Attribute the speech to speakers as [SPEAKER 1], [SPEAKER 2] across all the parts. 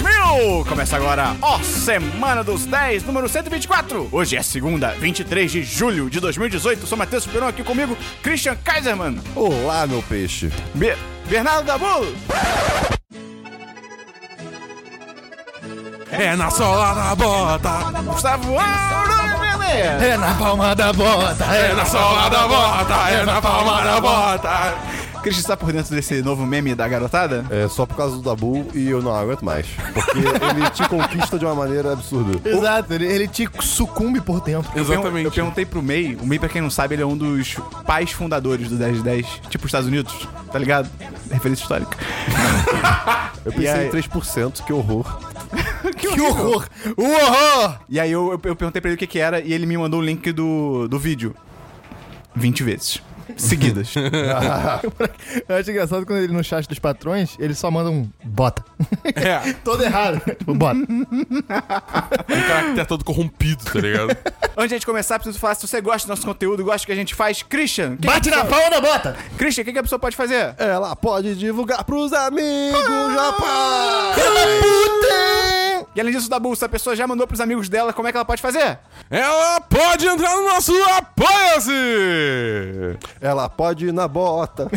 [SPEAKER 1] Brasil! Começa agora, ó, Semana dos 10, número 124! Hoje é segunda, 23 de julho de 2018. Sou Matheus Superon aqui comigo, Christian Kaiserman,
[SPEAKER 2] Olá, meu peixe.
[SPEAKER 1] Be- Bernardo Dabu,
[SPEAKER 3] É na sola da bota,
[SPEAKER 1] Gustavo Alves,
[SPEAKER 3] é na palma da bota, é na sola da bota, é na palma da bota.
[SPEAKER 1] Christian está por dentro desse novo meme da garotada?
[SPEAKER 2] É só por causa do Dabu e eu não aguento mais. Porque ele te conquista de uma maneira absurda.
[SPEAKER 4] Exato, ele, ele te sucumbe por dentro.
[SPEAKER 1] Eu pergun- Eu
[SPEAKER 3] Exatamente.
[SPEAKER 1] perguntei pro MEI, o MEI, pra quem não sabe, ele é um dos pais fundadores do 10 de 10, tipo Estados Unidos, tá ligado? Referência histórica.
[SPEAKER 2] Eu pensei
[SPEAKER 1] aí?
[SPEAKER 2] em 3%, que horror.
[SPEAKER 4] Que horror! O horror!
[SPEAKER 1] E aí eu, eu, eu perguntei pra ele o que que era e ele me mandou o link do, do vídeo. 20 vezes. Seguidas.
[SPEAKER 4] Eu acho engraçado quando ele no chat dos patrões, ele só manda um bota.
[SPEAKER 3] É,
[SPEAKER 4] Todo errado. tipo, bota.
[SPEAKER 3] um caráter todo corrompido, tá ligado?
[SPEAKER 1] Antes de a gente começar, preciso falar se você gosta do nosso conteúdo, gosta do que a gente faz. Christian, que-
[SPEAKER 4] Bate na palma da bota!
[SPEAKER 1] Christian, o que, que a pessoa pode fazer?
[SPEAKER 2] Ela pode divulgar pros amigos, rapaz!
[SPEAKER 1] E além disso, da bolsa, a pessoa já mandou pros amigos dela, como é que ela pode fazer?
[SPEAKER 3] Ela pode entrar no nosso Apoia-se!
[SPEAKER 2] Ela pode ir na bota.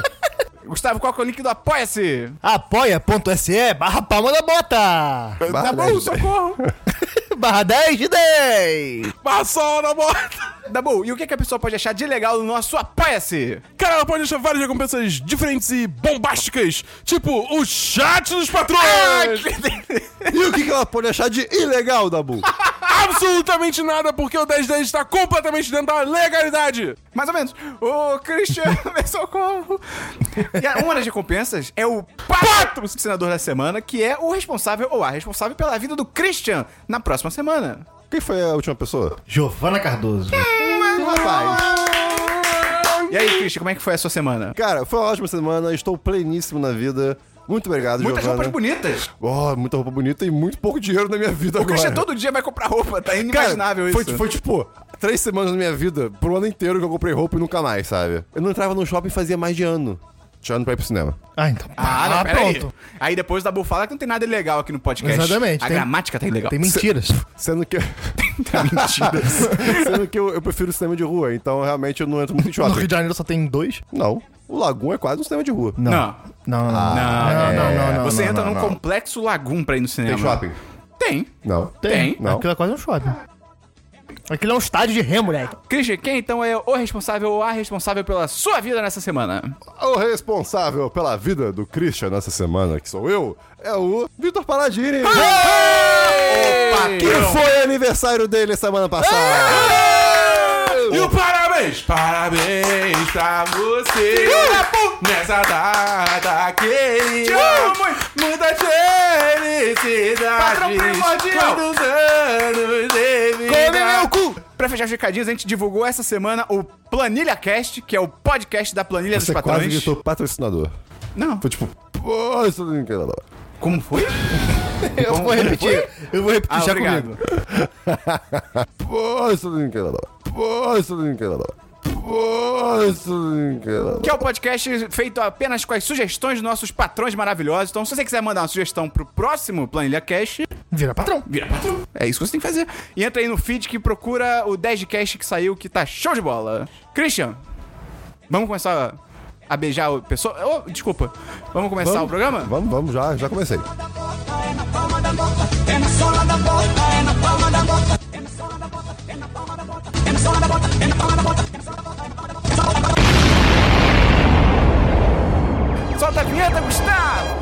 [SPEAKER 1] Gustavo, qual que é o link do Apoia-se?
[SPEAKER 4] Apoia.se barra palma da bota!
[SPEAKER 1] Da
[SPEAKER 2] Barra
[SPEAKER 1] Dabu,
[SPEAKER 2] 10.
[SPEAKER 1] socorro!
[SPEAKER 4] Barra 10 de 10!
[SPEAKER 3] Passou na bota!
[SPEAKER 1] Dabu, e o que, que a pessoa pode achar de legal no nosso Apoia-se?
[SPEAKER 3] Cara, ela pode achar várias recompensas diferentes e bombásticas, tipo o chat dos patrões!
[SPEAKER 2] E o que, que ela pode achar de ilegal, Dabu?
[SPEAKER 3] Absolutamente nada, porque o 1010 está completamente dentro da legalidade!
[SPEAKER 1] Mais ou menos. Ô, Christian, me socorro. E a- uma das recompensas é o patrocinador da semana, que é o responsável ou a responsável pela vida do Christian na próxima semana.
[SPEAKER 2] Quem foi a última pessoa?
[SPEAKER 4] Giovana Cardoso.
[SPEAKER 2] Rapaz.
[SPEAKER 1] E aí, Christian, como é que foi a sua semana?
[SPEAKER 2] Cara, foi uma ótima semana, estou pleníssimo na vida. Muito obrigado,
[SPEAKER 1] Muitas
[SPEAKER 2] Giovana.
[SPEAKER 1] roupas bonitas.
[SPEAKER 2] Oh, muita roupa bonita e muito pouco dinheiro na minha vida
[SPEAKER 1] O
[SPEAKER 2] agora.
[SPEAKER 1] Christian todo dia vai comprar roupa, tá
[SPEAKER 2] Cara,
[SPEAKER 1] inimaginável
[SPEAKER 2] foi,
[SPEAKER 1] isso.
[SPEAKER 2] foi tipo, três semanas da minha vida, pro ano inteiro que eu comprei roupa e nunca mais, sabe? Eu não entrava no shopping fazia mais de ano. Tirando pra ir pro cinema.
[SPEAKER 4] Ah, então.
[SPEAKER 1] Ah, não,
[SPEAKER 4] Ah,
[SPEAKER 1] peraí. Aí depois da Bu fala que não tem nada ilegal aqui no podcast.
[SPEAKER 4] Exatamente,
[SPEAKER 1] A
[SPEAKER 4] tem-
[SPEAKER 1] gramática tá ilegal.
[SPEAKER 4] Tem mentiras.
[SPEAKER 2] Sendo que.
[SPEAKER 1] Tá mentiras.
[SPEAKER 2] sendo que eu, eu prefiro cinema de rua, então realmente eu não entro muito em
[SPEAKER 4] No Rio
[SPEAKER 2] shopping.
[SPEAKER 4] de Janeiro só tem dois?
[SPEAKER 2] Não. O Lagoon é quase um cinema de rua.
[SPEAKER 4] Não.
[SPEAKER 1] Não.
[SPEAKER 4] Não, não, não.
[SPEAKER 1] Ah,
[SPEAKER 4] não, não, não,
[SPEAKER 1] Você
[SPEAKER 4] não,
[SPEAKER 1] entra
[SPEAKER 4] não,
[SPEAKER 1] num
[SPEAKER 4] não.
[SPEAKER 1] complexo lagum pra ir no cinema.
[SPEAKER 2] Tem shopping?
[SPEAKER 1] Tem.
[SPEAKER 2] Não.
[SPEAKER 4] Tem.
[SPEAKER 2] Não.
[SPEAKER 4] Aquilo é quase um shopping. Aquilo é um estádio de ré, moleque.
[SPEAKER 1] Christian, quem então é o responsável ou a responsável pela sua vida nessa semana?
[SPEAKER 2] O responsável pela vida do Christian nessa semana, que sou eu, é o Vitor Paladini.
[SPEAKER 4] Ah!
[SPEAKER 2] Que foi aniversário dele semana
[SPEAKER 4] Ah!
[SPEAKER 2] passada.
[SPEAKER 3] E o parabéns, parabéns pra você Nessa data
[SPEAKER 1] Te
[SPEAKER 3] querida
[SPEAKER 1] amo muito.
[SPEAKER 3] Muita felicidade
[SPEAKER 1] Patrão primordial.
[SPEAKER 3] Quantos anos de vida
[SPEAKER 1] cu! Pra fechar os recadinhos, a gente divulgou essa semana o Planilha Cast, que é o podcast da Planilha
[SPEAKER 2] Você
[SPEAKER 1] dos
[SPEAKER 2] quase
[SPEAKER 1] Patrões.
[SPEAKER 2] gritou patrocinador.
[SPEAKER 1] Não.
[SPEAKER 2] Foi tipo, pô, isso não é incrível.
[SPEAKER 1] Como foi?
[SPEAKER 4] Eu vou repetir. Eu vou repetir
[SPEAKER 1] Ah,
[SPEAKER 4] já
[SPEAKER 1] obrigado.
[SPEAKER 4] comigo.
[SPEAKER 2] Pô, isso não é incrível. Pô, isso não é incrível. Pô, isso não é incrível.
[SPEAKER 1] Que é o podcast feito apenas com as sugestões dos nossos patrões maravilhosos. Então, se você quiser mandar uma sugestão pro próximo Planilha Cast,
[SPEAKER 4] Vira patrão.
[SPEAKER 1] vira patrão. É isso que você tem que fazer. E entra aí no feed que procura o 10 de cast que saiu, que tá show de bola. Christian, vamos começar a beijar o pessoal. Oh, desculpa. Vamos começar o programa?
[SPEAKER 2] Vamos, vamos, já, já comecei.
[SPEAKER 1] Solta tá a vinheta, Gustavo!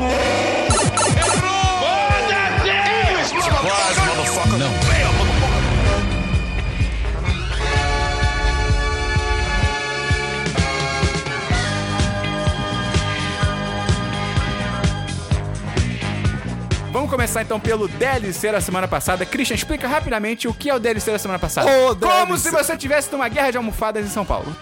[SPEAKER 1] Vamos começar então pelo DLC da semana passada. Christian, explica rapidamente o que é o DLC da semana passada.
[SPEAKER 2] O
[SPEAKER 1] Como
[SPEAKER 2] DLC.
[SPEAKER 1] se você tivesse numa guerra de almofadas em São Paulo.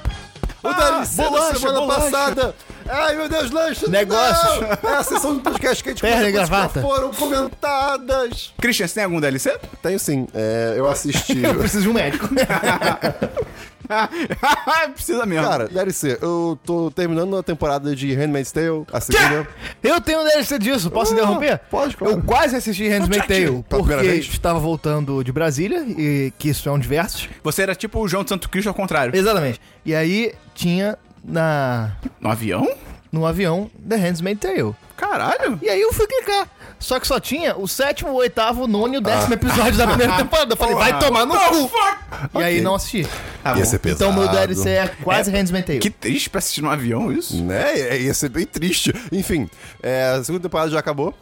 [SPEAKER 4] Ah,
[SPEAKER 2] O DLC da
[SPEAKER 1] bolacha,
[SPEAKER 2] semana
[SPEAKER 1] bolacha.
[SPEAKER 2] passada Ai, meu Deus, lanche!
[SPEAKER 4] Negócios.
[SPEAKER 2] Não! É a sessão do podcast que a gente
[SPEAKER 4] Terno
[SPEAKER 2] conta
[SPEAKER 4] e
[SPEAKER 2] coisas que
[SPEAKER 4] gravata.
[SPEAKER 2] não foram comentadas.
[SPEAKER 1] Christian, você tem algum DLC?
[SPEAKER 2] Tenho sim. É, eu assisti.
[SPEAKER 4] Eu preciso de um médico.
[SPEAKER 1] Precisa mesmo.
[SPEAKER 2] Cara, DLC, eu tô terminando a temporada de Handmaid's Tale, a segunda.
[SPEAKER 4] Eu tenho um DLC disso, posso
[SPEAKER 2] Ah,
[SPEAKER 4] interromper?
[SPEAKER 2] pode, claro.
[SPEAKER 4] Eu quase assisti Handmaid's Tale,
[SPEAKER 2] Pela primeira
[SPEAKER 4] porque
[SPEAKER 2] vez?
[SPEAKER 4] estava voltando de Brasília, e que isso é um diversos.
[SPEAKER 1] Você era tipo o João de Santo Cristo ao contrário.
[SPEAKER 4] Exatamente. E aí tinha na
[SPEAKER 1] No avião?
[SPEAKER 4] no avião The Handmaid's Tale.
[SPEAKER 1] Caralho.
[SPEAKER 4] E aí eu fui clicar. Só que só tinha o sétimo, o oitavo, o nono e o
[SPEAKER 2] Ah.
[SPEAKER 4] décimo episódio da primeira temporada. Eu falei, vai tomar no
[SPEAKER 1] Uh,
[SPEAKER 4] cu. E aí não assisti.
[SPEAKER 1] Tá bom.
[SPEAKER 2] Ia ser pesado.
[SPEAKER 4] Então meu DLC é quase Handmaid's Tale.
[SPEAKER 1] Que triste pra assistir no avião isso.
[SPEAKER 2] Né? É, Ia ser bem triste. Enfim, é, a segunda temporada já acabou.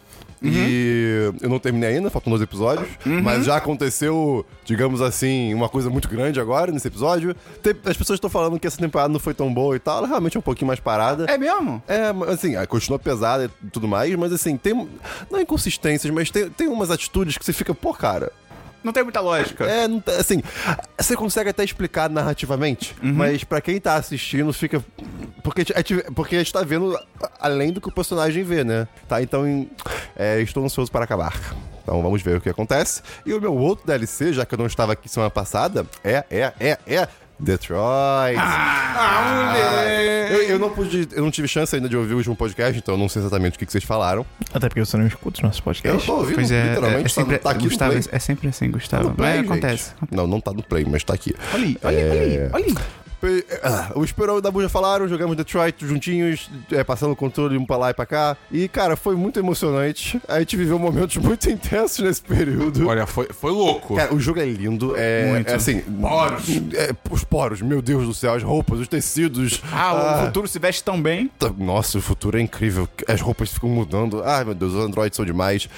[SPEAKER 2] E eu não terminei ainda, faltam dois episódios. Mas já aconteceu, digamos assim, uma coisa muito grande agora nesse episódio. Tem- as pessoas estão falando que essa temporada não foi tão boa e tal. Ela realmente é um pouquinho mais parada.
[SPEAKER 1] É mesmo?
[SPEAKER 2] É, mas, assim, ah, continua pesada e tudo mais, mas assim, tem. Não inconsistências, mas tem, tem umas atitudes que você fica, pô, cara.
[SPEAKER 1] Não tem muita lógica.
[SPEAKER 2] É, não tá- assim. Você consegue até explicar narrativamente, mas pra quem tá assistindo fica. Porque, a gente- porque a gente tá vendo a- além do que o personagem vê, né? Tá, então em- é, estou ansioso para acabar. Então vamos ver o que acontece. E o meu outro DLC, já que eu não estava aqui semana passada, é, é, é, é. Detroit.
[SPEAKER 1] Ah,
[SPEAKER 2] Eu, eu não pude, eu não tive chance ainda de ouvir o último podcast, então eu não sei exatamente o que, que vocês falaram.
[SPEAKER 4] Até porque você não escuta os nossos
[SPEAKER 2] Eu
[SPEAKER 4] podcasts.
[SPEAKER 2] tô ouvindo,
[SPEAKER 1] Pois é,
[SPEAKER 2] literalmente,
[SPEAKER 1] é, é
[SPEAKER 2] só não
[SPEAKER 1] sempre,
[SPEAKER 2] tá aqui
[SPEAKER 1] Gustavo,
[SPEAKER 2] no
[SPEAKER 1] é sempre assim, Gustavo.
[SPEAKER 2] play.
[SPEAKER 1] Mas
[SPEAKER 2] Tá no play,
[SPEAKER 1] acontece.
[SPEAKER 2] gente. Não, não tá no play, mas tá aqui.
[SPEAKER 1] Olha aí, olha aí, olha aí,
[SPEAKER 2] É.
[SPEAKER 1] olha aí.
[SPEAKER 2] Pe- ah, O Esperão e o Dabu já falaram, jogamos Detroit juntinhos, é, passando o controle um pra lá e pra cá. E, cara, foi muito emocionante. A gente viveu momentos muito intensos nesse período.
[SPEAKER 3] Olha, foi, foi louco.
[SPEAKER 2] Cara, o jogo é lindo, é,
[SPEAKER 1] Muito.
[SPEAKER 2] é assim...
[SPEAKER 3] Poros.
[SPEAKER 2] é, os poros, meu Deus do céu, as roupas, os tecidos.
[SPEAKER 1] Ah, o futuro se veste tão bem.
[SPEAKER 2] Tá- Nossa, o futuro é incrível. As roupas ficam mudando. Ai, meu Deus, os androids são demais.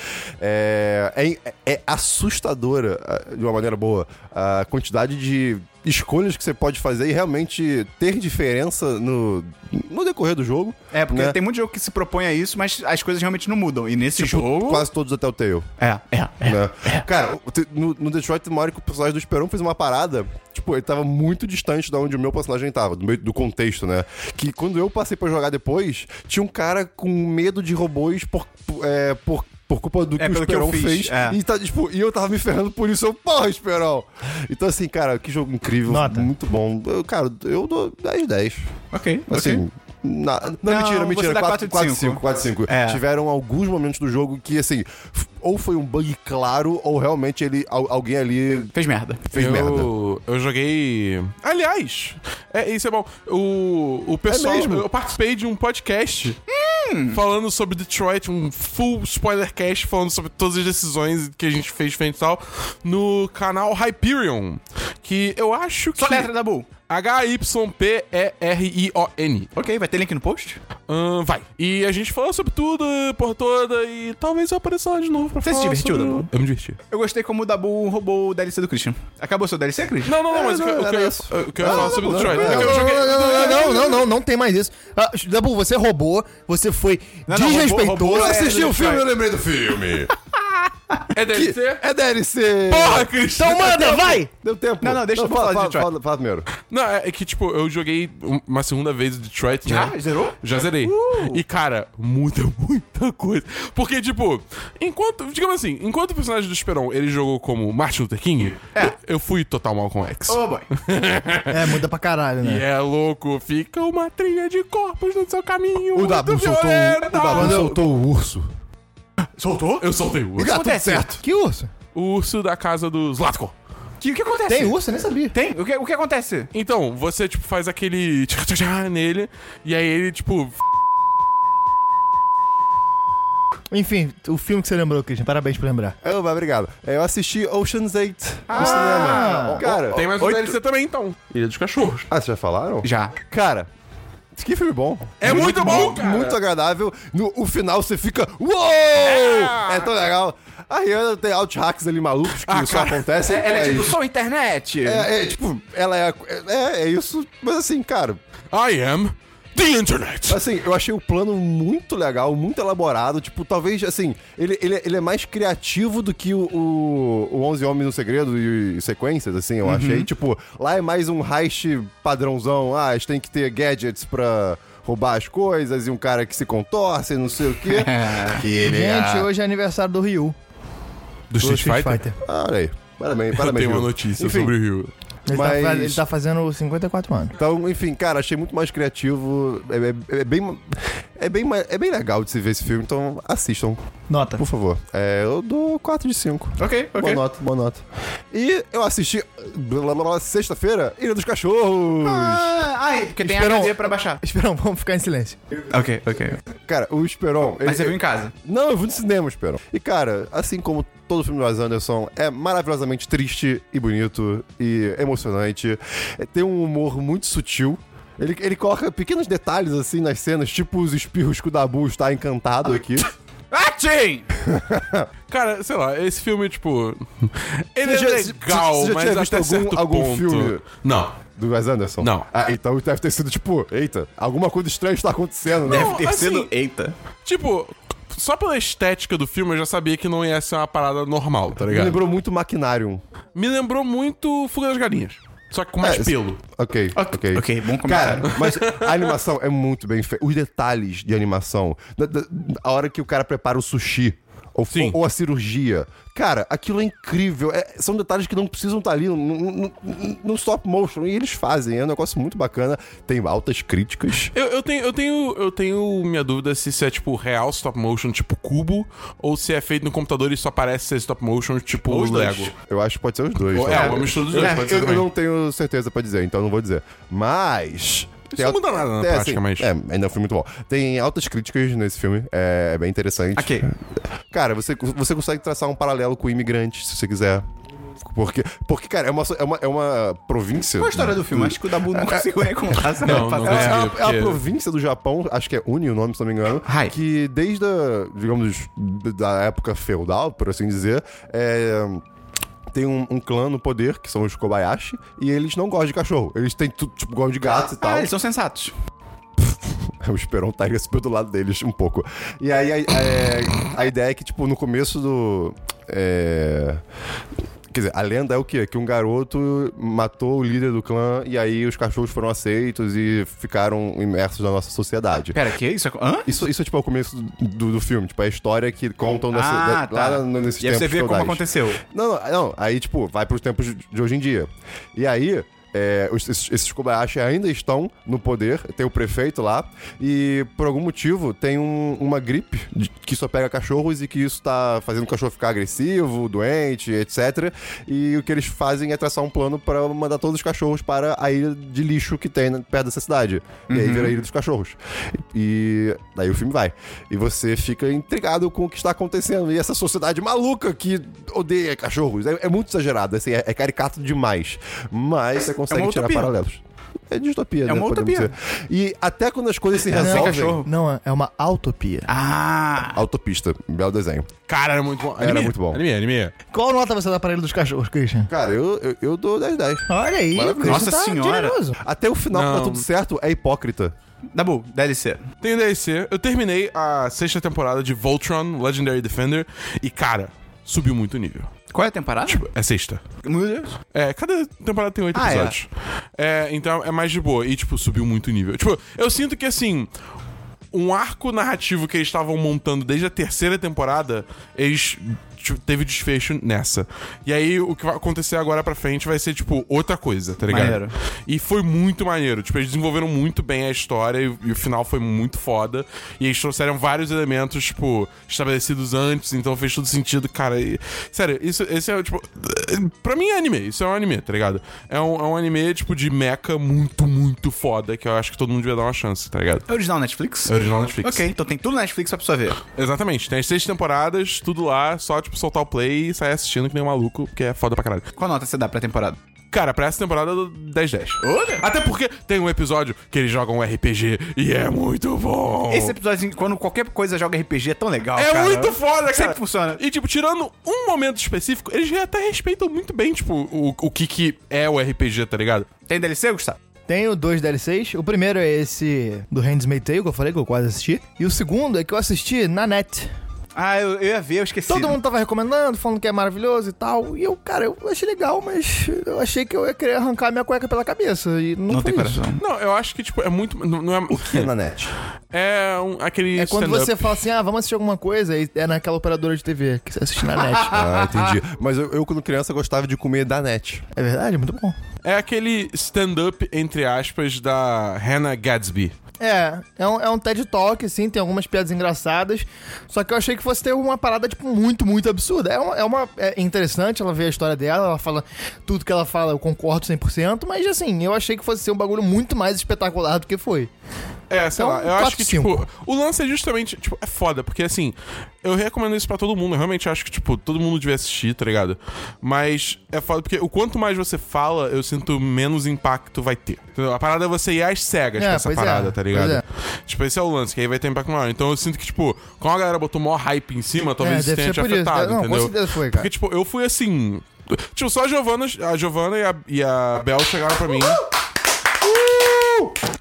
[SPEAKER 2] É, é, é assustadora, ah, de uma maneira boa, a quantidade de escolhas que você pode fazer e realmente ter diferença no, no decorrer do jogo.
[SPEAKER 1] É, porque
[SPEAKER 2] né?
[SPEAKER 1] tem muito jogo que se propõe a isso, mas as coisas realmente não mudam. E nesse
[SPEAKER 2] Tipo,
[SPEAKER 1] jogo.
[SPEAKER 2] Quase todos até o Tail.
[SPEAKER 1] É, é, é.
[SPEAKER 2] né? Cara, o te- no, no Detroit tem uma hora que o personagem do Esperão fez uma parada. Tipo, ele tava muito distante de onde o meu personagem tava, do, meio- do contexto, né? Que quando eu passei pra jogar depois, tinha um cara com medo de robôs por. por- é, por por culpa do que
[SPEAKER 1] É,
[SPEAKER 2] o
[SPEAKER 1] pelo que eu
[SPEAKER 2] Esperão
[SPEAKER 1] fiz,
[SPEAKER 2] fez.
[SPEAKER 1] é.
[SPEAKER 2] E, tá, tipo, e eu tava me ferrando por isso. Eu, porra, Esperão! Então, assim, cara, que jogo incrível.
[SPEAKER 4] Nota.
[SPEAKER 2] Muito bom. Eu, cara, eu dou 10 10.
[SPEAKER 1] É, Ok,
[SPEAKER 2] Assim.
[SPEAKER 1] ok.
[SPEAKER 2] na- não,
[SPEAKER 1] Não,
[SPEAKER 2] mentira,
[SPEAKER 1] você
[SPEAKER 2] mentira.
[SPEAKER 1] dá
[SPEAKER 2] 4
[SPEAKER 1] quatro de
[SPEAKER 2] 4
[SPEAKER 1] cinco.
[SPEAKER 2] 5, 4 5.
[SPEAKER 1] É.
[SPEAKER 2] Tiveram alguns momentos do jogo que, assim, f- ou foi um bug claro, ou realmente ele, al- alguém ali
[SPEAKER 1] Fez merda.
[SPEAKER 2] fez
[SPEAKER 3] eu,
[SPEAKER 2] merda.
[SPEAKER 3] eu joguei. Aliás, é, isso é bom. O, o pessoal.
[SPEAKER 2] mesmo?
[SPEAKER 3] Eu participei de um podcast falando sobre Detroit, um full spoilercast falando sobre todas as decisões que a gente fez frente e tal, no canal Hyperion. Que eu acho que.
[SPEAKER 1] Só letra da Bull.
[SPEAKER 3] H-Y-P-E-R-I-O-N.
[SPEAKER 1] Ok, vai ter link no post?
[SPEAKER 3] Ahn, vai. E a gente falou sobre tudo, por toda, e talvez eu apareça lá de novo pra
[SPEAKER 1] Você se
[SPEAKER 3] falar.
[SPEAKER 1] divertiu,
[SPEAKER 3] sobre...
[SPEAKER 1] Dabu?
[SPEAKER 3] Eu me diverti.
[SPEAKER 1] Eu gostei como o Dabu roubou o DLC do Christian. Acabou seu DLC, Christian?
[SPEAKER 3] Não, não, não, mas o que-
[SPEAKER 2] não,
[SPEAKER 3] o que eu
[SPEAKER 2] era
[SPEAKER 3] ia-
[SPEAKER 2] isso.
[SPEAKER 3] o que eu ia falar sobre Detroit.
[SPEAKER 2] não,
[SPEAKER 3] é que
[SPEAKER 4] Não,
[SPEAKER 3] eu joguei-
[SPEAKER 4] não, não, não, não, não, não tem mais isso. Ah, Dabu, você roubou, você foi
[SPEAKER 1] Não, não, roubou, roubou,
[SPEAKER 4] desrespeitoso.
[SPEAKER 1] é.
[SPEAKER 2] Assisti o
[SPEAKER 1] Detroit.
[SPEAKER 2] filme, eu lembrei do filme.
[SPEAKER 3] É DLC?
[SPEAKER 2] é DLC.
[SPEAKER 3] Porra, Cristian!
[SPEAKER 4] Então manda, vai!
[SPEAKER 2] Deu tempo.
[SPEAKER 1] Não, não, deixa eu falar de
[SPEAKER 2] fala,
[SPEAKER 1] Detroit.
[SPEAKER 2] fala, fala primeiro.
[SPEAKER 3] Não, é é que, tipo, eu joguei uma segunda vez o Detroit, né?
[SPEAKER 2] Ah,
[SPEAKER 1] Já? Ah, Zerou?
[SPEAKER 3] Já zerei.
[SPEAKER 2] Uh!
[SPEAKER 3] E, cara, muda muita coisa. Porque, tipo, enquanto... Digamos assim, enquanto o personagem do Esperon, ele jogou como Martin Luther King,
[SPEAKER 2] É.
[SPEAKER 3] eu, eu fui total Malcolm X.
[SPEAKER 1] Oh, boy.
[SPEAKER 4] É, muda pra caralho, né?
[SPEAKER 3] E é louco, fica uma trilha de corpos no seu caminho.
[SPEAKER 2] O
[SPEAKER 3] muito
[SPEAKER 2] Dabu soltou, um-
[SPEAKER 3] violenta.
[SPEAKER 2] o Dabu soltou o urso.
[SPEAKER 1] Soltou?
[SPEAKER 3] Eu soltei o urso.
[SPEAKER 2] Tá tudo
[SPEAKER 1] acontece?
[SPEAKER 2] certo.
[SPEAKER 4] Que urso?
[SPEAKER 3] O urso da casa do Zlatko.
[SPEAKER 1] Que- o que acontece?
[SPEAKER 4] Tem urso? Eu nem sabia.
[SPEAKER 1] Tem? O que, o que acontece?
[SPEAKER 3] Então, você, tipo, faz aquele tchá, tchá, tchá nele, e aí ele, tipo,
[SPEAKER 4] Enfim, o filme que você lembrou, Christian, parabéns por lembrar.
[SPEAKER 2] Eu, vai, obrigado. É, Eu assisti Ocean's 8 no cinema. Ah! Cara,
[SPEAKER 3] tem mais um
[SPEAKER 1] oito-
[SPEAKER 3] DLC também, então. Ilha dos Cachorros.
[SPEAKER 2] ah, vocês já falaram?
[SPEAKER 1] Já.
[SPEAKER 2] Cara, que filme bom.
[SPEAKER 3] É muito, bom, cara!
[SPEAKER 2] Muito agradável. No o final você fica. Uou! É, tão legal. A Rihanna tem alt hacks ali malucos que só acontece.
[SPEAKER 1] Ela é, tipo,
[SPEAKER 2] isso.
[SPEAKER 1] sou internet.
[SPEAKER 2] É, é, tipo, ela é, a- é. É isso. Mas assim, cara.
[SPEAKER 3] I am the internet.
[SPEAKER 2] Assim, eu achei o plano muito legal, muito elaborado. Tipo, talvez, assim, ele, ele, ele é mais criativo do que o, o, o 11 Homens no Segredo e, e sequências, assim,
[SPEAKER 3] Uhum.
[SPEAKER 2] eu achei. Tipo, lá é mais um heist padrãozão. Ah, a gente tem que ter gadgets pra roubar as coisas e um cara que se contorce, não sei o quê. que ele
[SPEAKER 4] Gente,
[SPEAKER 2] é-
[SPEAKER 4] hoje é aniversário do Ryu.
[SPEAKER 3] Do Street Fighter?
[SPEAKER 2] Ah, olha aí. Parabéns,
[SPEAKER 3] Eu
[SPEAKER 2] parabéns.
[SPEAKER 3] tenho uma
[SPEAKER 2] Will.
[SPEAKER 3] notícia
[SPEAKER 2] Enfim,
[SPEAKER 3] sobre o Rio.
[SPEAKER 4] Ele,
[SPEAKER 2] Mas-
[SPEAKER 4] tá, fa- ele tá fazendo 54 anos.
[SPEAKER 2] Então, enfim, cara, achei muito mais criativo. É, é- é bem. É bem, ma- é bem legal de se ver esse filme, então assistam,
[SPEAKER 4] Nota.
[SPEAKER 2] por favor. É, eu dou 4 de 5.
[SPEAKER 1] Ok,
[SPEAKER 2] Boa
[SPEAKER 1] ok.
[SPEAKER 2] nota, boa nota. E eu assisti blá, blá, blá, sexta-feira, Ilha dos Cachorros.
[SPEAKER 1] Ah, ai, porque tem
[SPEAKER 4] Esperão.
[SPEAKER 1] HD pra baixar.
[SPEAKER 4] Esperão, vamos ficar em silêncio.
[SPEAKER 1] Ok, ok.
[SPEAKER 2] Cara, o Esperon. ele-
[SPEAKER 1] Mas você viu em casa.
[SPEAKER 2] Não, eu vi no cinema, Esperon. E, cara, assim como todo filme do Wes Anderson, é maravilhosamente triste e bonito e emocionante. É, tem um humor muito sutil. Ele, ele coloca pequenos detalhes, assim, nas cenas, tipo os espirros que o Dabu está encantado aqui.
[SPEAKER 1] Atim!
[SPEAKER 3] Cara, sei lá, esse filme, tipo. Ele
[SPEAKER 2] Você
[SPEAKER 3] é
[SPEAKER 2] já-
[SPEAKER 3] legal,
[SPEAKER 2] você já
[SPEAKER 3] mas
[SPEAKER 2] tinha
[SPEAKER 3] até
[SPEAKER 2] visto algum-
[SPEAKER 3] certo
[SPEAKER 2] algum
[SPEAKER 3] ponto.
[SPEAKER 2] filme?
[SPEAKER 3] Não.
[SPEAKER 2] Do Wes Anderson.
[SPEAKER 3] Não.
[SPEAKER 2] Ah, então deve ter sido tipo, eita, alguma coisa estranha está acontecendo, né?
[SPEAKER 3] Não, assim,
[SPEAKER 1] Eita.
[SPEAKER 3] Tipo, só pela estética do filme eu já sabia que não ia ser uma parada normal, tá
[SPEAKER 2] Me
[SPEAKER 3] ligado?
[SPEAKER 2] lembrou muito Maquinarium.
[SPEAKER 3] Me lembrou muito Fuga das Galinhas. Só que com mais
[SPEAKER 2] É,
[SPEAKER 3] pelo.
[SPEAKER 2] Ok, ok.
[SPEAKER 1] Ok, bom
[SPEAKER 2] Cara,
[SPEAKER 1] comentário.
[SPEAKER 2] mas a animação é muito bem feita. Os detalhes de animação. Da- da- A hora que o cara prepara o sushi. Ou,
[SPEAKER 3] Sim.
[SPEAKER 2] ou a cirurgia. Cara, aquilo é incrível. É- são detalhes que não precisam estar ali no, no- no- no stop motion. E eles fazem. É um negócio muito bacana. Tem altas críticas.
[SPEAKER 3] Eu, eu tenho, eu, tenho, eu tenho minha dúvida se isso é tipo real stop motion, tipo cubo, ou se é feito no computador e só parece ser stop motion, tipo
[SPEAKER 1] Ou os dois.
[SPEAKER 3] Lego.
[SPEAKER 2] Eu acho que pode ser os dois.
[SPEAKER 3] Ou-
[SPEAKER 2] né?
[SPEAKER 3] é, uma mistura dos dois,
[SPEAKER 2] É,
[SPEAKER 3] pode ser
[SPEAKER 2] eu, eu
[SPEAKER 3] também.
[SPEAKER 2] não tenho certeza pra dizer, então não vou dizer. Mas.
[SPEAKER 3] Isso
[SPEAKER 2] tem
[SPEAKER 3] não
[SPEAKER 2] al-
[SPEAKER 3] muda nada na
[SPEAKER 2] tem,
[SPEAKER 3] prática, mas-
[SPEAKER 2] É, ainda é um filme muito bom. Tem altas críticas nesse filme, é, é bem interessante.
[SPEAKER 1] Ok.
[SPEAKER 2] Cara, você, você consegue traçar um paralelo com o imigrante, se você quiser. Porque, porque cara, é uma, é uma, é uma província.
[SPEAKER 1] Qual a história do filme? Acho que o Dabu não conseguiu recontar essa
[SPEAKER 3] Não, não
[SPEAKER 2] É,
[SPEAKER 1] é.
[SPEAKER 3] consegui.
[SPEAKER 2] a, é a
[SPEAKER 3] porque-
[SPEAKER 2] província do Japão, acho que é Uni o nome, se não me engano,
[SPEAKER 1] Ai.
[SPEAKER 2] que desde, a, digamos, da época feudal, por assim dizer, é, Tem um, um clã no poder, que são os Kobayashi, e eles não gostam de cachorro. Eles têm, tu- tipo, gostam de gato e tal.
[SPEAKER 1] Ah, eles são sensatos.
[SPEAKER 2] O Esperon tá indo super do lado deles um pouco. E aí a, a- a ideia é que, tipo, no começo do. é, Quer dizer, a lenda é o quê? Que um garoto matou o líder do clã e aí os cachorros foram aceitos e ficaram imersos na nossa sociedade.
[SPEAKER 1] Pera, que isso? Hã?
[SPEAKER 2] Isso, isso é tipo é o começo do, do filme, tipo, é a história que contam nessa,
[SPEAKER 1] Ah,
[SPEAKER 2] da- lá
[SPEAKER 1] tá.
[SPEAKER 2] no- nesses
[SPEAKER 1] E aí você
[SPEAKER 2] tempos
[SPEAKER 1] vê como
[SPEAKER 2] feudais.
[SPEAKER 1] aconteceu.
[SPEAKER 2] Não, não, não, aí, tipo, vai pros tempos de- de hoje em dia. E aí, é, os- esses, esses Kobayashi ainda estão no poder, tem o prefeito lá, e por algum motivo tem um- uma gripe de- que só pega cachorros e que isso tá fazendo o cachorro ficar agressivo, doente, etc. E o que eles fazem é traçar um plano pra mandar todos os cachorros para a ilha de lixo que tem na- perto dessa cidade. E
[SPEAKER 1] Uhum.
[SPEAKER 2] aí vira a ilha dos cachorros. E daí o filme vai. E você fica intrigado com o que está acontecendo. E essa sociedade maluca que odeia cachorros. É, é muito exagerado, assim, é, é caricato demais. Mas você consegue
[SPEAKER 1] uma
[SPEAKER 2] tirar
[SPEAKER 1] utopia.
[SPEAKER 2] paralelos. É distopia, né?
[SPEAKER 1] uma
[SPEAKER 2] podemos
[SPEAKER 1] utopia.
[SPEAKER 2] dizer. E até quando as coisas se
[SPEAKER 4] Não,
[SPEAKER 2] resolvem...
[SPEAKER 1] cachorro.
[SPEAKER 4] Não, é- é uma utopia.
[SPEAKER 1] Ah!
[SPEAKER 2] Autopista, belo desenho.
[SPEAKER 3] Cara, era muito bom.
[SPEAKER 2] Era muito bom.
[SPEAKER 3] Anime, anime.
[SPEAKER 4] Qual nota você dá pra ele dos cachorros, Christian?
[SPEAKER 2] Cara, eu, eu, eu dou 10 10.
[SPEAKER 4] Olha aí, o Christian
[SPEAKER 1] Nossa
[SPEAKER 4] tá
[SPEAKER 1] senhora.
[SPEAKER 4] generoso.
[SPEAKER 2] Até o final que
[SPEAKER 3] Não.
[SPEAKER 2] tá tudo certo é hipócrita.
[SPEAKER 1] Dabu, DLC.
[SPEAKER 3] Tenho um DLC. Eu terminei a sexta temporada de Voltron, Legendary Defender, e, cara, subiu muito o nível.
[SPEAKER 1] Qual é a temporada?
[SPEAKER 3] É sexta.
[SPEAKER 1] Meu Deus.
[SPEAKER 3] É, cada temporada tem oito
[SPEAKER 1] Ah, é.
[SPEAKER 3] episódios. É, então é mais de boa. E, tipo, subiu muito o nível. Tipo, eu sinto que, assim, um arco narrativo que eles estavam montando desde a terceira temporada, eles tipo, teve desfecho nessa. E aí, o que vai acontecer agora pra frente vai ser, tipo, outra coisa, tá ligado?
[SPEAKER 1] Maneiro.
[SPEAKER 3] E foi muito maneiro. Tipo, eles desenvolveram muito bem a história e, e o final foi muito foda. E eles trouxeram vários elementos, tipo, estabelecidos antes, então fez todo sentido, cara. E, sério, isso, esse é, tipo. Pra mim é anime, isso é um anime, tá ligado? É um, é um anime, tipo, de mecha muito, muito foda, que eu acho que todo mundo devia dar uma chance, tá ligado?
[SPEAKER 1] É original Netflix?
[SPEAKER 3] É original Netflix.
[SPEAKER 1] Ok, então tem tudo na Netflix pra pessoa ver.
[SPEAKER 3] Exatamente, tem as seis temporadas, tudo lá, só, tipo, soltar o play e sair assistindo que nem um maluco, porque é foda pra caralho.
[SPEAKER 1] Qual nota você dá pra temporada?
[SPEAKER 3] Cara, pra essa temporada 10-10.
[SPEAKER 1] Olha!
[SPEAKER 3] Até porque tem um episódio que eles jogam um RPG e é muito bom.
[SPEAKER 1] Esse episódio, assim, quando qualquer coisa joga RPG, é tão legal.
[SPEAKER 3] é
[SPEAKER 1] cara.
[SPEAKER 3] muito foda, cara.
[SPEAKER 1] Sempre funciona.
[SPEAKER 3] E, tipo, tirando um momento específico, eles até respeitam muito bem, tipo, o, o que, que é o RPG, tá ligado?
[SPEAKER 1] Tem DLC, Gustavo?
[SPEAKER 4] Tenho dois DLCs. O primeiro é esse do Hands Made Tale, que eu falei que eu quase assisti. E o segundo é que eu assisti na net.
[SPEAKER 1] Ah, eu, eu ia ver, eu esqueci.
[SPEAKER 4] Todo mundo tava recomendando, falando que é maravilhoso e tal. E eu, cara, eu achei legal, mas eu achei que eu ia querer arrancar minha cueca pela cabeça. E
[SPEAKER 1] Não
[SPEAKER 4] não, foi
[SPEAKER 1] tem
[SPEAKER 4] isso.
[SPEAKER 1] coração.
[SPEAKER 3] Não, eu acho que, tipo, é muito. Não, não é.
[SPEAKER 2] na net.
[SPEAKER 3] É um- aquele.
[SPEAKER 4] É quando
[SPEAKER 3] stand-up.
[SPEAKER 4] você fala assim, ah, vamos assistir alguma coisa, e é naquela operadora de TV que você assiste na net.
[SPEAKER 2] Ah, entendi. Mas eu, eu, quando criança, gostava de comer da net.
[SPEAKER 4] é verdade, muito bom.
[SPEAKER 3] É aquele stand-up, entre aspas, da Hannah Gadsby.
[SPEAKER 4] É, é um, é um TED Talk, assim, tem algumas piadas engraçadas. Só que eu achei que fosse ter uma parada, tipo, muito, muito absurda. É uma. É, uma- é interessante ela ver a história dela, ela fala. Tudo que ela fala, eu concordo 100%, mas assim, eu achei que fosse ser um bagulho muito mais espetacular do que foi.
[SPEAKER 3] É, sei
[SPEAKER 4] Então,
[SPEAKER 3] lá, eu acho
[SPEAKER 4] quatro,
[SPEAKER 3] que,
[SPEAKER 4] cinco.
[SPEAKER 3] tipo, o lance é justamente, tipo, é foda, porque assim, eu recomendo isso pra todo mundo, eu realmente acho que, tipo, todo mundo devia assistir, tá ligado? Mas é foda, porque o quanto mais você fala, eu sinto menos impacto vai ter. Entendeu? A parada é você ir às cegas
[SPEAKER 4] É,
[SPEAKER 3] com essa
[SPEAKER 4] pois é,
[SPEAKER 3] parada, tá ligado?
[SPEAKER 4] pois é.
[SPEAKER 3] Tipo, esse é o lance, que aí vai ter impacto maior. Então eu sinto que, tipo, como a galera botou maior hype em cima, talvez
[SPEAKER 4] É,
[SPEAKER 3] isso
[SPEAKER 4] deve
[SPEAKER 3] tenha
[SPEAKER 4] ser
[SPEAKER 3] te
[SPEAKER 4] por isso.
[SPEAKER 3] afetado,
[SPEAKER 4] Não, com
[SPEAKER 3] entendeu?
[SPEAKER 4] certeza foi, cara.
[SPEAKER 3] Porque, tipo, eu fui assim. Tipo, só a Giovana, a Giovana e a, e a Bel chegaram pra mim.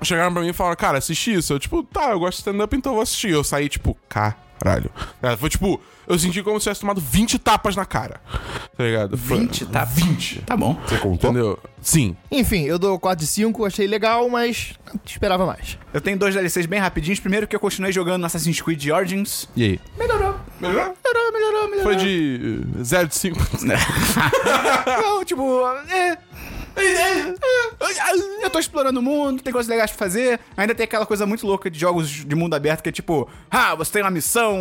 [SPEAKER 3] Chegaram pra mim e falaram, cara, assisti isso. Eu, tipo, tá, eu gosto de stand-up, então eu vou assistir. Eu saí, tipo, caralho. É, Foi tipo, eu senti como se tivesse tomado 20 tapas na cara. Tá ligado? Foi-
[SPEAKER 1] 20, tá? 20. Tá bom.
[SPEAKER 2] Você contou?
[SPEAKER 3] Entendeu? Sim.
[SPEAKER 4] Enfim, eu dou 4 de 5, achei legal, mas esperava mais.
[SPEAKER 1] Eu tenho dois DLCs bem rapidinhos. Primeiro que eu continuei jogando Assassin's Creed Origins.
[SPEAKER 3] E aí?
[SPEAKER 1] Melhorou.
[SPEAKER 3] Melhorou? É.
[SPEAKER 1] Melhorou, melhorou, melhorou.
[SPEAKER 3] Foi de 0 de 5.
[SPEAKER 1] Não, tipo, é. Eu tô explorando o mundo, tem coisas legais pra fazer. Ainda tem aquela coisa muito louca de jogos de mundo aberto que é tipo, ah, você tem uma missão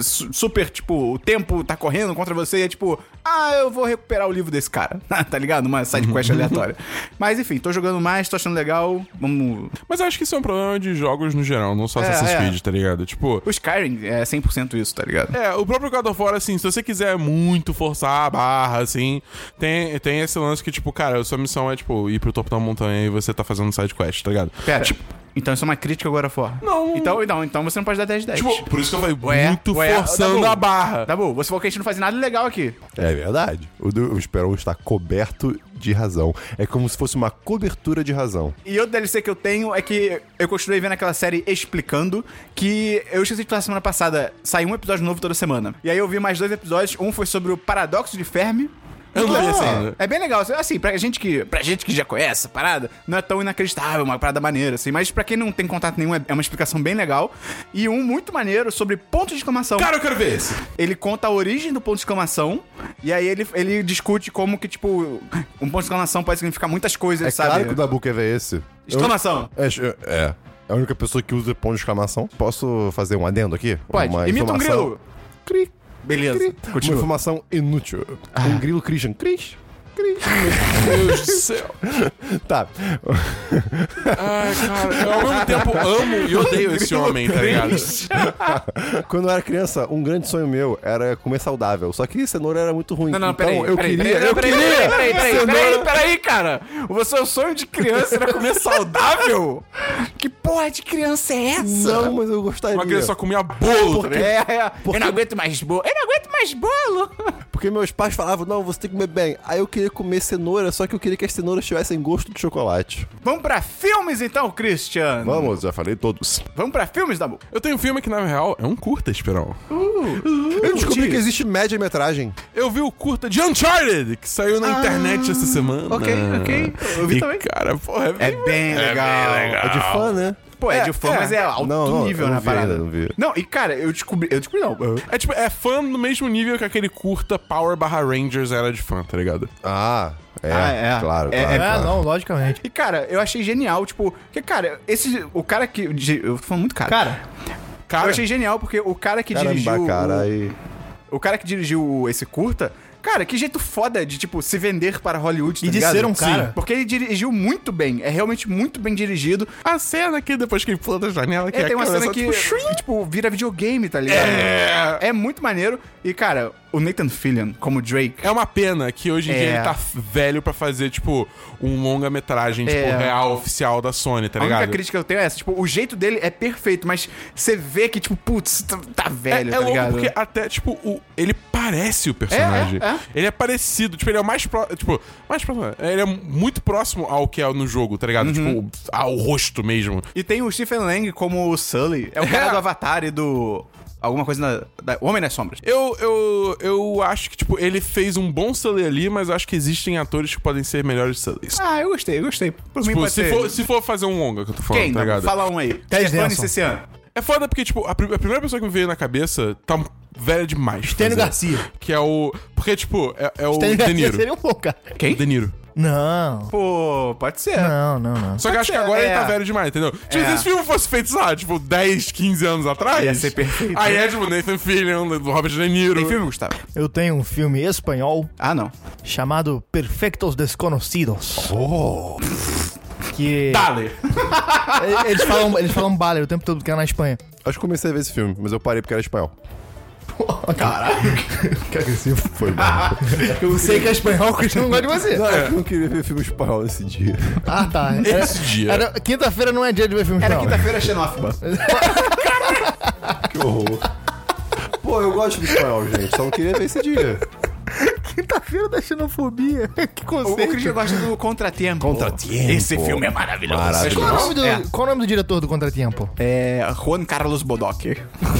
[SPEAKER 1] su- super, tipo, o tempo tá correndo contra você e é tipo, ah, eu vou recuperar o livro desse cara. tá ligado? Uma
[SPEAKER 3] Uhum.
[SPEAKER 1] sidequest aleatória. Mas enfim, tô jogando mais, tô achando legal. Vamos.
[SPEAKER 3] Mas eu acho que isso é um problema de jogos no geral, não só
[SPEAKER 1] É,
[SPEAKER 3] Assassin's
[SPEAKER 1] é.
[SPEAKER 3] Creed, tá ligado? Tipo,
[SPEAKER 1] O Skyrim é 100% isso, tá ligado?
[SPEAKER 3] É, o próprio God of War, assim, se você quiser muito forçar a barra, assim, tem, tem esse lance que, tipo, cara, a sua missão é, tipo, ir pro topo da montanha e você tá fazendo side quest, tá ligado?
[SPEAKER 1] Pera, então isso é uma crítica agora fora.
[SPEAKER 3] Não.
[SPEAKER 1] Então, não, então você não pode dar 10 de 10.
[SPEAKER 3] Tipo, por isso que eu falei,
[SPEAKER 1] Ué,
[SPEAKER 3] muito
[SPEAKER 1] ué, tá
[SPEAKER 3] forçando
[SPEAKER 1] Dabu,
[SPEAKER 3] a barra.
[SPEAKER 1] Dabu, você falou que a gente não faz nada legal aqui.
[SPEAKER 2] É verdade. O, do- o Esperão está coberto de razão. É como se fosse uma cobertura de razão.
[SPEAKER 1] E outro DLC que eu tenho é que eu continuei vendo aquela série Explicando, que eu esqueci de falar semana passada, sai um episódio novo toda semana. E aí eu vi mais dois episódios, um foi sobre o paradoxo de Fermi.
[SPEAKER 3] Eu não vi esse ainda.
[SPEAKER 1] É bem legal, assim, pra gente que, pra gente que já conhece essa parada, não é tão inacreditável, uma parada maneira, assim, mas pra quem não tem contato nenhum, é é uma explicação bem legal. E um muito maneiro sobre ponto de exclamação
[SPEAKER 3] Cara, eu quero ver esse.
[SPEAKER 1] ele conta a origem do ponto de exclamação e aí ele, ele discute como que, tipo, um ponto de exclamação pode significar muitas coisas,
[SPEAKER 2] É
[SPEAKER 1] sabe?
[SPEAKER 2] claro que o Dabu quer ver esse.
[SPEAKER 1] Exclamação.
[SPEAKER 2] Eu- é, é. É a única pessoa que usa ponto de exclamação. Posso fazer um adendo aqui?
[SPEAKER 1] Pode.
[SPEAKER 2] Uma
[SPEAKER 1] Imita um
[SPEAKER 2] informação-
[SPEAKER 1] grilo.
[SPEAKER 2] Cri.
[SPEAKER 1] Beleza.
[SPEAKER 2] Cri. Uma
[SPEAKER 1] Continua.
[SPEAKER 2] informação inútil. Um grilo Christian. Cris. Cris.
[SPEAKER 3] Meu Deus do céu.
[SPEAKER 2] tá.
[SPEAKER 3] Ai, cara, eu ao mesmo tempo amo e odeio esse homem, tá ligado?
[SPEAKER 2] Quando eu era criança, um grande sonho meu era comer saudável. Só que cenoura era muito ruim.
[SPEAKER 1] Não, não,
[SPEAKER 2] então,
[SPEAKER 1] peraí.
[SPEAKER 2] eu
[SPEAKER 1] peraí,
[SPEAKER 2] queria.
[SPEAKER 1] peraí,
[SPEAKER 2] eu
[SPEAKER 1] peraí,
[SPEAKER 2] queria!
[SPEAKER 1] Peraí, peraí, peraí, peraí,
[SPEAKER 2] cenoura-
[SPEAKER 1] peraí, cara. O seu sonho de criança era comer saudável? Que porra de criança é essa?
[SPEAKER 2] Não, mas eu gostaria.
[SPEAKER 3] Uma criança só comia bolo, tá ligado?
[SPEAKER 1] É, é. Eu não aguento mais bolo. Eu não aguento mais bolo.
[SPEAKER 2] Porque meus pais falavam, não, você tem que comer bem. Aí eu queria comer cenoura, só que eu queria que as cenouras tivessem gosto de chocolate.
[SPEAKER 1] Vamos pra filmes então, Christian.
[SPEAKER 2] Vamos, já falei todos.
[SPEAKER 1] Vamos pra filmes, Dabu.
[SPEAKER 3] Eu tenho um filme que, na real, é um curta, Esperão.
[SPEAKER 2] Eu descobri
[SPEAKER 1] Curti.
[SPEAKER 2] que existe média-metragem.
[SPEAKER 3] Eu vi o curta de Uncharted, que saiu na internet essa semana.
[SPEAKER 1] Ah, ok, ok. Eu vi
[SPEAKER 3] E,
[SPEAKER 1] também.
[SPEAKER 3] cara, porra, é
[SPEAKER 1] É bem legal.
[SPEAKER 2] É de fã, né?
[SPEAKER 1] Pô, é, de fã,
[SPEAKER 3] é.
[SPEAKER 1] mas é Ah, alto
[SPEAKER 2] Não, não,
[SPEAKER 1] nível
[SPEAKER 2] eu não
[SPEAKER 1] na
[SPEAKER 2] vi
[SPEAKER 1] parada.
[SPEAKER 2] ainda, não vi.
[SPEAKER 1] Não, e cara, eu descobri. Eu descobri não.
[SPEAKER 3] É tipo, é fã no mesmo nível que aquele curta Power barra Rangers era de fã, tá ligado?
[SPEAKER 2] Ah, é.
[SPEAKER 1] Ah, é.
[SPEAKER 2] Claro,
[SPEAKER 1] É-
[SPEAKER 2] claro.
[SPEAKER 1] é-
[SPEAKER 4] É,
[SPEAKER 2] claro.
[SPEAKER 4] não, logicamente.
[SPEAKER 1] E cara, eu achei genial, tipo, que cara, esse. O cara que. di- Eu tô falando muito cara.
[SPEAKER 4] Cara,
[SPEAKER 1] eu achei genial, porque o cara que
[SPEAKER 2] Caramba,
[SPEAKER 1] dirigiu.
[SPEAKER 2] cara.
[SPEAKER 1] o-
[SPEAKER 2] Aí...
[SPEAKER 1] O, cara que dirigiu o- esse curta. Cara, que jeito foda de, tipo, se vender para Hollywood, tá
[SPEAKER 4] E de
[SPEAKER 1] ligado?
[SPEAKER 4] ser um cara.
[SPEAKER 1] porque ele dirigiu muito bem. É realmente muito bem dirigido.
[SPEAKER 3] A cena aqui, depois que ele pula da janela, que
[SPEAKER 1] É,
[SPEAKER 3] a
[SPEAKER 1] tem uma
[SPEAKER 3] câmera
[SPEAKER 1] cena
[SPEAKER 3] só,
[SPEAKER 1] que,
[SPEAKER 3] tipo, shoo.
[SPEAKER 1] que, tipo, vira videogame, tá ligado?
[SPEAKER 3] É.
[SPEAKER 1] É muito maneiro. E, cara, o Nathan Fillion, como Drake,
[SPEAKER 3] É uma pena que hoje em
[SPEAKER 1] É.
[SPEAKER 3] dia ele tá velho pra fazer, tipo, um longa-metragem, tipo,
[SPEAKER 1] É.
[SPEAKER 3] real oficial da Sony, tá
[SPEAKER 1] A única
[SPEAKER 3] ligado?
[SPEAKER 1] crítica que eu tenho é essa, tipo, o jeito dele é perfeito, mas você vê que, tipo, putz, tá, tá
[SPEAKER 3] É,
[SPEAKER 1] velho,
[SPEAKER 3] é
[SPEAKER 1] tá
[SPEAKER 3] louco
[SPEAKER 1] ligado?
[SPEAKER 3] porque até, tipo, o, ele parece o personagem.
[SPEAKER 1] É, é, é.
[SPEAKER 3] Ele é parecido, tipo, ele é o mais próximo. Tipo, mais próximo. Ele é muito próximo ao que é no jogo, tá ligado?
[SPEAKER 1] Uhum.
[SPEAKER 3] Tipo, ao rosto mesmo.
[SPEAKER 1] E tem o Stephen Lang como o Sully, é o cara
[SPEAKER 3] É.
[SPEAKER 1] do Avatar e do Alguma coisa na. da- Homem nas Sombras.
[SPEAKER 3] Eu, eu, eu acho que, tipo, ele fez um bom Sully ali, mas eu acho que existem atores que podem ser melhores Sullys.
[SPEAKER 1] Ah, eu gostei, eu gostei. Por mim
[SPEAKER 3] Tipo,
[SPEAKER 1] pode
[SPEAKER 3] se,
[SPEAKER 1] ser.
[SPEAKER 3] for, se for fazer um longa que eu tô falando,
[SPEAKER 1] Quem?
[SPEAKER 3] tá ligado?
[SPEAKER 1] Fala um aí.
[SPEAKER 4] Ted
[SPEAKER 1] Stefani
[SPEAKER 4] Nelson.
[SPEAKER 1] Ciciano.
[SPEAKER 3] É foda porque, tipo, a, pri- a primeira pessoa que me veio na cabeça tá um- velha demais.
[SPEAKER 4] Tênio
[SPEAKER 3] fazer.
[SPEAKER 4] Garcia.
[SPEAKER 3] Que é o. Porque, tipo, é, é o
[SPEAKER 4] Tênio
[SPEAKER 3] De
[SPEAKER 4] Garcia
[SPEAKER 3] Niro.
[SPEAKER 4] seria um bom, cara. É.
[SPEAKER 1] Quem?
[SPEAKER 3] De Niro.
[SPEAKER 4] Não.
[SPEAKER 1] Pô, pode ser.
[SPEAKER 4] Não, não, não.
[SPEAKER 3] Só que eu acho que agora
[SPEAKER 1] É.
[SPEAKER 3] ele tá velho demais, entendeu? Tipo,
[SPEAKER 1] É.
[SPEAKER 3] se esse filme fosse feito, sei lá, tipo, 10, 15 anos atrás.
[SPEAKER 1] Ia ser perfeito.
[SPEAKER 3] Aí é, tipo, Nathan Fillion, Robert De Niro.
[SPEAKER 1] Tem filme, Gustavo?
[SPEAKER 4] Eu tenho um filme espanhol
[SPEAKER 1] Ah, não.
[SPEAKER 4] chamado Perfectos Desconocidos. Oh. Tá. Que
[SPEAKER 3] Ah,
[SPEAKER 1] Dale.
[SPEAKER 4] eles falam, eles falam baler o tempo todo que é na Espanha.
[SPEAKER 2] Acho que comecei a ver esse filme, mas eu parei porque era espanhol.
[SPEAKER 4] Caralho.
[SPEAKER 2] Que agressivo foi, mano.
[SPEAKER 4] Eu sei que é espanhol, que não gosta de você.
[SPEAKER 2] Não, eu não queria ver filme espanhol nesse dia.
[SPEAKER 4] Ah, tá. Era-
[SPEAKER 3] Esse dia.
[SPEAKER 4] era- Quinta-feira não é dia de ver filme
[SPEAKER 1] Era
[SPEAKER 4] espanhol.
[SPEAKER 1] quinta-feira xenófoba.
[SPEAKER 2] Que horror. Pô, eu gosto de espanhol, gente. Só não queria ver esse dia.
[SPEAKER 4] Quinta-feira da xenofobia. Que
[SPEAKER 1] O, o
[SPEAKER 4] conceito.
[SPEAKER 1] Christian gosta do Contratempo.
[SPEAKER 2] Contratempo.
[SPEAKER 1] Esse filme é maravilhoso.
[SPEAKER 2] Maravilhoso.
[SPEAKER 4] Qual é o nome do,
[SPEAKER 1] É.
[SPEAKER 4] qual é o nome do diretor do Contratempo?
[SPEAKER 1] É. Juan Carlos Bodoque. não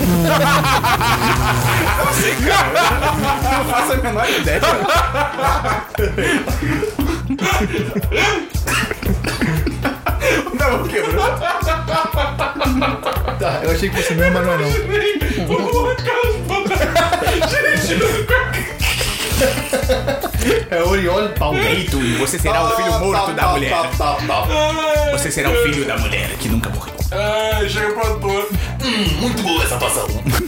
[SPEAKER 1] sei, assim, cara. Não faço a menor ideia. Não, quebrou.
[SPEAKER 4] Tá, eu achei que fosse mesmo, mas não é não.
[SPEAKER 1] É Oriol Palmeito e você será o É um filho morto da mulher. Você será o filho da mulher que nunca morreu.
[SPEAKER 3] Ah, chega pro ator.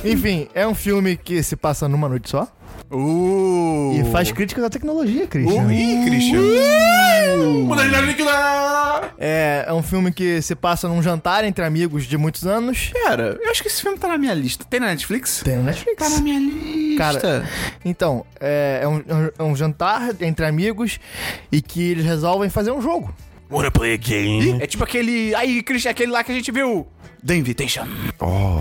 [SPEAKER 4] Enfim, é um filme que se passa numa noite só.
[SPEAKER 1] Uh.
[SPEAKER 4] E faz críticas à tecnologia, Christian.
[SPEAKER 1] Ih, Christian.
[SPEAKER 3] Modalidade líquida!
[SPEAKER 4] É, é um filme que se passa num jantar entre amigos de muitos anos.
[SPEAKER 1] Cara, eu acho que esse filme tá na minha lista. Tem na Netflix?
[SPEAKER 4] Tem no Netflix.
[SPEAKER 1] Tá na minha lista.
[SPEAKER 4] Cara, então, é, é um, é um jantar entre amigos e que eles resolvem fazer um jogo.
[SPEAKER 3] Wanna play a game?
[SPEAKER 1] é tipo aquele. Aí, Christian, aquele lá que a gente viu. The Invitation.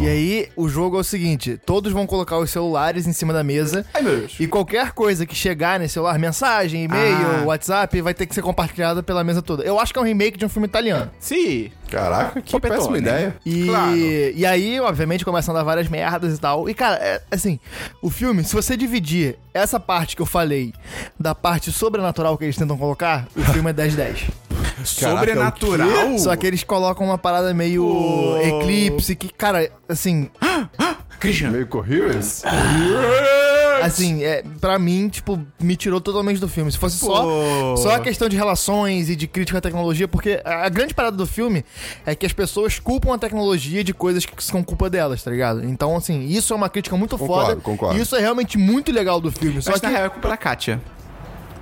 [SPEAKER 4] E aí, o jogo é o seguinte: todos vão colocar os celulares em cima da mesa.
[SPEAKER 1] Ai, meu Deus.
[SPEAKER 4] E qualquer coisa que chegar nesse celular, mensagem, e-mail,
[SPEAKER 1] Ah.
[SPEAKER 4] WhatsApp, vai ter que ser compartilhada pela mesa toda. Eu acho que é um remake de um filme italiano.
[SPEAKER 1] Sim.
[SPEAKER 2] Caraca, que
[SPEAKER 1] Copetone.
[SPEAKER 2] péssima ideia.
[SPEAKER 4] E,
[SPEAKER 1] Claro.
[SPEAKER 4] e aí, obviamente, começam a dar várias merdas e tal. E, cara, é- assim, o filme, se você dividir essa parte que eu falei da parte sobrenatural que eles tentam colocar, o filme é 10-10.
[SPEAKER 1] Sobrenatural.
[SPEAKER 4] Só que eles colocam uma parada meio eclipse, que, cara, assim,
[SPEAKER 1] Christian.
[SPEAKER 2] Meio Coherence?
[SPEAKER 4] assim, é, pra mim, tipo, me tirou totalmente do filme. Se fosse só,
[SPEAKER 1] Pô.
[SPEAKER 4] só a questão de relações e de crítica à tecnologia, porque a a grande parada do filme é que as pessoas culpam a tecnologia de coisas que são culpa delas, tá ligado? Então, assim, isso é uma crítica muito
[SPEAKER 2] Concordo,
[SPEAKER 4] foda.
[SPEAKER 2] concordo.
[SPEAKER 4] E isso é realmente muito legal do filme. Só
[SPEAKER 1] Mas
[SPEAKER 4] que
[SPEAKER 1] na real é culpa da Kátia.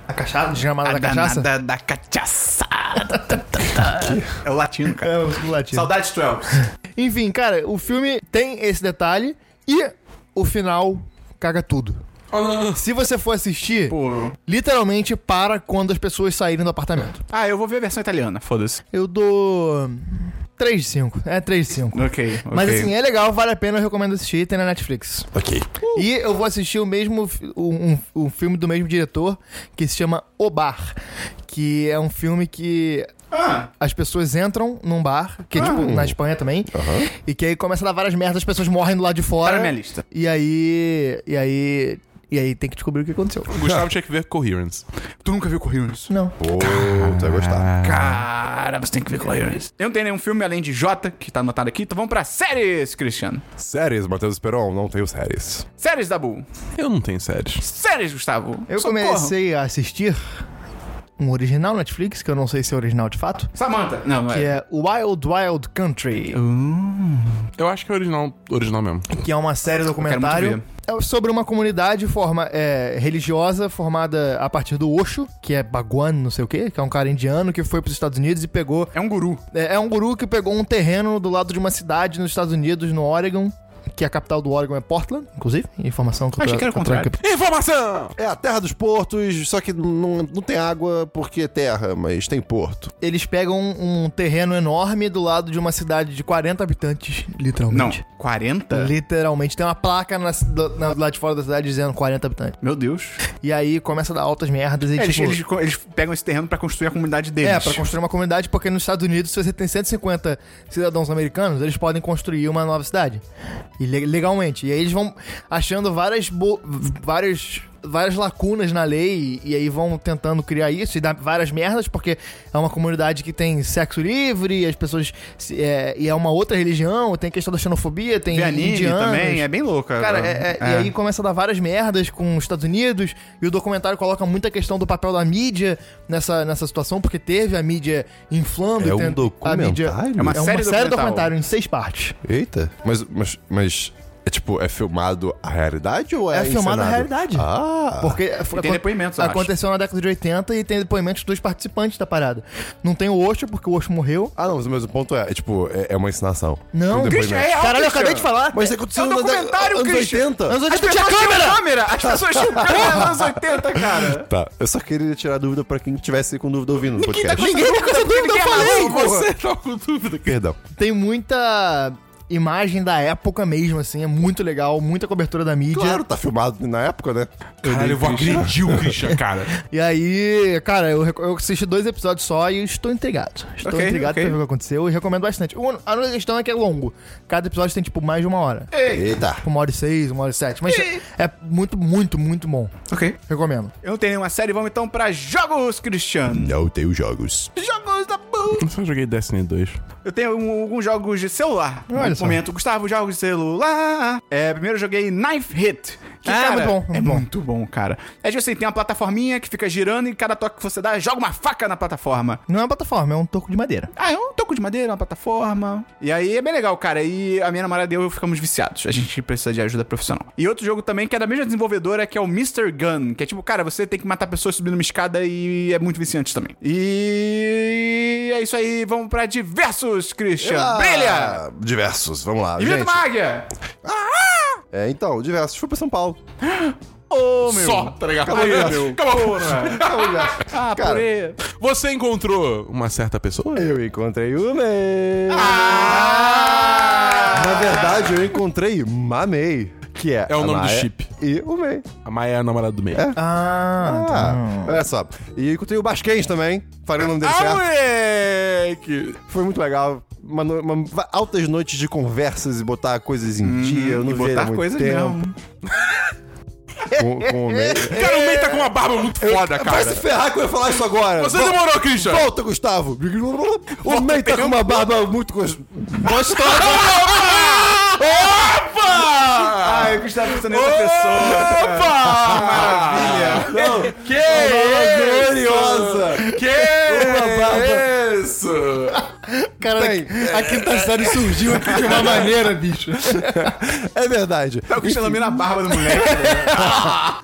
[SPEAKER 4] a cachaça, desgramada da cachaça.
[SPEAKER 1] danada da cachaça. é o latino, cara.
[SPEAKER 4] É, o sul latino.
[SPEAKER 1] Saudades 12.
[SPEAKER 4] Enfim, cara, o filme tem esse detalhe e o final caga tudo. Se você for assistir,
[SPEAKER 1] Ah. Pô.
[SPEAKER 4] literalmente para quando as pessoas saírem do apartamento.
[SPEAKER 1] Ah, eu vou ver a versão italiana, foda-se.
[SPEAKER 4] Eu dou 3 de 5. É 3 de 5.
[SPEAKER 1] Ok, ok.
[SPEAKER 4] Mas assim, é legal, vale a pena, eu recomendo assistir, tem na Netflix.
[SPEAKER 3] Ok.
[SPEAKER 1] Uh.
[SPEAKER 4] E eu vou assistir o mesmo fi- um, um- um filme do mesmo diretor, que se chama O Bar, que é um filme que
[SPEAKER 1] Ah,
[SPEAKER 4] as pessoas entram num bar, que é tipo na Espanha também, e que aí começa a dar várias merdas, as pessoas morrem do lado de
[SPEAKER 1] tá
[SPEAKER 4] fora.
[SPEAKER 1] na minha lista.
[SPEAKER 4] E aí, e aí, e aí tem que descobrir o que aconteceu.
[SPEAKER 3] O Gustavo tinha que ver Coherence.
[SPEAKER 1] Tu nunca viu Coherence?
[SPEAKER 4] Não.
[SPEAKER 2] Pô, tu vai gostar.
[SPEAKER 1] Cara, você tem que ver Coherence. Eu não tenho nenhum filme além de Jota, que tá anotado aqui, então vamos pra séries, Cristiano.
[SPEAKER 2] Séries, Matheus Esperon? Não tenho séries.
[SPEAKER 1] Séries, Dabu.
[SPEAKER 3] Eu não tenho séries.
[SPEAKER 1] Séries, Gustavo.
[SPEAKER 4] Eu
[SPEAKER 1] Socorro.
[SPEAKER 4] comecei a assistir um original Netflix, que eu não sei se é original de fato,
[SPEAKER 1] Samantha. Não, não
[SPEAKER 4] que
[SPEAKER 1] é.
[SPEAKER 4] é Wild Wild Country,
[SPEAKER 3] Eu acho que é original, original mesmo.
[SPEAKER 4] que é uma série
[SPEAKER 1] quero
[SPEAKER 4] documentário
[SPEAKER 1] muito
[SPEAKER 4] é sobre uma comunidade forma, é, religiosa formada a partir do Osho, que é Bhagwan, não sei o quê, que é um cara indiano que foi pros Estados Unidos e pegou
[SPEAKER 1] É um guru.
[SPEAKER 4] É, é um guru que pegou um terreno do lado de uma cidade nos Estados Unidos, no Oregon, que a capital do Oregon é Portland, inclusive. Informação que eu
[SPEAKER 1] Achei que era o contrário.
[SPEAKER 3] Informação!
[SPEAKER 2] É a terra dos portos, só que não, não tem água porque é terra, mas tem porto.
[SPEAKER 4] Eles pegam um, um terreno enorme do lado de uma cidade de 40 habitantes,
[SPEAKER 1] Não,
[SPEAKER 4] literalmente.
[SPEAKER 1] 40?
[SPEAKER 4] Literalmente. Tem uma placa na, do, na- do lado de fora da cidade dizendo 40 habitantes.
[SPEAKER 1] Meu Deus.
[SPEAKER 4] E aí começa a dar altas merdas e
[SPEAKER 1] É, Eles,
[SPEAKER 4] tipo...
[SPEAKER 1] eles- eles pegam esse terreno pra construir a comunidade deles.
[SPEAKER 4] É, pra construir uma comunidade, porque nos Estados Unidos, se você tem 150 cidadãos americanos, eles podem construir uma nova cidade. E le- legalmente. E aí eles vão achando várias, bo- várias, várias lacunas na lei e aí vão tentando criar isso e dar várias merdas, porque é uma comunidade que tem sexo livre, e as pessoas. se- é, e é uma outra religião, tem questão da xenofobia, tem
[SPEAKER 1] Vê anime
[SPEAKER 4] indianos.
[SPEAKER 1] também, é bem louco.
[SPEAKER 4] Cara, é- é- e aí começa a dar várias merdas com os Estados Unidos, e o documentário coloca muita questão do papel da mídia nessa, nessa situação, porque teve a mídia inflando.
[SPEAKER 2] É um
[SPEAKER 4] tendo-
[SPEAKER 2] documentário?
[SPEAKER 4] A mídia,
[SPEAKER 2] É
[SPEAKER 1] uma
[SPEAKER 4] é uma
[SPEAKER 1] série
[SPEAKER 4] série,
[SPEAKER 1] documental.
[SPEAKER 4] documentário em seis partes.
[SPEAKER 2] Eita. Mas, mas, mas é tipo, é filmado a realidade ou é
[SPEAKER 4] É filmado a
[SPEAKER 2] encenado?
[SPEAKER 4] realidade.
[SPEAKER 2] Ah.
[SPEAKER 4] Porque
[SPEAKER 1] E tem depoimentos, eu acho.
[SPEAKER 4] aconteceu na década de 80 e tem depoimentos dos participantes da parada. Não tem o Osho, porque o Osho morreu.
[SPEAKER 2] Ah, não, mas o mesmo ponto é, é tipo, é, é uma encenação.
[SPEAKER 4] Não.
[SPEAKER 2] Um
[SPEAKER 1] Christian, é
[SPEAKER 2] depoimento.
[SPEAKER 1] real,
[SPEAKER 4] Caralho, eu acabei
[SPEAKER 1] Christian.
[SPEAKER 4] de falar.
[SPEAKER 2] Mas isso aconteceu
[SPEAKER 1] É um
[SPEAKER 2] nos anos-
[SPEAKER 1] documentário,
[SPEAKER 2] anos
[SPEAKER 1] Christian.
[SPEAKER 2] 80.
[SPEAKER 4] Anos
[SPEAKER 1] As
[SPEAKER 4] 80
[SPEAKER 1] pessoas
[SPEAKER 4] tinha
[SPEAKER 1] tinham
[SPEAKER 4] câmera!
[SPEAKER 1] câmera! As pessoas tinham câmera nos anos 80, cara.
[SPEAKER 2] Tá, eu só queria tirar dúvida pra quem tivesse com dúvida ouvindo no podcast.
[SPEAKER 4] Ninguém tá com essa dúvida, eu
[SPEAKER 1] Ninguém é
[SPEAKER 4] falei!
[SPEAKER 1] maluco.
[SPEAKER 3] Você tá com dúvida.
[SPEAKER 2] Perdão.
[SPEAKER 4] Tem muita imagem da época mesmo, assim. É muito legal, muita cobertura da mídia.
[SPEAKER 2] Claro, tá filmado na época, né?
[SPEAKER 3] Caralho, eu vou agredir o Christian, cara.
[SPEAKER 4] E aí, cara, eu, reco- eu assisti dois episódios só e estou intrigado. Estou
[SPEAKER 1] Ok,
[SPEAKER 4] intrigado
[SPEAKER 1] ok.
[SPEAKER 4] pra ver o que aconteceu e recomendo bastante. O- a única questão é que é longo. Cada episódio tem, tipo, mais de uma hora.
[SPEAKER 2] Eita.
[SPEAKER 4] Tipo, uma hora e seis, uma hora e sete. Mas é muito, muito, muito bom.
[SPEAKER 1] Ok.
[SPEAKER 4] Recomendo.
[SPEAKER 1] Eu não tenho nenhuma série, vamos então pra jogos, Christian.
[SPEAKER 2] Não tenho jogos.
[SPEAKER 1] Jogos da boa.
[SPEAKER 3] Eu só joguei Destiny 2.
[SPEAKER 1] Eu tenho um- alguns jogos de celular.
[SPEAKER 4] Olha
[SPEAKER 1] no
[SPEAKER 4] só.
[SPEAKER 1] momento, Gustavo, jogos de celular. É, primeiro eu joguei Knife Hit. Que,
[SPEAKER 4] Ah, muito bom,
[SPEAKER 1] É
[SPEAKER 4] muito bom.
[SPEAKER 1] muito bom, cara. É tipo assim, tem uma plataforminha que fica girando e cada toque que você dá, joga uma faca na plataforma.
[SPEAKER 4] Não é uma plataforma, é um toco de madeira.
[SPEAKER 1] Ah, é um toco de madeira, uma plataforma. E aí é bem legal, cara. E a minha namorada e eu ficamos viciados. A gente precisa de ajuda profissional. E outro jogo também que é da mesma desenvolvedora, que é o Mr. Gun. Que é tipo, cara, você tem que matar pessoas subindo uma escada e é muito viciante também. E é isso aí. Vamos pra diversos, Christian. Brilha!
[SPEAKER 2] Ah, Diversos, vamos lá.
[SPEAKER 1] Divirta
[SPEAKER 2] Gente,
[SPEAKER 1] uma águia!
[SPEAKER 2] é, então, diversos. Fui pra São Paulo.
[SPEAKER 1] Ô, meu.
[SPEAKER 3] Só, tá ligado?
[SPEAKER 2] Acabou,
[SPEAKER 3] Aí,
[SPEAKER 2] meu.
[SPEAKER 3] Acabou.
[SPEAKER 2] Acabou o diverso.
[SPEAKER 1] Ah,
[SPEAKER 2] Cara.
[SPEAKER 1] purê.
[SPEAKER 3] Você encontrou uma certa pessoa?
[SPEAKER 2] Eu encontrei o meu.
[SPEAKER 1] Ah!
[SPEAKER 2] Na verdade, eu encontrei Mamei, que é.
[SPEAKER 3] É o
[SPEAKER 2] a
[SPEAKER 3] nome do
[SPEAKER 2] Maia
[SPEAKER 3] chip.
[SPEAKER 2] E o Mei.
[SPEAKER 3] A Maia é a namorada do meio.
[SPEAKER 2] É.
[SPEAKER 4] Ah,
[SPEAKER 2] Ah, olha só. E encontrei o Basquens também. Falei o nome dele certo.
[SPEAKER 3] Ah, moleque!
[SPEAKER 2] Foi muito legal. Uma no- uma- va- altas noites de conversas e botar coisas em dia. Eu não
[SPEAKER 1] E
[SPEAKER 2] vi ele há
[SPEAKER 1] botar
[SPEAKER 2] muito
[SPEAKER 1] coisas
[SPEAKER 2] tempo.
[SPEAKER 1] mesmo.
[SPEAKER 2] Com, com o Mei.
[SPEAKER 3] Cara, o meio tá com uma barba muito foda,
[SPEAKER 2] É. Vai se
[SPEAKER 3] cara.
[SPEAKER 2] ferrar que eu ia falar isso agora.
[SPEAKER 3] Você
[SPEAKER 2] Vol-
[SPEAKER 3] demorou, Christian!
[SPEAKER 2] Volta, Gustavo. O Mei tá com uma barba muito gos- gostosa.
[SPEAKER 3] Opa!
[SPEAKER 1] Ah, eu estava pensando
[SPEAKER 2] é
[SPEAKER 1] em outra pessoa.
[SPEAKER 3] Opa!
[SPEAKER 2] Não, é
[SPEAKER 3] Que
[SPEAKER 2] barba É,
[SPEAKER 3] isso?
[SPEAKER 2] gloriosa.
[SPEAKER 3] Que isso?
[SPEAKER 4] cara, a quinta série surgiu aqui de uma maneira, bicho.
[SPEAKER 2] É verdade.
[SPEAKER 1] O Christian lamina a barba do moleque.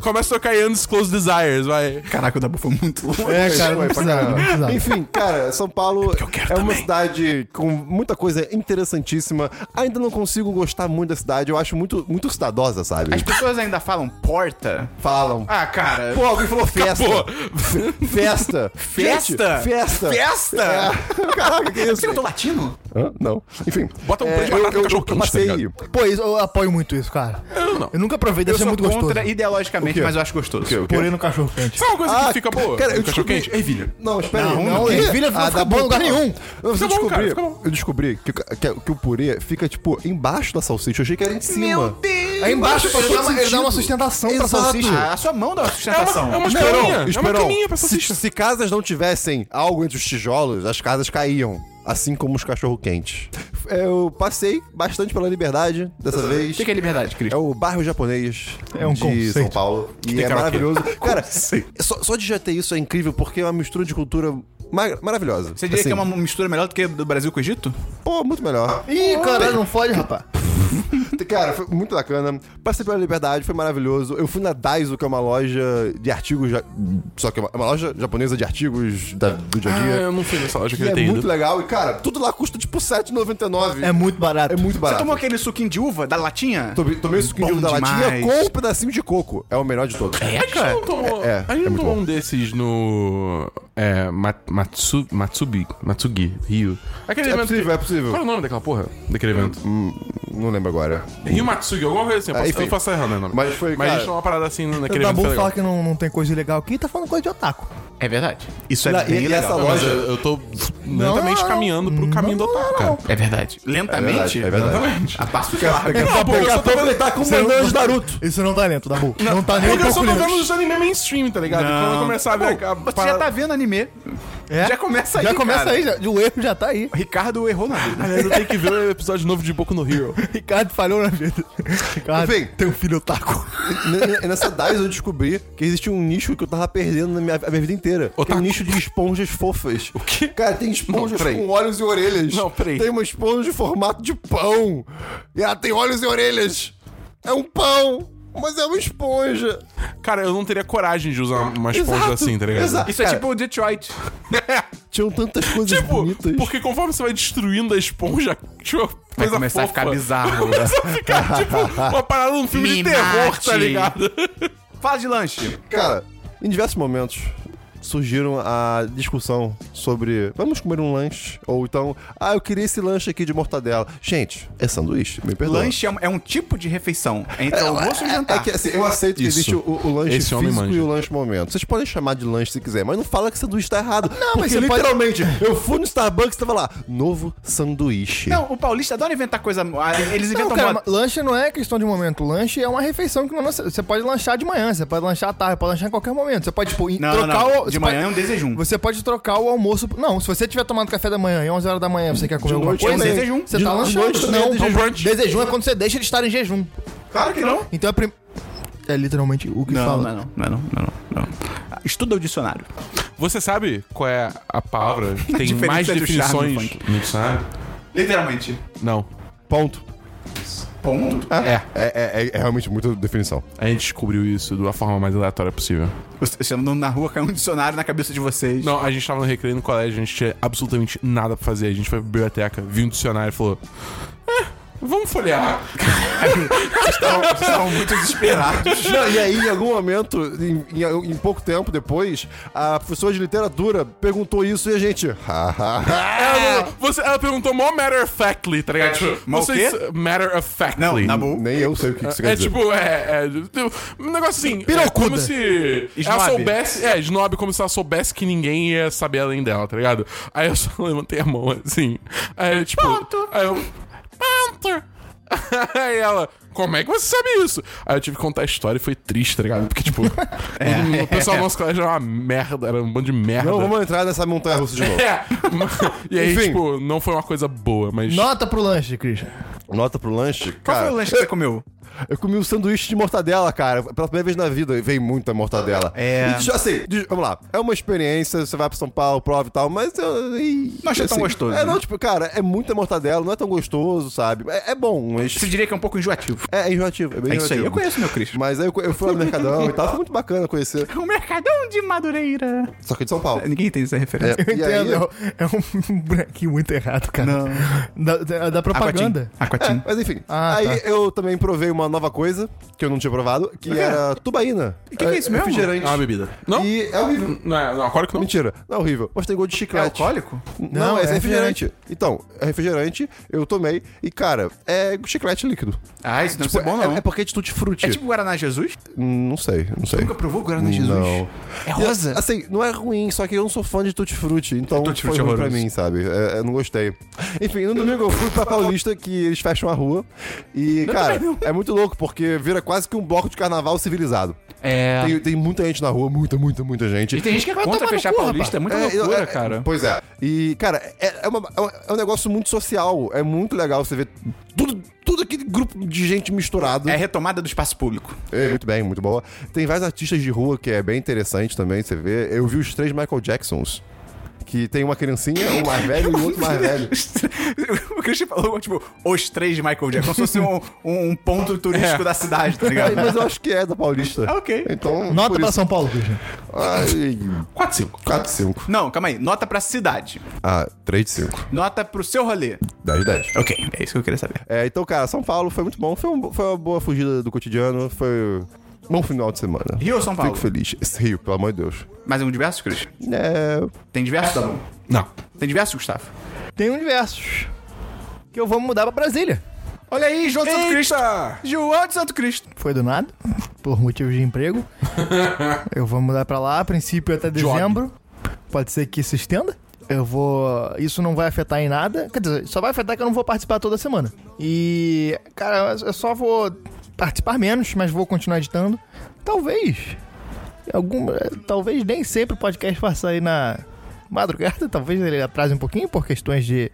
[SPEAKER 3] Começa a tocar Yannis Close Desires, vai.
[SPEAKER 1] Caraca, o Dabu foi muito longe.
[SPEAKER 4] É, cara, não
[SPEAKER 2] Ué, pra
[SPEAKER 4] precisava, não
[SPEAKER 2] caramba.
[SPEAKER 4] precisava.
[SPEAKER 2] Enfim, cara, São Paulo
[SPEAKER 3] eu quero
[SPEAKER 2] é uma
[SPEAKER 3] também.
[SPEAKER 2] cidade com muita coisa interessantíssima. Ainda não consigo gostar muito da cidade. Eu acho muito, muito cidadosa, sabe?
[SPEAKER 1] As pessoas ainda falam porta?
[SPEAKER 2] falam.
[SPEAKER 1] Ah, cara.
[SPEAKER 2] Pô, alguém falou festa.
[SPEAKER 3] Acabou.
[SPEAKER 2] Fe- Festa.
[SPEAKER 1] Festa?
[SPEAKER 2] Gente, festa.
[SPEAKER 1] Festa?
[SPEAKER 2] É. Caraca, que isso?
[SPEAKER 1] Você cantou latino?
[SPEAKER 2] Hã? Não. Enfim.
[SPEAKER 3] Bota um pé
[SPEAKER 2] É,
[SPEAKER 3] de
[SPEAKER 2] eu,
[SPEAKER 3] batata
[SPEAKER 2] eu,
[SPEAKER 3] no
[SPEAKER 2] eu,
[SPEAKER 3] cachorro quente,
[SPEAKER 2] passei...
[SPEAKER 3] tá ligado?
[SPEAKER 4] Pô, isso, eu apoio muito isso, cara. Eu
[SPEAKER 3] não.
[SPEAKER 4] nunca provei, deve ser muito gostoso.
[SPEAKER 1] ideologicamente, mas eu acho gostoso.
[SPEAKER 4] Porém no cachorro quente.
[SPEAKER 3] Sabe uma coisa
[SPEAKER 2] Ah,
[SPEAKER 3] que fica boa?
[SPEAKER 2] cara, eu
[SPEAKER 3] Um cachorro
[SPEAKER 2] descobri-
[SPEAKER 3] quente? Ervilha.
[SPEAKER 2] Não, espera aí.
[SPEAKER 4] Não, não, ervilha não fica bom em lugar nenhum.
[SPEAKER 2] Eu
[SPEAKER 3] Fica bom,
[SPEAKER 2] descobri,
[SPEAKER 3] cara, fica bom.
[SPEAKER 2] eu descobri que, que- que o purê fica, tipo, embaixo da salsicha. Eu achei que era em cima.
[SPEAKER 1] Deus!
[SPEAKER 4] Aí embaixo
[SPEAKER 2] Faz
[SPEAKER 4] ele dá,
[SPEAKER 2] todo
[SPEAKER 4] uma, ele dá uma
[SPEAKER 2] sentido.
[SPEAKER 4] sustentação pra
[SPEAKER 2] Exato.
[SPEAKER 4] salsicha.
[SPEAKER 1] Ah, a sua mão dá uma
[SPEAKER 3] É uma,
[SPEAKER 1] sustentação.
[SPEAKER 3] é uma
[SPEAKER 2] Esperão,
[SPEAKER 3] escalinha. É uma
[SPEAKER 2] esperão.
[SPEAKER 3] caninha pra
[SPEAKER 2] se,
[SPEAKER 3] salsicha.
[SPEAKER 2] se casas não tivessem algo entre os tijolos, as casas caíam. Assim como os cachorro-quentes. É, Eu passei bastante pela liberdade dessa vez.
[SPEAKER 1] O que que é liberdade, Cris?
[SPEAKER 2] É o bairro japonês
[SPEAKER 4] É um
[SPEAKER 2] de
[SPEAKER 4] conceito.
[SPEAKER 2] São Paulo. E
[SPEAKER 3] tem
[SPEAKER 2] é
[SPEAKER 3] karaokê.
[SPEAKER 2] maravilhoso. Cara, só, só de já ter isso é incrível, porque é uma mistura de cultura ma- maravilhosa. Assim,
[SPEAKER 1] Você diria que é uma mistura melhor do que do Brasil com o Egito?
[SPEAKER 2] Pô, muito melhor.
[SPEAKER 4] Ih, caralho, não fode, rapaz.
[SPEAKER 2] Cara, foi muito bacana. Passei pela Liberdade, foi maravilhoso. Eu fui na Daiso, que é uma loja de artigos... ja- Só que é uma, é uma loja japonesa de artigos da- do dia a
[SPEAKER 3] Ah,
[SPEAKER 2] dia.
[SPEAKER 3] eu não fui nessa loja que
[SPEAKER 2] E
[SPEAKER 3] ele
[SPEAKER 2] é
[SPEAKER 3] tem né?
[SPEAKER 2] muito
[SPEAKER 3] ido.
[SPEAKER 2] legal. E, cara, tudo lá custa tipo R$7,99.
[SPEAKER 4] É muito barato.
[SPEAKER 2] É muito
[SPEAKER 1] Você
[SPEAKER 2] barato.
[SPEAKER 1] tomou aquele suquinho de uva da latinha?
[SPEAKER 2] Tomei, tomei o suquinho
[SPEAKER 1] Bom
[SPEAKER 2] da latinha
[SPEAKER 1] demais.
[SPEAKER 2] com um pedacinho de coco. É o melhor de todos.
[SPEAKER 1] É,
[SPEAKER 3] A gente não tomou,
[SPEAKER 2] É, é,
[SPEAKER 3] a gente
[SPEAKER 2] é
[SPEAKER 3] não
[SPEAKER 2] muito
[SPEAKER 3] tomou
[SPEAKER 2] bom.
[SPEAKER 3] um desses no. É, Ma- Matsu, Matsubi, Matsugi, Rio. Aquele
[SPEAKER 2] É
[SPEAKER 3] evento.
[SPEAKER 2] possível,
[SPEAKER 3] que-
[SPEAKER 2] é possível.
[SPEAKER 3] Qual é o nome daquela porra? Daquele evento?
[SPEAKER 2] Não lembro agora.
[SPEAKER 3] Rio Matsugi, alguma coisa assim. Eu
[SPEAKER 2] Ah,
[SPEAKER 3] posso,
[SPEAKER 2] enfim.
[SPEAKER 3] eu posso estar errando o nome.
[SPEAKER 2] Mas foi,
[SPEAKER 3] Mas a
[SPEAKER 2] cara-
[SPEAKER 3] gente tomou uma parada assim naquele
[SPEAKER 4] O Dabu
[SPEAKER 3] evento. foi
[SPEAKER 4] fala
[SPEAKER 3] legal.
[SPEAKER 4] que não, não tem coisa ilegal aqui, tá falando coisa de otaku.
[SPEAKER 1] É verdade. Isso é
[SPEAKER 2] Não, e-
[SPEAKER 1] bem
[SPEAKER 2] e
[SPEAKER 1] legal.
[SPEAKER 2] essa
[SPEAKER 3] Mas
[SPEAKER 2] loja-
[SPEAKER 3] eu, eu tô lentamente
[SPEAKER 4] não,
[SPEAKER 3] caminhando pro caminho do otário, cara.
[SPEAKER 1] É verdade. Lentamente?
[SPEAKER 2] É verdade, é verdade.
[SPEAKER 1] Lentamente. A passo de larga.
[SPEAKER 3] Não, porque eu
[SPEAKER 2] Daqui
[SPEAKER 3] só
[SPEAKER 2] a
[SPEAKER 3] tô
[SPEAKER 2] pouco ele
[SPEAKER 3] vendo...
[SPEAKER 2] tá com banana de Naruto.
[SPEAKER 4] Isso não tá lento, Dabu. Não, tá
[SPEAKER 2] É
[SPEAKER 4] nem um
[SPEAKER 3] Porque eu só
[SPEAKER 4] pouco
[SPEAKER 3] tô vendo
[SPEAKER 4] lento.
[SPEAKER 3] os anime mainstream, tá ligado?
[SPEAKER 1] Não.
[SPEAKER 3] Quando eu começar a ver... a-
[SPEAKER 1] Você
[SPEAKER 3] para-
[SPEAKER 1] já tá vendo anime.
[SPEAKER 4] É?
[SPEAKER 1] Já começa aí,
[SPEAKER 4] Já começa
[SPEAKER 1] cara.
[SPEAKER 4] aí, já- o erro já tá aí.
[SPEAKER 1] O Ricardo errou na vida.
[SPEAKER 3] Aliás, eu tenho que ver o episódio novo de Boku no Hero.
[SPEAKER 4] Ricardo falhou na vida. Ricardo,
[SPEAKER 2] Enfim.
[SPEAKER 4] tem um filho otaku.
[SPEAKER 2] N- n- Nessa DAIS eu descobri que existia um nicho que eu tava perdendo na minha, a minha vida inteira. Que é um
[SPEAKER 3] Otaku.
[SPEAKER 2] nicho de esponjas fofas. O
[SPEAKER 3] quê?
[SPEAKER 2] Cara, tem esponjas
[SPEAKER 3] Não, peraí.
[SPEAKER 2] com olhos e orelhas.
[SPEAKER 3] Não, peraí.
[SPEAKER 2] Tem uma esponja de formato de pão. E ela tem olhos e orelhas. É um pão, mas é uma esponja.
[SPEAKER 3] Cara, eu não teria coragem de usar uma esponja
[SPEAKER 2] Exato,
[SPEAKER 3] assim, tá ligado?
[SPEAKER 2] exato.
[SPEAKER 1] Isso é
[SPEAKER 2] Cara.
[SPEAKER 1] tipo o Detroit.
[SPEAKER 2] Tinham tantas coisas
[SPEAKER 3] Tipo,
[SPEAKER 2] bonitas.
[SPEAKER 3] porque conforme você vai destruindo a esponja, tipo,
[SPEAKER 1] Vai
[SPEAKER 3] coisa
[SPEAKER 1] começar a
[SPEAKER 3] fofa.
[SPEAKER 1] ficar bizarro.
[SPEAKER 3] Começa a ficar, tipo, uma parada num filme
[SPEAKER 1] Me
[SPEAKER 3] de terror, tá
[SPEAKER 1] mate.
[SPEAKER 3] ligado?
[SPEAKER 1] Fala de lanche.
[SPEAKER 2] Cara, em diversos momentos surgiram a discussão sobre vamos comer um lanche ou então ah eu queria esse lanche aqui de mortadela gente é sanduíche me perdoa
[SPEAKER 1] Lanche é um, é um tipo de refeição. É entre almoço e
[SPEAKER 2] É
[SPEAKER 1] jantar.
[SPEAKER 2] que assim, eu aceito que
[SPEAKER 3] Isso.
[SPEAKER 2] existe o, o lanche
[SPEAKER 3] Esse homem
[SPEAKER 2] físico
[SPEAKER 3] manja.
[SPEAKER 2] e o lanche momento. Vocês podem chamar de lanche se quiser, mas não fala que sanduíche tá errado. Não,
[SPEAKER 4] mas
[SPEAKER 2] porque
[SPEAKER 4] você pode-
[SPEAKER 2] literalmente, eu fui no Starbucks e tava lá, novo sanduíche.
[SPEAKER 1] Não, o paulista adora inventar coisa... ah, Eles
[SPEAKER 4] Não,
[SPEAKER 1] inventam
[SPEAKER 4] cara,
[SPEAKER 1] moda.
[SPEAKER 4] mas lanche não é questão de momento. Lanche é uma refeição que não é nossa- você pode lanchar de manhã, você pode lanchar à tarde, pode lanchar em qualquer momento. Você pode, tipo, in-
[SPEAKER 1] Não,
[SPEAKER 4] trocar
[SPEAKER 1] não,
[SPEAKER 4] o.
[SPEAKER 1] não. De
[SPEAKER 4] você
[SPEAKER 1] manhã
[SPEAKER 4] pode-
[SPEAKER 1] é um desejum.
[SPEAKER 4] Você pode trocar o almoço. Não, se você tiver tomado café da manhã e 11 horas da manhã você quer comer alguma
[SPEAKER 2] noite
[SPEAKER 4] coisa.
[SPEAKER 1] também. Desejum.
[SPEAKER 4] Você
[SPEAKER 2] De-
[SPEAKER 4] tá
[SPEAKER 2] de
[SPEAKER 4] lanchando.
[SPEAKER 2] noite também é
[SPEAKER 4] não,
[SPEAKER 2] desejum.
[SPEAKER 4] brunch. desejum é quando você deixa de estar em jejum.
[SPEAKER 1] Claro que não.
[SPEAKER 4] Então é prim... É literalmente o que
[SPEAKER 1] Não,
[SPEAKER 4] fala.
[SPEAKER 1] não, é não, não, é não, não, é não, não. Ah, Estuda o dicionário.
[SPEAKER 3] Você sabe qual é a palavra que tem
[SPEAKER 1] Diferença é
[SPEAKER 3] mais
[SPEAKER 1] do charme
[SPEAKER 3] definições
[SPEAKER 1] do
[SPEAKER 3] no dicionário?
[SPEAKER 1] Literalmente.
[SPEAKER 3] Não.
[SPEAKER 2] Ponto.
[SPEAKER 1] Ponto.
[SPEAKER 2] É, é- é- é realmente muita definição.
[SPEAKER 3] A gente descobriu isso de uma forma mais aleatória possível.
[SPEAKER 1] Você você andando na rua, caiu um dicionário na cabeça de vocês.
[SPEAKER 3] Não, a gente tava no recreio no colégio, a gente tinha absolutamente nada pra fazer. A gente foi pra biblioteca, viu um dicionário e falou: É, vamos folhear.
[SPEAKER 1] Estão, estão muito desesperados.
[SPEAKER 2] Não, e aí, em algum momento, em, em- em pouco tempo depois, a professora de literatura perguntou isso e a gente.
[SPEAKER 3] Ela, você, ela perguntou mó matter of factly, tá ligado? Tipo,
[SPEAKER 1] É. Mó o
[SPEAKER 3] vocês.
[SPEAKER 1] quê?
[SPEAKER 3] Matter of factly.
[SPEAKER 1] Não, na boa.
[SPEAKER 2] Nem eu sei o que que isso quer
[SPEAKER 3] É
[SPEAKER 2] dizer.
[SPEAKER 3] tipo, é, é. Um negócio assim. É
[SPEAKER 4] Pirocuda.
[SPEAKER 3] como se. Ela
[SPEAKER 1] Snob.
[SPEAKER 3] soubesse. É, snob, como se ela soubesse que ninguém ia saber além dela, tá ligado? Aí eu só levantei a mão assim. Aí eu, tipo. Ponto. Aí eu. Ponto. Aí ela. Como é que você sabe isso? Aí eu tive que contar a história e foi triste, tá ligado? Porque, tipo, o- o pessoal do nosso colégio era uma merda, era um bando de merda.
[SPEAKER 2] É. Não, vamos entrar nessa montanha russa de novo.
[SPEAKER 3] É. E aí,
[SPEAKER 2] Enfim.
[SPEAKER 3] tipo, não foi uma coisa boa, mas. é
[SPEAKER 4] Nota pro lanche, Christian.
[SPEAKER 2] Nota pro lanche.
[SPEAKER 1] Qual
[SPEAKER 2] cara,
[SPEAKER 1] foi o lanche que você comeu?
[SPEAKER 2] Eu comi um sanduíche de mortadela, cara. Pela primeira vez na vida, veio muita mortadela.
[SPEAKER 1] É.
[SPEAKER 2] E, assim, de- vamos lá. É uma experiência, você vai pra São Paulo, prova e tal, mas eu. e-
[SPEAKER 1] Não achei tão
[SPEAKER 2] assim,
[SPEAKER 1] gostoso,
[SPEAKER 2] É,
[SPEAKER 1] né?
[SPEAKER 2] não, tipo, cara, é muita mortadela, não é tão gostoso, sabe? É, é bom, mas.
[SPEAKER 1] Você diria que é um pouco enjoativo.
[SPEAKER 2] É, é enjoativo. É, bem
[SPEAKER 1] É isso aí.
[SPEAKER 2] enjoativo.
[SPEAKER 1] Eu conheço meu Cristo.
[SPEAKER 2] Mas aí eu, eu fui lá no Mercadão e tal, foi muito bacana conhecer.
[SPEAKER 1] O Mercadão de Madureira.
[SPEAKER 2] Só que de São Paulo.
[SPEAKER 1] Ninguém entende essa referência.
[SPEAKER 4] Eu
[SPEAKER 2] E aí-
[SPEAKER 4] entendo. É um- um bonequinho muito errado, cara.
[SPEAKER 1] Não.
[SPEAKER 4] Da, da, da
[SPEAKER 2] É.
[SPEAKER 4] propaganda.
[SPEAKER 1] Aquatim.
[SPEAKER 2] Mas enfim.
[SPEAKER 4] Ah,
[SPEAKER 2] aí
[SPEAKER 4] tá.
[SPEAKER 2] eu também provei uma nova coisa que eu não tinha provado, que
[SPEAKER 1] quê?
[SPEAKER 2] era tubaína.
[SPEAKER 1] E que que é isso mesmo?
[SPEAKER 2] Refrigerante.
[SPEAKER 3] É uma bebida. Não?
[SPEAKER 2] E é horrível.
[SPEAKER 3] Não, é, não, agora que não.
[SPEAKER 2] Mentira, não é horrível. Mas tem gosto de
[SPEAKER 1] É
[SPEAKER 2] chiclete.
[SPEAKER 1] alcoólico?
[SPEAKER 2] Não,
[SPEAKER 4] Não,
[SPEAKER 2] esse é
[SPEAKER 4] é
[SPEAKER 2] refrigerante. Então, é refrigerante, eu tomei. E, cara, é chiclete líquido.
[SPEAKER 1] Ah, isso não é bom,
[SPEAKER 2] é,
[SPEAKER 1] não.
[SPEAKER 2] é porque de tutti frutti.
[SPEAKER 1] É tipo Guaraná Jesus?
[SPEAKER 2] Hum, Não sei, não sei.
[SPEAKER 1] Nunca provou Guaraná Ah, Jesus?
[SPEAKER 2] Não.
[SPEAKER 1] É
[SPEAKER 2] E,
[SPEAKER 1] rosa?
[SPEAKER 2] Assim, não é ruim, só que eu não sou fã de tutti frutti. Então,
[SPEAKER 1] É Tutti
[SPEAKER 2] foi
[SPEAKER 1] frutti
[SPEAKER 2] ruim pra
[SPEAKER 1] horroroso.
[SPEAKER 2] mim, sabe? É, eu não gostei. Enfim, no domingo eu fui pra Paulista, que eles fecham a rua. E, cara, é muito louco, porque vira quase que um bloco de carnaval civilizado.
[SPEAKER 1] É.
[SPEAKER 2] Tem, tem muita gente na rua, muita, muita, muita gente.
[SPEAKER 1] E tem gente que é contra
[SPEAKER 4] tomar no
[SPEAKER 1] fechar
[SPEAKER 4] cu,
[SPEAKER 1] Paulista. É muita
[SPEAKER 2] É,
[SPEAKER 1] loucura,
[SPEAKER 2] eu- é,
[SPEAKER 1] cara.
[SPEAKER 2] Pois é. E, cara, é, é uma- é um- é um negócio muito social. É muito legal você ver tudo, tudo aquele grupo de gente misturado.
[SPEAKER 1] É retomada do espaço público.
[SPEAKER 2] É, muito bem, muito boa. Tem vários artistas de rua que é bem interessante também, você vê. Eu vi os três Michael Jacksons. Que tem uma criancinha, um mais velho e o outro mais velho.
[SPEAKER 1] o Christian falou, tipo, os três de Michael Jackson. Como se fosse um, um- um ponto turístico da cidade, tá
[SPEAKER 2] É. Ai,
[SPEAKER 1] ligado?
[SPEAKER 2] Mas eu acho que é da Paulista.
[SPEAKER 1] Ah, ok.
[SPEAKER 2] Então,
[SPEAKER 4] Nota
[SPEAKER 2] por
[SPEAKER 4] pra
[SPEAKER 2] isso...
[SPEAKER 4] São Paulo, Christian.
[SPEAKER 2] Ai,
[SPEAKER 3] 4, 5.
[SPEAKER 2] 4 de 5.
[SPEAKER 1] Não, calma aí. Nota pra cidade.
[SPEAKER 2] Ah, 3 de 5.
[SPEAKER 1] Nota pro seu rolê.
[SPEAKER 2] 10 de 10.
[SPEAKER 1] Ok, é isso que eu queria saber.
[SPEAKER 2] É, então, cara, São Paulo foi muito bom. Foi, um- foi uma boa fugida do cotidiano. Foi um bom final de semana.
[SPEAKER 1] Rio ou São Paulo?
[SPEAKER 2] Fico feliz. Esse Rio, pelo amor de Deus.
[SPEAKER 1] Mais um diverso, Christian?
[SPEAKER 2] É.
[SPEAKER 1] Tem diverso, Dabu?
[SPEAKER 3] Não.
[SPEAKER 1] Tem diverso, Gustavo?
[SPEAKER 4] Tem universos. Que eu vou mudar pra Brasília.
[SPEAKER 1] Olha aí, João de Santo Cristo. João de Santo Cristo.
[SPEAKER 4] Foi do nada, por motivos de emprego. eu vou mudar pra lá, a princípio até dezembro. pode ser que se estenda. Eu vou. Isso não vai afetar em nada. Quer dizer, só vai afetar que eu não vou participar toda semana. E. Cara, eu só vou participar menos, mas vou continuar editando. Talvez. Algum, talvez nem sempre o podcast faça aí na madrugada. Talvez ele atrase um pouquinho por questões de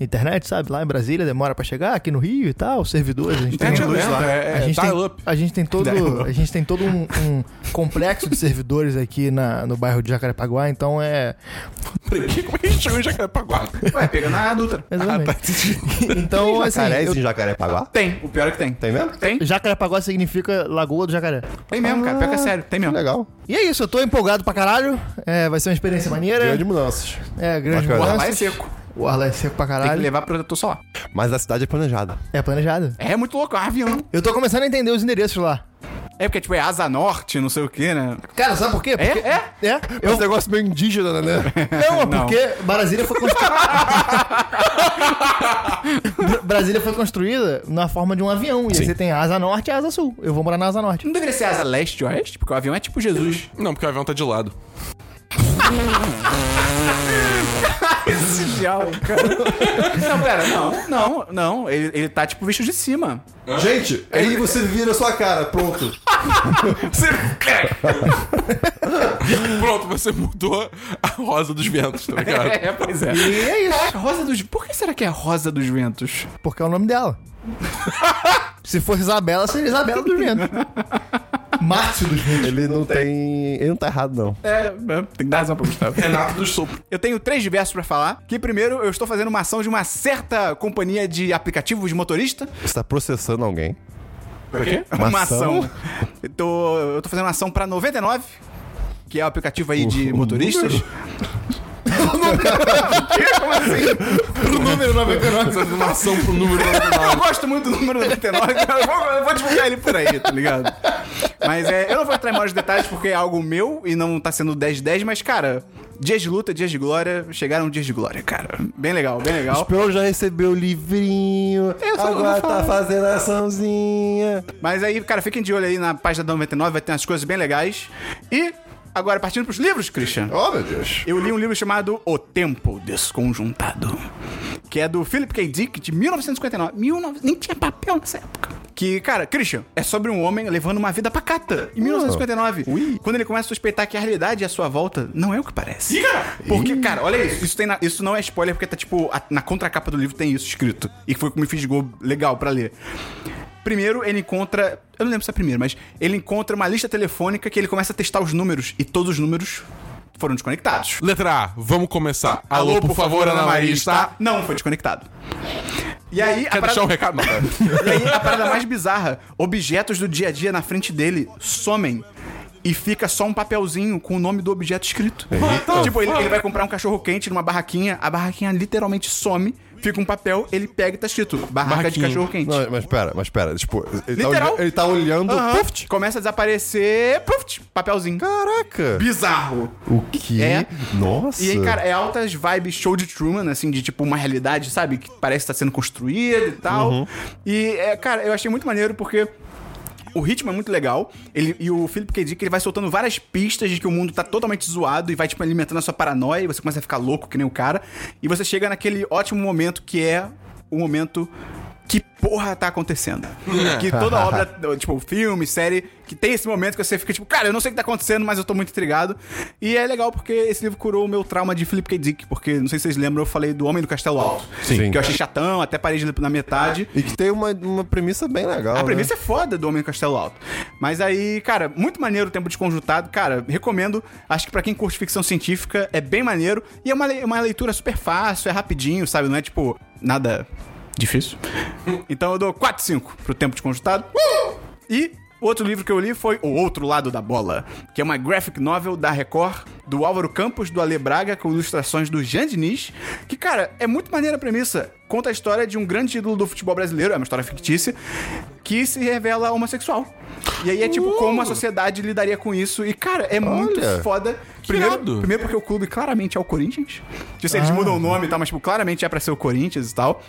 [SPEAKER 4] internet, sabe? Lá em Brasília demora pra chegar, aqui no Rio e tal, servidores. A gente tem,
[SPEAKER 3] Internet é lenta,
[SPEAKER 4] a
[SPEAKER 3] é, é
[SPEAKER 1] tá
[SPEAKER 4] gente tem-
[SPEAKER 3] dial-up.
[SPEAKER 4] a gente tem todo,
[SPEAKER 1] Dial-up.
[SPEAKER 4] a gente tem todo um, um complexo de servidores aqui na, no bairro de Jacarepaguá, então é.
[SPEAKER 3] Peraí, Como é que a gente chegou em Jacarepaguá?
[SPEAKER 1] Ué, pega na Dutra.
[SPEAKER 4] Exatamente. Então, assim.
[SPEAKER 2] Jacarés
[SPEAKER 4] eu-
[SPEAKER 2] em Jacarepaguá?
[SPEAKER 1] Tem, o pior é que tem.
[SPEAKER 2] Tem mesmo?
[SPEAKER 1] Tem,
[SPEAKER 4] Jacarepaguá significa Lagoa do Jacaré.
[SPEAKER 1] tem mesmo, cara. Pior que é sério, tem mesmo.
[SPEAKER 2] Ah, Legal.
[SPEAKER 4] E é isso, eu tô empolgado pra caralho. É, vai ser uma experiência maneira.
[SPEAKER 2] Grande mudanças.
[SPEAKER 4] É, grande
[SPEAKER 2] Bacana.
[SPEAKER 1] Porra,
[SPEAKER 4] mudança.
[SPEAKER 1] lá é seco.
[SPEAKER 4] O ar lá é seco pra
[SPEAKER 1] Tem que
[SPEAKER 4] caralho.
[SPEAKER 1] levar protetor solar.
[SPEAKER 2] Mas a cidade é planejada.
[SPEAKER 4] É planejado.
[SPEAKER 1] É muito louco, é um avião.
[SPEAKER 4] Eu tô começando a entender os endereços lá.
[SPEAKER 1] É porque, tipo, é Asa Norte, não sei o quê, né?
[SPEAKER 4] Cara, sabe por quê?
[SPEAKER 1] É,
[SPEAKER 4] Porque-
[SPEAKER 1] é.
[SPEAKER 4] É?
[SPEAKER 2] É um negócio meio indígena, né?
[SPEAKER 4] Não, é
[SPEAKER 1] Não.
[SPEAKER 4] porque Brasília foi construída. Brasília foi construída na forma de um avião. E aí você tem a asa norte e a asa sul. Eu vou morar na asa norte.
[SPEAKER 1] Não deveria ser Asa Leste e Oeste? Porque o avião é tipo Jesus.
[SPEAKER 3] Não, porque o avião tá de lado.
[SPEAKER 1] Genial, cara. Não, pera, não, não, não. Ele, ele tá, tipo, visto de cima.
[SPEAKER 2] Gente, aí você vira sua cara, pronto.
[SPEAKER 1] Você...
[SPEAKER 3] Pronto, você mudou a rosa dos ventos, tá ligado?
[SPEAKER 1] É, pois é.
[SPEAKER 4] E é isso.
[SPEAKER 1] Caraca, Rosa dos... Por que será que é Rosa dos Ventos?
[SPEAKER 4] Porque é o nome dela. Se fosse Isabela, seria Isabela dos Ventos. Márcio dos Ventos.
[SPEAKER 2] Ele não tem. Ele não tá errado, não.
[SPEAKER 1] É, é, tem que dar razão pra Gustavo.
[SPEAKER 3] Renato dos Sopro.
[SPEAKER 1] Eu tenho três diversos pra falar. Que primeiro, eu estou fazendo uma ação de uma certa companhia de aplicativos de motorista.
[SPEAKER 2] Você tá processando alguém.
[SPEAKER 3] Por quê?
[SPEAKER 1] Uma,
[SPEAKER 2] Uma
[SPEAKER 1] ação.
[SPEAKER 2] ação.
[SPEAKER 1] Eu, tô, eu tô fazendo uma ação pra 99, que é o aplicativo aí de motoristas. Como assim?
[SPEAKER 4] Pro número 99.
[SPEAKER 3] Fazendo uma ação pro número
[SPEAKER 1] Eu
[SPEAKER 3] original.
[SPEAKER 1] gosto muito do número 99, eu vou, eu vou divulgar ele por aí, tá ligado? Mas é, eu não vou entrar em maiores detalhes porque é algo meu e não tá sendo 10 de 10, mas cara, dias de luta, dias de glória, chegaram dias de glória, cara. Bem legal, bem legal.
[SPEAKER 2] Esperou já recebeu o livrinho.
[SPEAKER 1] Eu só não vou
[SPEAKER 2] agora
[SPEAKER 1] falar.
[SPEAKER 2] tá fazendo açãozinha.
[SPEAKER 1] Mas aí, cara, fiquem de olho aí na página da 99, vai ter umas coisas bem legais. E agora, partindo pros livros, Christian.
[SPEAKER 2] Oh, meu Deus.
[SPEAKER 1] Eu li um livro chamado O Tempo Desconjuntado, que é do Philip K. Dick, de 1959. 19... Nem tinha papel nessa época. Que, cara, Christian, é sobre um homem levando uma vida pacata, em 1959. Quando ele começa a suspeitar que a realidade à sua volta não é o que parece. Porque, cara, olha isso. Isso, tem na- isso não é spoiler, porque tá, tipo, a- na contracapa do livro tem isso escrito. E foi o que me fisgou legal pra ler. Primeiro, ele encontra. Eu não lembro se é primeiro, mas ele encontra uma lista telefônica que ele começa a testar os números e todos os números foram desconectados.
[SPEAKER 3] Letra A, vamos começar. Alô, por favor, Ana Maria, está?
[SPEAKER 1] Não, foi desconectado. E aí, a
[SPEAKER 3] Quer deixar
[SPEAKER 1] parada,
[SPEAKER 3] um recado? Não, cara.
[SPEAKER 1] e aí, a parada mais bizarra: objetos do dia a dia na frente dele somem. E fica só um papelzinho com o nome do objeto escrito. tipo, ele, ele vai comprar um cachorro quente numa barraquinha, a barraquinha literalmente some, fica um papel, ele pega e tá escrito: barraca de
[SPEAKER 3] Barraquinha.
[SPEAKER 1] cachorro quente.
[SPEAKER 2] Não, mas pera, mas pera. Tipo, ele, tá
[SPEAKER 1] Literal.
[SPEAKER 2] olha- ele tá olhando.
[SPEAKER 1] Aham.
[SPEAKER 2] Puf,
[SPEAKER 1] Começa a desaparecer. Puf, papelzinho.
[SPEAKER 2] caraca.
[SPEAKER 1] Bizarro.
[SPEAKER 2] O que?
[SPEAKER 1] É.
[SPEAKER 2] Nossa.
[SPEAKER 1] E aí, cara, é altas vibes show de Truman, assim, de tipo uma realidade, sabe? Que parece estar sendo construída e tal. E, é, cara, eu achei muito maneiro porque. O ritmo é muito legal. Ele, e o Philip K. Dick ele vai soltando várias pistas de que o mundo tá totalmente zoado e vai, tipo, alimentando a sua paranoia. E você começa a ficar louco que nem o cara. E você chega naquele ótimo momento que é o momento que porra tá acontecendo. que toda obra, tipo, filme, série, que tem esse momento que você fica tipo, cara, eu não sei o que tá acontecendo, mas eu tô muito intrigado. E é legal porque esse livro curou o meu trauma de Philip K. Dick, porque não sei se vocês lembram, eu falei do Homem do Castelo Alto.
[SPEAKER 2] Sim.
[SPEAKER 1] Que eu achei chatão, até parei de ler na metade.
[SPEAKER 2] E que tem uma, uma premissa bem legal. né?
[SPEAKER 1] A premissa é foda do Homem do Castelo Alto. Mas aí, cara, muito maneiro o tempo desconjuntado. Cara, recomendo. Acho que pra quem curte ficção científica é bem maneiro. E é uma, le- uma leitura super fácil, é rapidinho, sabe? Não é tipo nada difícil. Então eu dou 4, 5 pro tempo desconjuntado. E. o Outro livro que eu li foi O Outro Lado da Bola, que é uma graphic novel da Record, do Álvaro Campos, do Ale Braga, com ilustrações do Jean Diniz, que, cara, é muito maneira a premissa. Conta a história de um grande ídolo do futebol brasileiro, é uma história fictícia, que se revela homossexual. E aí é tipo como a sociedade lidaria com isso. E, cara, é muito
[SPEAKER 2] Olha,
[SPEAKER 1] foda.
[SPEAKER 3] irado.
[SPEAKER 1] Primeiro, primeiro porque o clube claramente é o Corinthians. Tipo, assim, eles mudam o nome e tal, mas tipo, claramente é pra ser o Corinthians e tal.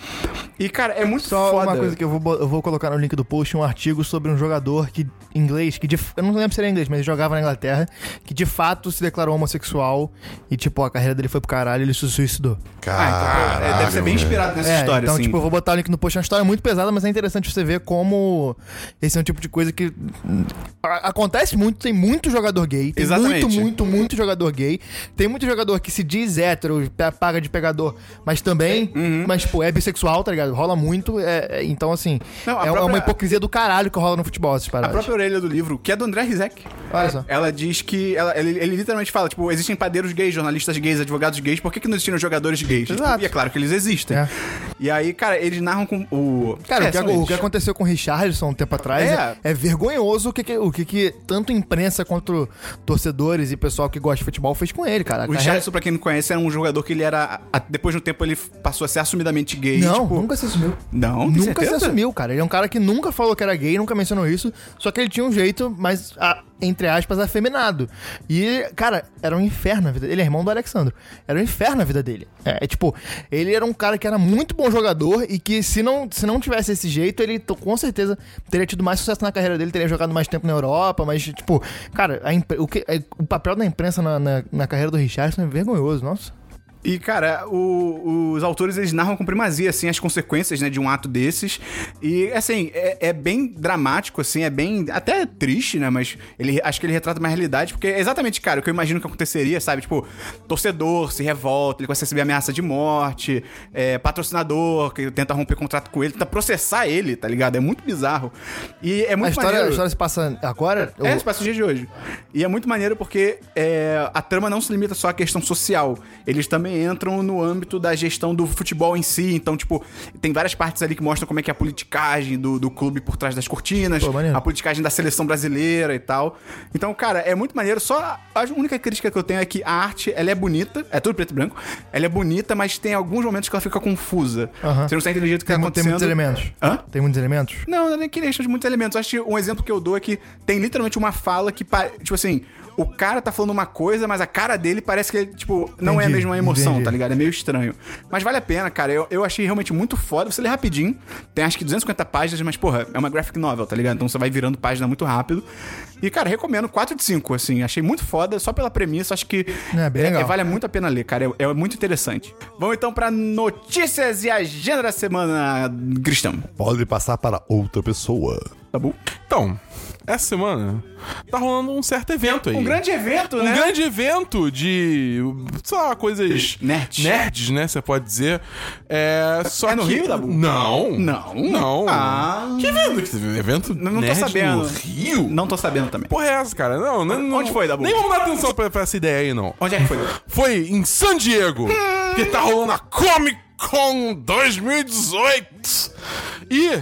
[SPEAKER 1] E, cara, é muito
[SPEAKER 4] Só
[SPEAKER 1] foda.
[SPEAKER 4] uma coisa que eu vou, bo- eu vou colocar no link do post um artigo sobre um jogador que inglês, que de, f- eu não lembro se era inglês, mas ele jogava na Inglaterra, que de fato se declarou homossexual e, tipo, a carreira dele foi pro caralho ele se suicidou.
[SPEAKER 1] Ah, então, é, deve ser bem
[SPEAKER 2] velho.
[SPEAKER 1] inspirado nessa
[SPEAKER 4] É,
[SPEAKER 1] história,
[SPEAKER 4] então,
[SPEAKER 1] assim.
[SPEAKER 4] tipo, eu vou botar o link no post. É uma história muito pesada, mas é interessante você ver como esse é um tipo de coisa que hum, a- acontece muito. Tem muito jogador gay. Tem
[SPEAKER 1] Exatamente.
[SPEAKER 4] muito, muito, muito jogador gay. Tem muito jogador que se diz hétero, pe- paga de pegador, mas também,
[SPEAKER 1] Uhum.
[SPEAKER 4] mas, tipo, é bissexual, tá ligado? Rola muito. é- é- então, assim,
[SPEAKER 1] Não, a
[SPEAKER 4] é, é
[SPEAKER 1] própria-
[SPEAKER 4] uma hipocrisia do caralho que rola no futebol, essas
[SPEAKER 1] A
[SPEAKER 4] paradas.
[SPEAKER 1] própria orelha do livro, que é do André Rizek.
[SPEAKER 4] Olha só.
[SPEAKER 1] Ela diz que. ela- ele, ele literalmente fala: tipo, existem padeiros gays, jornalistas gays, advogados gays, por que, que não existiram jogadores gays?
[SPEAKER 4] Exato.
[SPEAKER 1] E é claro que eles existem.
[SPEAKER 4] É.
[SPEAKER 1] E aí, cara, eles narram com o.
[SPEAKER 4] Cara,
[SPEAKER 1] É,
[SPEAKER 4] o, que,
[SPEAKER 1] são
[SPEAKER 4] o
[SPEAKER 1] eles.
[SPEAKER 4] que aconteceu com o Richarlison um tempo atrás
[SPEAKER 1] É.
[SPEAKER 4] é, é vergonhoso o que, que- o que, que tanto imprensa quanto torcedores e pessoal que gosta de futebol fez com ele, cara. A
[SPEAKER 1] O
[SPEAKER 4] carreira-
[SPEAKER 1] Richardson, pra quem não conhece, era um jogador que ele era. a- depois de um tempo, ele passou a ser assumidamente gay.
[SPEAKER 4] Não,
[SPEAKER 1] tipo,
[SPEAKER 4] nunca se assumiu.
[SPEAKER 1] Não, tem
[SPEAKER 4] Nunca se
[SPEAKER 1] certeza?
[SPEAKER 4] assumiu, cara. Ele é um cara que nunca falou que era gay, nunca mencionou isso. Só que ele tinha um jeito mais, a- entre aspas, afeminado. E, cara, era um inferno a vida dele. Ele é irmão do Alexandro. Era um inferno a vida dele. É, é tipo, ele era um cara que era muito bom jogador e que se não, se não tivesse esse jeito, ele to- com certeza teria tido mais sucesso na carreira dele, teria jogado mais tempo na Europa. Mas, tipo, cara, a impre- o, que- é- o papel da imprensa na, na- na carreira do Richardson é vergonhoso, nossa.
[SPEAKER 1] E, cara, o- os autores eles narram com primazia, assim, as consequências, né, de um ato desses. E, assim, é, é bem dramático, assim, é bem. Até triste, né? Mas ele, acho que ele retrata uma realidade, porque é exatamente, cara, o que eu imagino que aconteceria, sabe? Tipo, torcedor se revolta, ele começa a receber ameaça de morte, é, patrocinador que tenta romper contrato com ele, tenta processar ele, tá ligado? É muito bizarro. E é muito
[SPEAKER 4] A história, a
[SPEAKER 1] maneiro.
[SPEAKER 4] história se passa agora?
[SPEAKER 1] É,
[SPEAKER 4] Eu-
[SPEAKER 1] se passa o dia de hoje. E é muito maneiro porque é, a trama não se limita só à questão social. Eles também entram no âmbito da gestão do futebol em si. Então, tipo, tem várias partes ali que mostram como é que é a politicagem do, do clube por trás das cortinas,
[SPEAKER 4] Pô, maneiro.
[SPEAKER 1] a politicagem da seleção brasileira e tal. Então, cara, é muito maneiro. Só a única crítica que eu tenho é que a arte, ela é bonita, é tudo preto e branco, ela é bonita, mas tem alguns momentos que ela fica confusa.
[SPEAKER 4] Aham.
[SPEAKER 1] Você não está entendendo o que está
[SPEAKER 4] Tem, mu- tem
[SPEAKER 1] acontecendo.
[SPEAKER 4] muitos elementos.
[SPEAKER 1] Hã?
[SPEAKER 4] Tem muitos elementos?
[SPEAKER 1] Não, não é nem que deixa de muitos elementos. Acho que um exemplo que eu dou é que tem literalmente uma fala que, pa- tipo assim, o cara tá falando uma coisa, mas a cara dele parece que, ele, tipo, não é a
[SPEAKER 4] Entendi,
[SPEAKER 1] mesma emoção,
[SPEAKER 4] entendi.
[SPEAKER 1] tá ligado? É meio estranho. Mas vale a pena, cara. Eu, eu achei realmente muito foda. Você lê rapidinho. Tem acho que 250 páginas, mas, porra, é uma graphic novel, tá ligado? Então você vai virando página muito rápido. E, cara, recomendo 4 de 5, assim. Achei muito foda, só pela premissa. Acho que
[SPEAKER 4] É, bem legal.
[SPEAKER 1] vale muito a pena ler, cara. É, é muito interessante. Vamos então pra notícias e agenda da semana, Cristão.
[SPEAKER 2] Pode passar para outra pessoa.
[SPEAKER 1] Tá bom?
[SPEAKER 3] Então, essa semana tá rolando um certo evento aí.
[SPEAKER 1] Um grande evento,
[SPEAKER 3] Um
[SPEAKER 1] né?
[SPEAKER 3] grande evento de, sei lá, coisas...
[SPEAKER 1] Nerd.
[SPEAKER 3] Nerds, né, você pode dizer. É, só
[SPEAKER 1] É no
[SPEAKER 3] que-
[SPEAKER 1] Rio, Dabu?
[SPEAKER 3] Não.
[SPEAKER 1] Não.
[SPEAKER 3] Não.
[SPEAKER 1] Ah.
[SPEAKER 3] Que evento? Que teve? evento
[SPEAKER 1] Não, não tô
[SPEAKER 3] nerd
[SPEAKER 1] sabendo.
[SPEAKER 3] no Rio?
[SPEAKER 1] Não tô sabendo também.
[SPEAKER 3] Porra é essa, cara? Não, não, não-
[SPEAKER 1] Onde foi, Dabu?
[SPEAKER 3] Nem vamos dar atenção pra, pra essa ideia aí, não.
[SPEAKER 1] Onde é que foi?
[SPEAKER 3] Foi em San Diego, que tá rolando a Comic Con 2018. E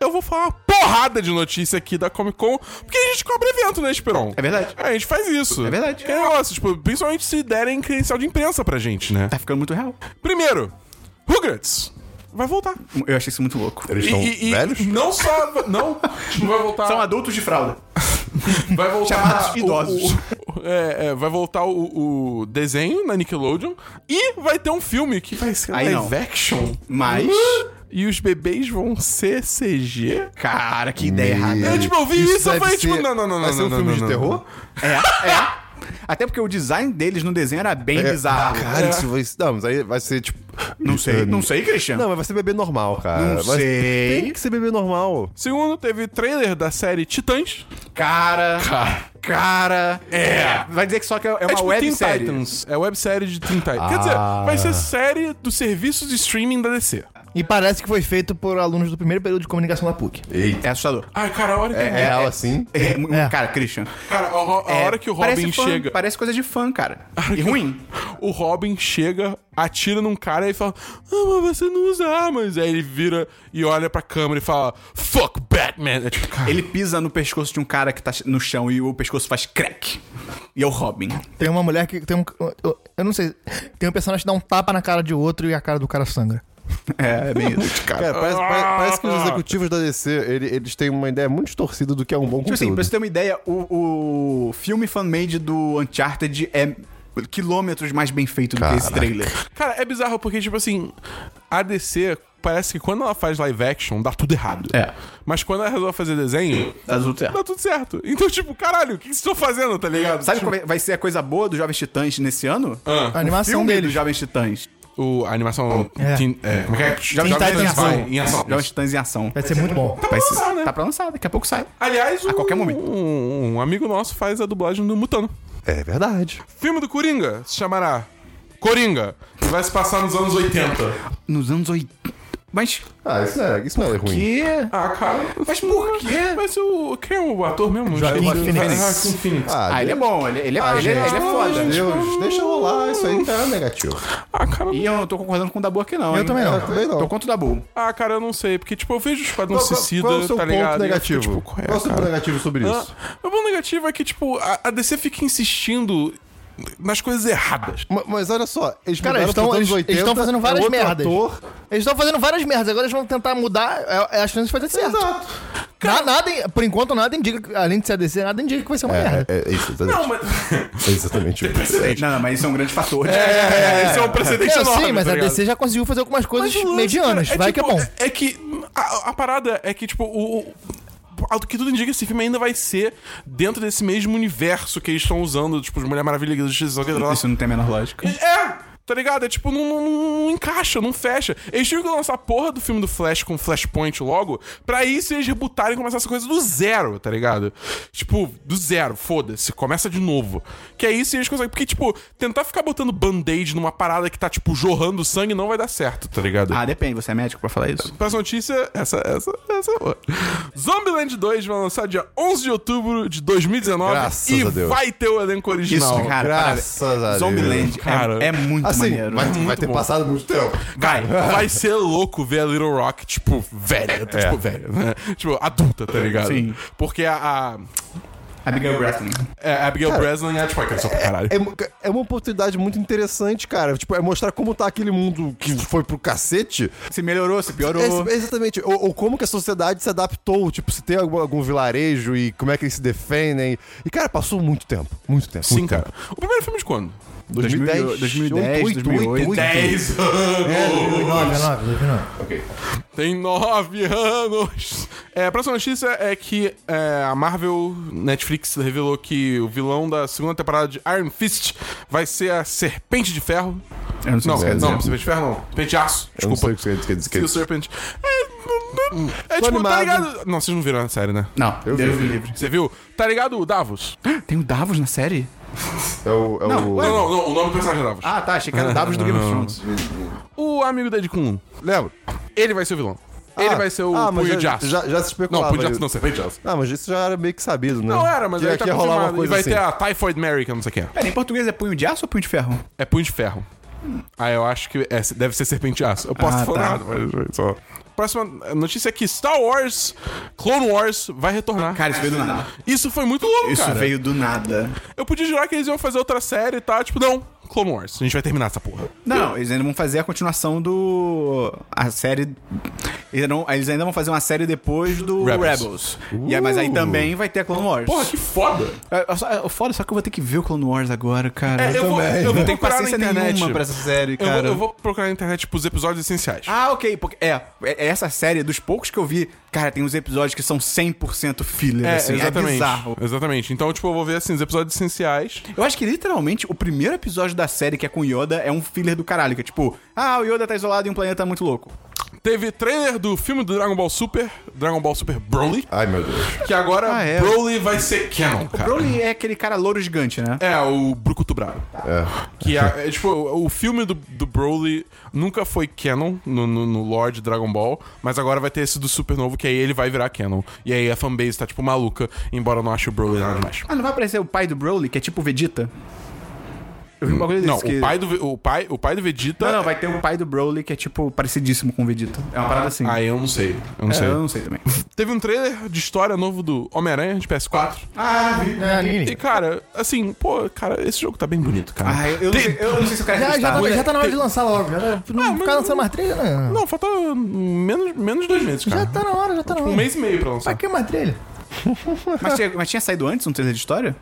[SPEAKER 3] eu vou falar uma porrada de notícia aqui da Comic Con, porque a gente cobre evento, né, Esperon?
[SPEAKER 1] É verdade.
[SPEAKER 3] A gente faz isso.
[SPEAKER 1] É verdade.
[SPEAKER 3] Que negócio, tipo, principalmente se derem credencial de imprensa pra gente, né?
[SPEAKER 1] Tá ficando muito real.
[SPEAKER 3] Primeiro, Rugrats vai voltar.
[SPEAKER 1] Eu achei isso muito louco.
[SPEAKER 2] Eles estão
[SPEAKER 3] E- e- e
[SPEAKER 2] velhos?
[SPEAKER 3] Não só. Não, não vai voltar.
[SPEAKER 1] São adultos de fralda.
[SPEAKER 3] Vai voltar
[SPEAKER 1] Chamados
[SPEAKER 3] o-
[SPEAKER 1] idosos.
[SPEAKER 3] o- o- é, é, vai voltar o, o desenho na Nickelodeon e vai ter um filme que vai ser
[SPEAKER 1] Aí
[SPEAKER 3] live
[SPEAKER 1] não.
[SPEAKER 3] action.
[SPEAKER 1] Mas.
[SPEAKER 3] E os bebês vão ser CG.
[SPEAKER 1] Cara, que ideia errada.
[SPEAKER 3] Eu, tipo, eu vi isso, eu
[SPEAKER 2] deve
[SPEAKER 3] falei, tipo,
[SPEAKER 2] ser-
[SPEAKER 3] não, não, não,
[SPEAKER 2] Vai
[SPEAKER 3] não,
[SPEAKER 2] ser um
[SPEAKER 3] não,
[SPEAKER 2] filme
[SPEAKER 3] não,
[SPEAKER 2] de
[SPEAKER 3] não,
[SPEAKER 2] terror?
[SPEAKER 1] É, é. Até porque o design deles no desenho era bem bizarro.
[SPEAKER 2] É,
[SPEAKER 1] É.
[SPEAKER 2] Cara, isso vai. Não, mas aí vai ser tipo.
[SPEAKER 1] Não sei, não sei, Christian.
[SPEAKER 2] Não, mas vai ser bebê normal, cara.
[SPEAKER 1] Não
[SPEAKER 2] Vai-
[SPEAKER 1] sei.
[SPEAKER 2] Tem que ser bebê normal.
[SPEAKER 3] Segundo, teve trailer da série Titãs.
[SPEAKER 1] Cara, cara. É. Vai dizer que só que é uma
[SPEAKER 3] é tipo Teen
[SPEAKER 1] websérie. Ah.
[SPEAKER 3] Titans. É websérie de Teen Titans. Quer dizer, vai ser série do serviço de streaming da DC.
[SPEAKER 4] E parece que foi feito por alunos do primeiro período de comunicação da PUC.
[SPEAKER 1] É assustador.
[SPEAKER 3] Ai, cara, a hora que,
[SPEAKER 2] É real assim?
[SPEAKER 1] É, mu-
[SPEAKER 4] É.
[SPEAKER 1] Cara, Christian.
[SPEAKER 3] cara, a, a
[SPEAKER 1] é,
[SPEAKER 3] hora que o
[SPEAKER 1] parece
[SPEAKER 3] Robin
[SPEAKER 1] fã,
[SPEAKER 3] chega.
[SPEAKER 1] Parece coisa de fã, cara. E ruim.
[SPEAKER 3] O Robin chega, atira num cara e fala: Ah, mas você não usa armas. Aí ele vira e olha pra câmera e fala: Fuck Batman. É tipo, cara,
[SPEAKER 1] Ele pisa no pescoço de um cara que tá no chão e o pescoço faz crack. E é o Robin.
[SPEAKER 4] Tem uma mulher que tem um. Eu, eu não sei. Tem um personagem que dá um tapa na cara de outro e a cara do cara sangra.
[SPEAKER 1] É, é bem isso.
[SPEAKER 2] Cara, parece, parece- parece que os executivos da DC, ele- eles têm uma ideia muito distorcida do que é um bom
[SPEAKER 1] Tipo assim,
[SPEAKER 2] conteúdo.
[SPEAKER 1] pra você ter uma ideia, o, o filme fan-made do Uncharted é quilômetros mais bem feito do que esse trailer.
[SPEAKER 3] cara, é bizarro porque, tipo assim, a DC parece que quando ela faz live action, dá tudo errado.
[SPEAKER 1] É.
[SPEAKER 3] Mas quando ela resolve fazer desenho, dá tudo certo. Então, tipo, caralho, o que que vocês estão fazendo, tá ligado?
[SPEAKER 1] Sabe
[SPEAKER 3] tipo, ah,
[SPEAKER 1] qual vai- vai ser a coisa boa do Jovens Titãs nesse ano?
[SPEAKER 3] Um
[SPEAKER 4] A animação
[SPEAKER 1] Filme
[SPEAKER 4] dele.
[SPEAKER 1] dos Jovens Titãs.
[SPEAKER 3] o, a animação.
[SPEAKER 4] É.
[SPEAKER 3] Teen- é, como é que é?
[SPEAKER 1] Jovens
[SPEAKER 4] Titãs tá em ação.
[SPEAKER 1] vai. Em ação. Jovens Titãs em ação.
[SPEAKER 4] Vai ser muito bom.
[SPEAKER 1] Vai ser-
[SPEAKER 3] lançar, né?
[SPEAKER 1] Tá pra lançar, daqui a pouco sai.
[SPEAKER 3] Aliás, a
[SPEAKER 1] qualquer momento.
[SPEAKER 3] Um, um amigo nosso faz a dublagem do Mutano.
[SPEAKER 2] É verdade.
[SPEAKER 3] Filme do Coringa se chamará Coringa. E vai se passar nos anos 80.
[SPEAKER 1] Nos anos 80. Mas
[SPEAKER 2] Ah, isso não é, isso não é ruim.
[SPEAKER 1] que.
[SPEAKER 3] Ah, cara.
[SPEAKER 1] Mas por quê?
[SPEAKER 3] Mas o. Quem é o ator mesmo?
[SPEAKER 4] Joaquim
[SPEAKER 3] O-
[SPEAKER 4] Phoenix.
[SPEAKER 3] Joaquim Phoenix.
[SPEAKER 1] Ah, ele é bom, ele, ele é, ele, é- ele é foda.
[SPEAKER 2] Meu
[SPEAKER 1] né?
[SPEAKER 2] Deus, deixa rolar, isso aí não é negativo.
[SPEAKER 3] Ah, cara.
[SPEAKER 1] E eu não tô concordando com o Dabu aqui, não.
[SPEAKER 4] Eu
[SPEAKER 1] hein?
[SPEAKER 4] também não.
[SPEAKER 2] Eu também não.
[SPEAKER 1] Tô contra o Dabu.
[SPEAKER 3] Ah, cara, eu não sei. Porque, tipo, eu vejo o Esquadrão
[SPEAKER 2] Qual- qual-
[SPEAKER 3] Suicida,
[SPEAKER 2] qual é o seu
[SPEAKER 3] tá
[SPEAKER 2] ponto
[SPEAKER 3] ligado? E eu
[SPEAKER 2] negativo?
[SPEAKER 3] fico, tipo, qual é,
[SPEAKER 2] qual é o seu
[SPEAKER 3] cara?
[SPEAKER 2] ponto negativo sobre
[SPEAKER 3] Ah,
[SPEAKER 2] isso?
[SPEAKER 3] Meu ponto negativo é que, tipo, a, a DC fica insistindo nas coisas erradas.
[SPEAKER 2] Ma- Mas olha só, eles
[SPEAKER 4] Cara,
[SPEAKER 2] mudaram
[SPEAKER 4] eles tão-
[SPEAKER 2] pros anos
[SPEAKER 4] eles- eles tão fazendo várias
[SPEAKER 2] é outro
[SPEAKER 4] merdas.
[SPEAKER 2] ator.
[SPEAKER 4] Eles estão fazendo várias merdas, agora eles vão tentar mudar é, é as chances de fazer certo.
[SPEAKER 2] Exato.
[SPEAKER 4] Na- nada, por enquanto, nada indica, que- além de ser a DC, nada indica que vai ser uma merda.
[SPEAKER 2] É, é isso, exatamente.
[SPEAKER 3] Não, mas.
[SPEAKER 2] É exatamente isso.
[SPEAKER 1] Não, não, mas isso é um grande fator.
[SPEAKER 3] É, esse é um precedente
[SPEAKER 4] É,
[SPEAKER 3] enorme.
[SPEAKER 4] sim, mas
[SPEAKER 3] tá
[SPEAKER 4] a
[SPEAKER 3] ligado?
[SPEAKER 4] DC já conseguiu fazer algumas coisas
[SPEAKER 3] o lance,
[SPEAKER 4] medianas.
[SPEAKER 3] cara,
[SPEAKER 4] vai que é
[SPEAKER 3] tipo,
[SPEAKER 4] bom.
[SPEAKER 3] É que a, a parada é que, tipo, o. o ao que tudo indica, esse filme ainda vai ser dentro desse mesmo universo que eles estão usando, tipo, de Mulher Maravilha, Liga da Justiça, Liga da
[SPEAKER 1] Isso não tem a menor lógica.
[SPEAKER 3] É! Tá ligado? É tipo, não, não- não- não encaixa, não fecha. Eles tinham que lançar a porra do filme do Flash com Flashpoint logo, pra isso eles rebutarem e começar essa coisa do zero, tá ligado? Tipo, do zero, foda-se, começa de novo. Que é isso e eles conseguem. Porque, tipo, tentar ficar botando band-aid numa parada que tá, tipo, jorrando sangue não vai dar certo, tá ligado?
[SPEAKER 1] Ah, depende, você é médico pra falar isso?
[SPEAKER 3] Próxima notícia, essa, essa, essa é boa. Zombieland 2 vai lançar dia 11 de outubro de 2019
[SPEAKER 2] Graças
[SPEAKER 3] e
[SPEAKER 2] a Deus.
[SPEAKER 3] vai ter o elenco original.
[SPEAKER 1] Isso, cara,
[SPEAKER 2] graças
[SPEAKER 1] parabéns.
[SPEAKER 2] a Deus.
[SPEAKER 1] Zombieland é-
[SPEAKER 3] Cara.
[SPEAKER 1] é, muito
[SPEAKER 2] Assim,
[SPEAKER 1] maneiro.
[SPEAKER 2] vai, vai ter
[SPEAKER 3] bom.
[SPEAKER 2] passado muito tempo.
[SPEAKER 1] Vai.
[SPEAKER 3] Vai ser louco ver a Little Rock, tipo, velha. tá, Tipo, velha, né? Tipo, adulta, tá ligado?
[SPEAKER 1] Sim.
[SPEAKER 3] Porque a, a,
[SPEAKER 1] Abigail Breslin.
[SPEAKER 3] é, a Abigail Breslin é, tipo, aquela só pra caralho.
[SPEAKER 2] É, mu- é uma oportunidade muito interessante, cara. Tipo, é mostrar como tá aquele mundo que foi pro cacete.
[SPEAKER 1] Se melhorou, se piorou.
[SPEAKER 2] É, exatamente. Ou, ou como que a sociedade se adaptou. Tipo, se tem algum, algum vilarejo e como é que eles se defendem. E, cara, passou muito tempo. Muito tempo.
[SPEAKER 3] Sim,
[SPEAKER 2] muito
[SPEAKER 3] cara. O primeiro filme de quando?
[SPEAKER 1] 2010, 2008, 2008.
[SPEAKER 3] 10 anos!
[SPEAKER 4] 2009, 2009.
[SPEAKER 3] Tem nove anos! É, a próxima notícia é que é, a Marvel Netflix revelou que o vilão da segunda temporada de Iron Fist vai ser a Serpente de Ferro.
[SPEAKER 1] Eu não sei é
[SPEAKER 3] Não,
[SPEAKER 1] o que quer
[SPEAKER 3] não,
[SPEAKER 1] dizer.
[SPEAKER 3] Serpente de Ferro não. Serpente de
[SPEAKER 2] é
[SPEAKER 3] Aço.
[SPEAKER 2] assim. Eu não
[SPEAKER 3] Desculpa.
[SPEAKER 2] sei o que você quer dizer.
[SPEAKER 3] Steel Serpent. É, não- não- é tipo, tá
[SPEAKER 2] animado.
[SPEAKER 3] ligado? Não, vocês não viram a série, né?
[SPEAKER 1] Não,
[SPEAKER 2] Eu
[SPEAKER 1] Deus
[SPEAKER 2] vi.
[SPEAKER 1] me livre.
[SPEAKER 3] Você viu? Tá ligado o Davos?
[SPEAKER 1] Tem o Davos na série?
[SPEAKER 2] É o. É
[SPEAKER 1] Não,
[SPEAKER 2] o...
[SPEAKER 3] Não, não, não, o nome do personagem é Davos.
[SPEAKER 1] Ah, tá, achei que era o Davos do Game of Thrones.
[SPEAKER 3] O amigo da Ed Kun,
[SPEAKER 2] Lembro.
[SPEAKER 3] ele vai ser o vilão. Ele
[SPEAKER 2] Ah,
[SPEAKER 3] vai ser o
[SPEAKER 2] ah, mas
[SPEAKER 3] Punho
[SPEAKER 2] já,
[SPEAKER 3] de Aço.
[SPEAKER 2] Já, já se especulava.
[SPEAKER 3] não, Punho de
[SPEAKER 2] isso.
[SPEAKER 3] Aço não, Serpente de Aço.
[SPEAKER 2] Ah, mas isso já era meio que sabido, né?
[SPEAKER 3] Não era, mas
[SPEAKER 2] que,
[SPEAKER 3] aí
[SPEAKER 2] que
[SPEAKER 3] tá
[SPEAKER 2] ia rolar uma
[SPEAKER 3] confirmado. E
[SPEAKER 2] coisa
[SPEAKER 3] vai
[SPEAKER 2] assim.
[SPEAKER 3] ter a Typhoid Mary, que eu não sei quem é.
[SPEAKER 1] Pera, em português é punho de aço ou punho de ferro?
[SPEAKER 3] É Punho de Ferro. Ah, eu acho que é- deve ser Serpente de Aço. Eu posso
[SPEAKER 1] Ah,
[SPEAKER 3] estar
[SPEAKER 1] tá.
[SPEAKER 3] falar errado, mas só... Próxima notícia é que Star Wars, Clone Wars, vai retornar.
[SPEAKER 1] Cara, isso veio do nada.
[SPEAKER 3] Isso foi muito louco,
[SPEAKER 1] Isso
[SPEAKER 3] cara.
[SPEAKER 1] veio do nada.
[SPEAKER 3] Eu podia jurar que eles iam fazer outra série e tá? Tipo, não, Clone Wars. A gente vai terminar essa porra.
[SPEAKER 1] Não, eles ainda vão fazer a continuação do. A série. Eles ainda vão- eles ainda vão fazer uma série depois do Rebels.
[SPEAKER 3] Rebels.
[SPEAKER 1] E aí- mas aí também vai ter a Clone Wars.
[SPEAKER 3] Porra, que foda.
[SPEAKER 1] É, eu só- eu- foda, só que eu vou ter que ver o Clone Wars agora, cara.
[SPEAKER 3] É, eu vou- eu vou
[SPEAKER 1] não tenho
[SPEAKER 3] procurar na
[SPEAKER 1] paciência
[SPEAKER 3] internet.
[SPEAKER 1] nenhuma pra essa série,
[SPEAKER 3] Eu
[SPEAKER 1] cara.
[SPEAKER 3] vou, eu vou procurar na internet, tipo, os episódios essenciais.
[SPEAKER 1] Ah, ok, porque é, é essa série dos poucos que eu vi, cara, tem uns episódios que são 100% filler, assim, é bizarro.
[SPEAKER 3] Exatamente. Então, tipo, eu vou ver, assim, os episódios essenciais.
[SPEAKER 1] Eu acho que literalmente o primeiro episódio da série que é com o Yoda é um filler do caralho, que é tipo, ah, o Yoda tá isolado em um planeta muito louco.
[SPEAKER 3] Teve trailer do filme do Dragon Ball Super, Dragon Ball Super Broly,
[SPEAKER 2] Ai, meu Deus.
[SPEAKER 3] que agora
[SPEAKER 1] Ah, é.
[SPEAKER 3] Broly vai ser canon, cara.
[SPEAKER 1] Broly é aquele cara louro gigante, né?
[SPEAKER 3] É, o Brucutu Bravo.
[SPEAKER 2] É.
[SPEAKER 3] Que é, é, tipo, o o filme do, do Broly nunca foi canon no, no, no lore de Dragon Ball, mas agora vai ter esse do Super Novo, que aí ele vai virar canon. E aí a fanbase tá, tipo, maluca, embora eu não ache o Broly nada demais.
[SPEAKER 1] Ah, não vai aparecer o pai do Broly, que é tipo o Vegeta? Eu vi um bagulho desse
[SPEAKER 3] Não,
[SPEAKER 1] que...
[SPEAKER 3] o, pai do, Ve- o, pai, o pai do Vegeta...
[SPEAKER 1] Não, não, vai ter o pai do Broly, que é tipo parecidíssimo com o Vegeta. É uma parada assim.
[SPEAKER 3] Ah, eu não sei. Eu não
[SPEAKER 1] É,
[SPEAKER 3] sei.
[SPEAKER 1] eu não sei também.
[SPEAKER 3] Teve um trailer de história novo do Homem-Aranha de PS4.
[SPEAKER 4] É, ninguém
[SPEAKER 3] E,
[SPEAKER 4] liga.
[SPEAKER 3] cara, assim, pô, cara, esse jogo tá bem bonito, cara.
[SPEAKER 1] Ah, eu, eu não sei, eu não sei se eu quero
[SPEAKER 4] Já, já,
[SPEAKER 1] acreditar.
[SPEAKER 4] tá, já tá na hora de lançar logo. Já, tá- não
[SPEAKER 3] Ah, mas-
[SPEAKER 4] ficar lançando mais trailer, né?
[SPEAKER 3] Não, falta menos, menos de dois meses, cara.
[SPEAKER 4] Já tá na hora, já tá na hora.
[SPEAKER 3] Um mês e meio pra lançar.
[SPEAKER 4] Pra que mais trailer?
[SPEAKER 1] Mas tinha, mas tinha saído antes um trailer de história?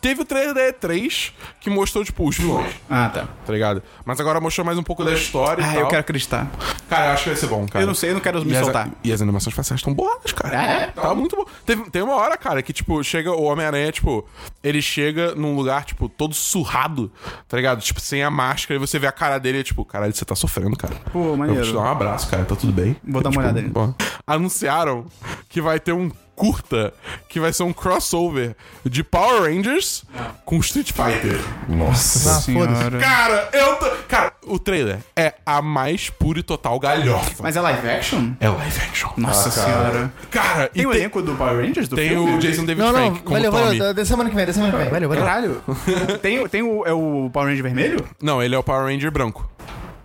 [SPEAKER 3] Teve o trailer da E3 que mostrou, tipo, os vilões,
[SPEAKER 1] Ah, tá.
[SPEAKER 3] tá ligado? Mas agora mostrou mais um pouco da história e
[SPEAKER 1] Ah,
[SPEAKER 3] tal.
[SPEAKER 1] eu quero acreditar.
[SPEAKER 3] Cara, eu acho que vai ser bom, cara.
[SPEAKER 1] Eu não sei, eu não quero me
[SPEAKER 3] E as,
[SPEAKER 1] soltar.
[SPEAKER 3] e as animações faciais estão boas, cara.
[SPEAKER 1] É?
[SPEAKER 3] Tá muito bom. Teve- tem uma hora, cara, que, tipo, chega o Homem-Aranha, tipo, ele chega num lugar, tipo, todo surrado, tá ligado? Tipo, sem a máscara, e você vê a cara dele, e, tipo, caralho, você tá sofrendo, cara.
[SPEAKER 1] Pô, maneiro.
[SPEAKER 3] Eu vou te dar um abraço, cara, tá tudo bem.
[SPEAKER 1] Vou dar uma olhada nele.
[SPEAKER 3] Bom, anunciaram que vai ter um curta que vai ser um crossover de Power Rangers com Street Fighter.
[SPEAKER 4] Ah,
[SPEAKER 1] Nossa senhora.
[SPEAKER 3] Cara, eu tô... Cara, o trailer é a mais pura e total galhofa.
[SPEAKER 1] Mas é live action?
[SPEAKER 3] É live action.
[SPEAKER 1] Nossa senhora.
[SPEAKER 3] Cara,
[SPEAKER 1] Ah, Tem
[SPEAKER 3] e
[SPEAKER 1] o
[SPEAKER 3] tem,
[SPEAKER 1] elenco do Power Rangers do
[SPEAKER 3] tem
[SPEAKER 1] filme?
[SPEAKER 3] o Jason David
[SPEAKER 4] Não, não,
[SPEAKER 3] Frank como
[SPEAKER 4] valeu, tá-
[SPEAKER 3] Tommy.
[SPEAKER 4] valeu. Da, da semana que vem, da semana que vem. Valeu, valeu.
[SPEAKER 1] Caralho. tem, o- tem o, é o Power Ranger vermelho?
[SPEAKER 3] Não, ele é o Power Ranger branco.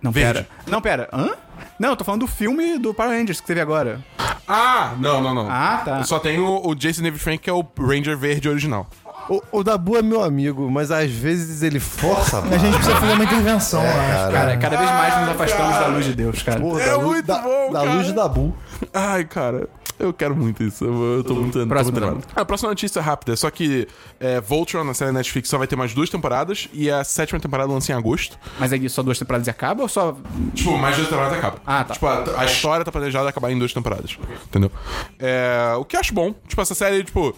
[SPEAKER 1] Não,
[SPEAKER 3] Verde.
[SPEAKER 1] pera. Não, pera. Hã? Não, eu tô falando do filme do Power Rangers que teve agora.
[SPEAKER 3] Ah, não, não, não.
[SPEAKER 1] Ah, tá.
[SPEAKER 3] Só tem o, o Jason David Frank, que é o Ranger verde original.
[SPEAKER 2] O, o Dabu é meu amigo, mas às vezes ele força.
[SPEAKER 4] A gente precisa fazer né? uma intervenção, eu acho, cara.
[SPEAKER 1] Cara, cada vez mais nos afastamos da luz de Deus, cara.
[SPEAKER 2] Pô,
[SPEAKER 3] É
[SPEAKER 2] da luz-
[SPEAKER 3] muito
[SPEAKER 2] da,
[SPEAKER 3] bom,
[SPEAKER 2] da
[SPEAKER 3] cara.
[SPEAKER 2] luz de Dabu.
[SPEAKER 3] Ai, cara, eu quero muito isso. Eu, eu tô muito tô
[SPEAKER 1] Próximo
[SPEAKER 3] muito
[SPEAKER 1] tema.
[SPEAKER 3] animado. Ah, a próxima notícia é rápida, só que é, Voltron, na série Netflix, só vai ter mais duas temporadas e a sétima temporada lança em agosto.
[SPEAKER 1] Mas aí só duas temporadas e acaba ou só.
[SPEAKER 3] Tipo, mais duas temporadas acaba.
[SPEAKER 1] Ah, tá.
[SPEAKER 3] Tipo, a, a história tá planejada acabar em duas temporadas. Entendeu? É, o que eu acho bom. Tipo, essa série, tipo.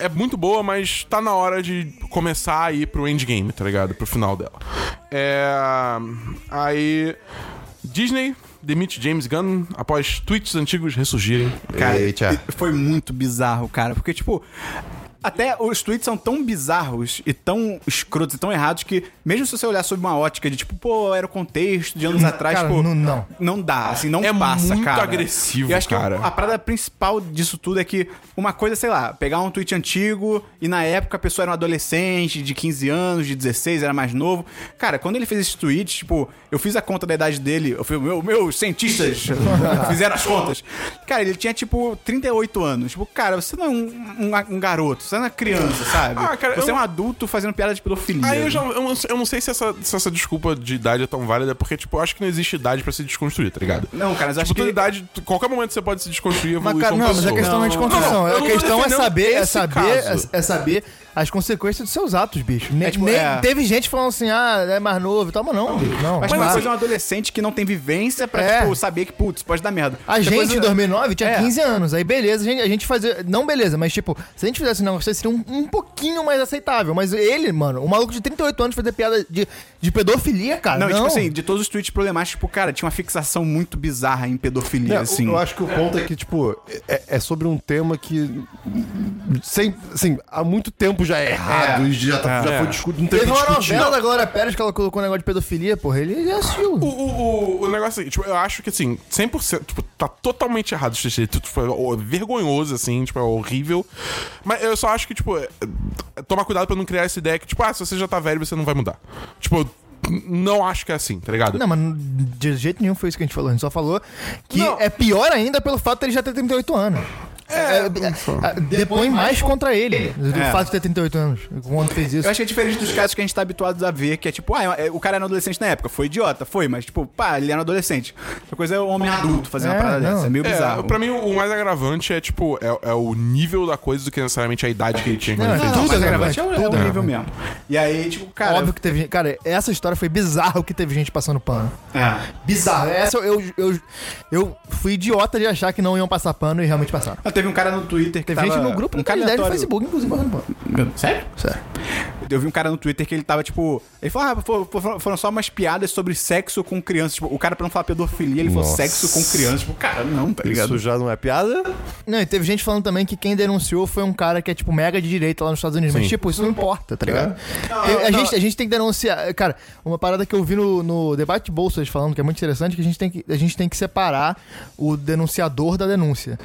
[SPEAKER 3] É muito boa, mas tá na hora de começar a ir pro endgame, tá ligado? Pro final dela. É. Aí. Disney demite James Gunn após tweets antigos ressurgirem.
[SPEAKER 2] Eita.
[SPEAKER 1] Foi muito bizarro, cara. Porque, tipo. Até os tweets são tão bizarros e tão escrotos e tão errados que, mesmo se você olhar sob uma ótica de tipo, pô, era o contexto de anos atrás,
[SPEAKER 4] Cara,
[SPEAKER 1] pô.
[SPEAKER 4] não- não.
[SPEAKER 1] Não dá, assim, não
[SPEAKER 3] É
[SPEAKER 1] passa,
[SPEAKER 3] muito
[SPEAKER 1] cara.
[SPEAKER 3] agressivo,
[SPEAKER 1] E acho
[SPEAKER 3] cara.
[SPEAKER 1] que a parada principal disso tudo é que uma coisa, sei lá, pegar um tweet antigo e na época a pessoa era um adolescente de 15 anos, de 16, era mais novo. Cara, quando ele fez esse tweet, tipo, eu fiz a conta da idade dele, eu fui, meu, meus cientistas fizeram as contas. Cara, ele tinha, tipo, 38 anos. Tipo, cara, você não é um, um- um garoto, você não é criança, sabe?
[SPEAKER 3] Ah, cara,
[SPEAKER 1] você
[SPEAKER 3] eu-
[SPEAKER 1] é um adulto fazendo piada de pedofilia.
[SPEAKER 3] Aí eu já eu não, eu não sei se essa, se essa desculpa de idade é tão válida, porque, tipo, eu acho que não existe idade pra se desconstruir, tá ligado?
[SPEAKER 1] Não, cara, mas eu
[SPEAKER 3] Tipo,
[SPEAKER 1] acho que...
[SPEAKER 3] toda idade, qualquer momento você pode se desconstruir e evoluir
[SPEAKER 4] Mas, cara,
[SPEAKER 3] como
[SPEAKER 4] não, mas a
[SPEAKER 3] pessoa.
[SPEAKER 4] questão não é de
[SPEAKER 3] Não,
[SPEAKER 4] construção.
[SPEAKER 3] não, eu
[SPEAKER 4] A
[SPEAKER 3] não tô
[SPEAKER 4] questão é
[SPEAKER 3] defendendo
[SPEAKER 4] saber, é
[SPEAKER 3] esse
[SPEAKER 4] saber,
[SPEAKER 3] caso.
[SPEAKER 4] é, é saber as consequências dos seus atos, bicho. Nem,
[SPEAKER 1] É, tipo,
[SPEAKER 4] nem-
[SPEAKER 1] é.
[SPEAKER 4] Teve gente falando assim, ah, é mais novo e tal, mas não, bicho, não.
[SPEAKER 1] Mas
[SPEAKER 4] não
[SPEAKER 1] uma
[SPEAKER 4] dá.
[SPEAKER 1] coisa é um adolescente que não tem vivência pra,
[SPEAKER 4] É.
[SPEAKER 1] tipo, saber que, putz, pode dar merda.
[SPEAKER 4] A gente,
[SPEAKER 1] Depois,
[SPEAKER 4] em 2009, tinha
[SPEAKER 1] É.
[SPEAKER 4] 15 anos. Aí, beleza, a gente, a gente fazia... Não beleza, mas, tipo, se a gente fizesse um negócio, seria um, um pouquinho mais aceitável. Mas ele, mano, um maluco de 38 anos fazer piada de, de pedofilia, cara,
[SPEAKER 1] Não,
[SPEAKER 4] não.
[SPEAKER 1] e, tipo assim, de todos os tweets problemáticos, tipo, cara, tinha uma fixação muito bizarra em pedofilia,
[SPEAKER 2] Não,
[SPEAKER 1] assim.
[SPEAKER 2] Eu acho que o ponto é que, tipo, é, é sobre um tema que. Sem, assim, há muito tempo já é errado. e Já, tá- já foi discutido. Não teve
[SPEAKER 4] Teve
[SPEAKER 2] que
[SPEAKER 4] uma
[SPEAKER 2] discutir.
[SPEAKER 4] novela da Glória Pérez que ela colocou um negócio de pedofilia, porra, ele já assistiu.
[SPEAKER 3] O, o, o, o negócio é, que, tipo, eu acho que assim, 100%, tipo, tá totalmente errado esse jeito, tipo, é o- vergonhoso, assim, tipo, é horrível. Mas eu só acho que, tipo, é- é tomar cuidado pra não criar essa ideia que, tipo, ah, se você já tá velho, você não vai mudar. Tipo, eu não acho que é assim, tá ligado?
[SPEAKER 4] Não, mas de jeito nenhum foi isso que a gente falou. A gente só falou que
[SPEAKER 3] Não.
[SPEAKER 4] é pior ainda pelo fato de ele já ter 38 anos. É, é, é, depõe mais contra ele, do
[SPEAKER 1] É.
[SPEAKER 4] fato de ter 38 anos, quando fez isso.
[SPEAKER 1] Eu acho que é diferente dos casos que a gente tá habituado a ver, que é tipo, ah, é- o cara era um adolescente na época, foi idiota, foi, mas tipo, pá, ele era um adolescente. Outra coisa é o homem adulto fazer uma
[SPEAKER 4] É,
[SPEAKER 1] parada
[SPEAKER 4] não.
[SPEAKER 1] dessa, é meio
[SPEAKER 3] É,
[SPEAKER 1] bizarro.
[SPEAKER 3] pra mim, o mais agravante é, tipo, é, é o nível da coisa do que necessariamente a idade que ele tinha quando
[SPEAKER 4] Não,
[SPEAKER 3] ele fez
[SPEAKER 1] Não,
[SPEAKER 4] tudo
[SPEAKER 1] mas
[SPEAKER 4] é
[SPEAKER 1] agravante é o, é o
[SPEAKER 4] tudo é
[SPEAKER 1] nível mesmo. E aí, tipo, cara...
[SPEAKER 4] Óbvio que teve gente. Cara, essa história foi bizarro que teve gente passando pano.
[SPEAKER 1] É.
[SPEAKER 4] Bizarro. Essa eu, eu, eu, eu fui idiota de achar que não iam passar pano e realmente passaram.
[SPEAKER 1] Não, teve um cara no Twitter que
[SPEAKER 4] Teve
[SPEAKER 1] tava...
[SPEAKER 4] gente no grupo
[SPEAKER 1] um
[SPEAKER 4] do Calidade do
[SPEAKER 1] aleatório-
[SPEAKER 4] Facebook, inclusive, passando pano.
[SPEAKER 1] Meu, Sério?
[SPEAKER 4] Sério.
[SPEAKER 1] Eu vi um cara no Twitter que ele tava, tipo. Ele falou, ah, fo- fo- foram só umas piadas sobre sexo com crianças. Tipo, o cara, pra não falar pedofilia, ele falou
[SPEAKER 2] Nossa.
[SPEAKER 1] sexo com crianças. Tipo, cara, não, tá ligado?
[SPEAKER 2] Isso já não é piada?
[SPEAKER 4] Não, e teve gente falando também que quem denunciou foi um cara que é, tipo, mega de direita lá nos Estados Unidos. Mas, tipo, isso não importa,
[SPEAKER 3] É.
[SPEAKER 4] tá ligado? Eu- a, gente, a gente tem que denunciar. Cara, uma parada que eu vi no, no debate de bolsas falando, que é muito interessante, que a gente tem que, a gente tem que separar o denunciador da denúncia.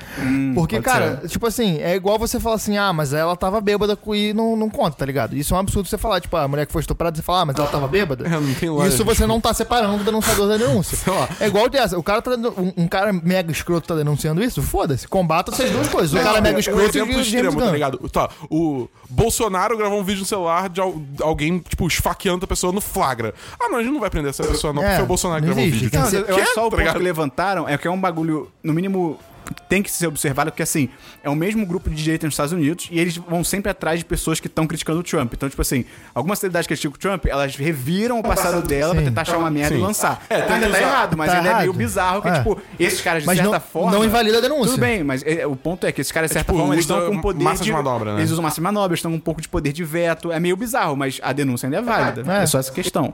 [SPEAKER 4] Porque, cara, tipo assim, é igual você falar assim, ah, mas ela tava bêbada com- e não, não conta, tá ligado? Isso é um absurdo você falar, tipo, ah, a mulher que foi estuprada, você fala, ah, mas ela tava bêbada.
[SPEAKER 3] É, não tem lógica.
[SPEAKER 4] Isso você não tá separando o denunciador da denúncia. É igual dessa. O cara tá. denu- Um, um cara mega escroto tá denunciando isso? Foda-se. Combata essas duas coisas.
[SPEAKER 1] é
[SPEAKER 4] O cara mega
[SPEAKER 3] Um
[SPEAKER 4] escroto e o
[SPEAKER 3] exemplo
[SPEAKER 4] James
[SPEAKER 3] extremo, tá
[SPEAKER 4] Gunn.
[SPEAKER 3] ligado? Tá, o Bolsonaro gravou um vídeo no celular de al- alguém, tipo, esfaqueando a pessoa no flagra. Ah, não, a gente não vai prender essa pessoa, não,
[SPEAKER 4] É,
[SPEAKER 3] porque o Bolsonaro
[SPEAKER 4] não
[SPEAKER 3] gravou o
[SPEAKER 4] existe,
[SPEAKER 3] vídeo. tipo,
[SPEAKER 4] cara.
[SPEAKER 1] Não, mas eu, eu
[SPEAKER 3] Quê?
[SPEAKER 1] acho só o
[SPEAKER 3] Tá
[SPEAKER 1] ponto
[SPEAKER 3] ligado?
[SPEAKER 1] que levantaram é que é um bagulho, no mínimo, tem que ser observado, porque assim, é o mesmo grupo de direita nos Estados Unidos e eles vão sempre atrás de pessoas que estão criticando o Trump. Então, tipo assim, algumas celebridades que criticam o Trump, elas reviram o passado, dela pra
[SPEAKER 4] sim.
[SPEAKER 1] tentar achar uma merda e lançar. É,
[SPEAKER 3] tem
[SPEAKER 1] Ainda
[SPEAKER 3] que
[SPEAKER 1] tá
[SPEAKER 3] usar-
[SPEAKER 1] errado, mas
[SPEAKER 4] tá
[SPEAKER 1] ainda é meio
[SPEAKER 4] errado.
[SPEAKER 1] bizarro que,
[SPEAKER 4] É.
[SPEAKER 1] tipo, esses caras, de
[SPEAKER 4] Mas
[SPEAKER 1] certa
[SPEAKER 4] não-
[SPEAKER 1] forma.
[SPEAKER 4] não invalida a denúncia.
[SPEAKER 1] Tudo bem, mas é, o ponto é que esses caras, de certa
[SPEAKER 3] tipo,
[SPEAKER 1] forma, eles
[SPEAKER 3] usa
[SPEAKER 1] estão com um poder.
[SPEAKER 3] massa de manobra, né?
[SPEAKER 1] Eles usam massa de manobra, eles estão com um pouco de poder de veto. É meio bizarro, mas a denúncia ainda é válida. É,
[SPEAKER 4] É.
[SPEAKER 1] só essa questão.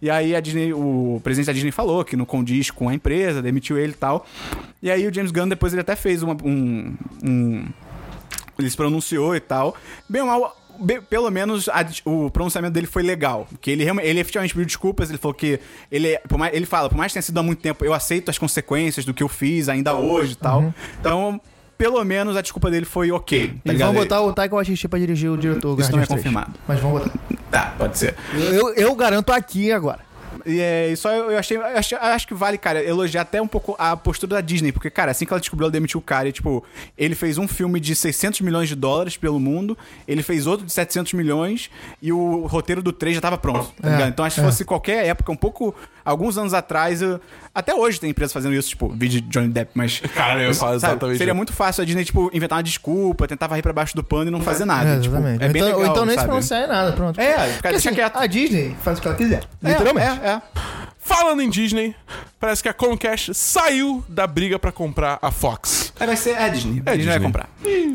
[SPEAKER 1] E aí a Disney, o presidente da Disney falou que não condiz com a empresa, demitiu ele e tal. E aí o James Gunn depois ele até fez uma- um- um ele se pronunciou e tal. Bem ou mal, be- pelo menos a dis- o pronunciamento dele foi legal. Porque ele, realmente- ele efetivamente pediu desculpas, ele falou que. Ele, por mais, ele fala, por mais que tenha sido há muito tempo, eu aceito as consequências do que eu fiz ainda hoje e tal. Então, pelo menos a desculpa dele foi ok. Tá
[SPEAKER 4] Eles vão
[SPEAKER 1] ligado?
[SPEAKER 4] botar o Taika Waititi pra dirigir o diretor.
[SPEAKER 1] Isso não é
[SPEAKER 4] Guardiões 3.
[SPEAKER 1] confirmado.
[SPEAKER 4] Mas vão botar.
[SPEAKER 1] Tá, pode ser.
[SPEAKER 4] Eu, eu garanto aqui agora.
[SPEAKER 1] E é, e só eu, eu achei, eu achei- eu acho que vale, cara, elogiar até um pouco a postura da Disney, porque, cara, assim que ela descobriu, ela demitiu o cara, e, tipo, ele fez um filme de 600 milhões de dólares pelo mundo, ele fez outro de 700 milhões, e o roteiro do 3 já tava pronto, tá
[SPEAKER 4] É,
[SPEAKER 1] ligado? Então, acho que
[SPEAKER 4] é.
[SPEAKER 1] fosse qualquer época, um pouco, alguns anos atrás, eu- até hoje tem empresa fazendo isso, tipo, vídeo de Johnny Depp, mas...
[SPEAKER 3] Cara, eu falo
[SPEAKER 1] sabe,
[SPEAKER 3] exatamente.
[SPEAKER 1] seria
[SPEAKER 3] isso.
[SPEAKER 1] muito fácil a Disney, tipo, inventar uma desculpa, tentar varrer pra baixo do pano e não fazer nada.
[SPEAKER 4] É,
[SPEAKER 1] tipo,
[SPEAKER 4] exatamente.
[SPEAKER 1] é bem
[SPEAKER 4] então,
[SPEAKER 1] legal,
[SPEAKER 4] ou então nem se
[SPEAKER 1] sabe?
[SPEAKER 4] pronunciar em nada, pronto.
[SPEAKER 1] É, fica-
[SPEAKER 4] Porque,
[SPEAKER 1] deixa
[SPEAKER 4] assim,
[SPEAKER 1] quieto.
[SPEAKER 4] a Disney faz o que ela quiser.
[SPEAKER 1] É,
[SPEAKER 4] Literalmente.
[SPEAKER 1] É, é.
[SPEAKER 3] Falando em Disney, parece que a Comcast saiu da briga pra comprar a Fox.
[SPEAKER 1] Aí vai ser é a Disney. a Disney
[SPEAKER 3] Disney.
[SPEAKER 1] vai comprar.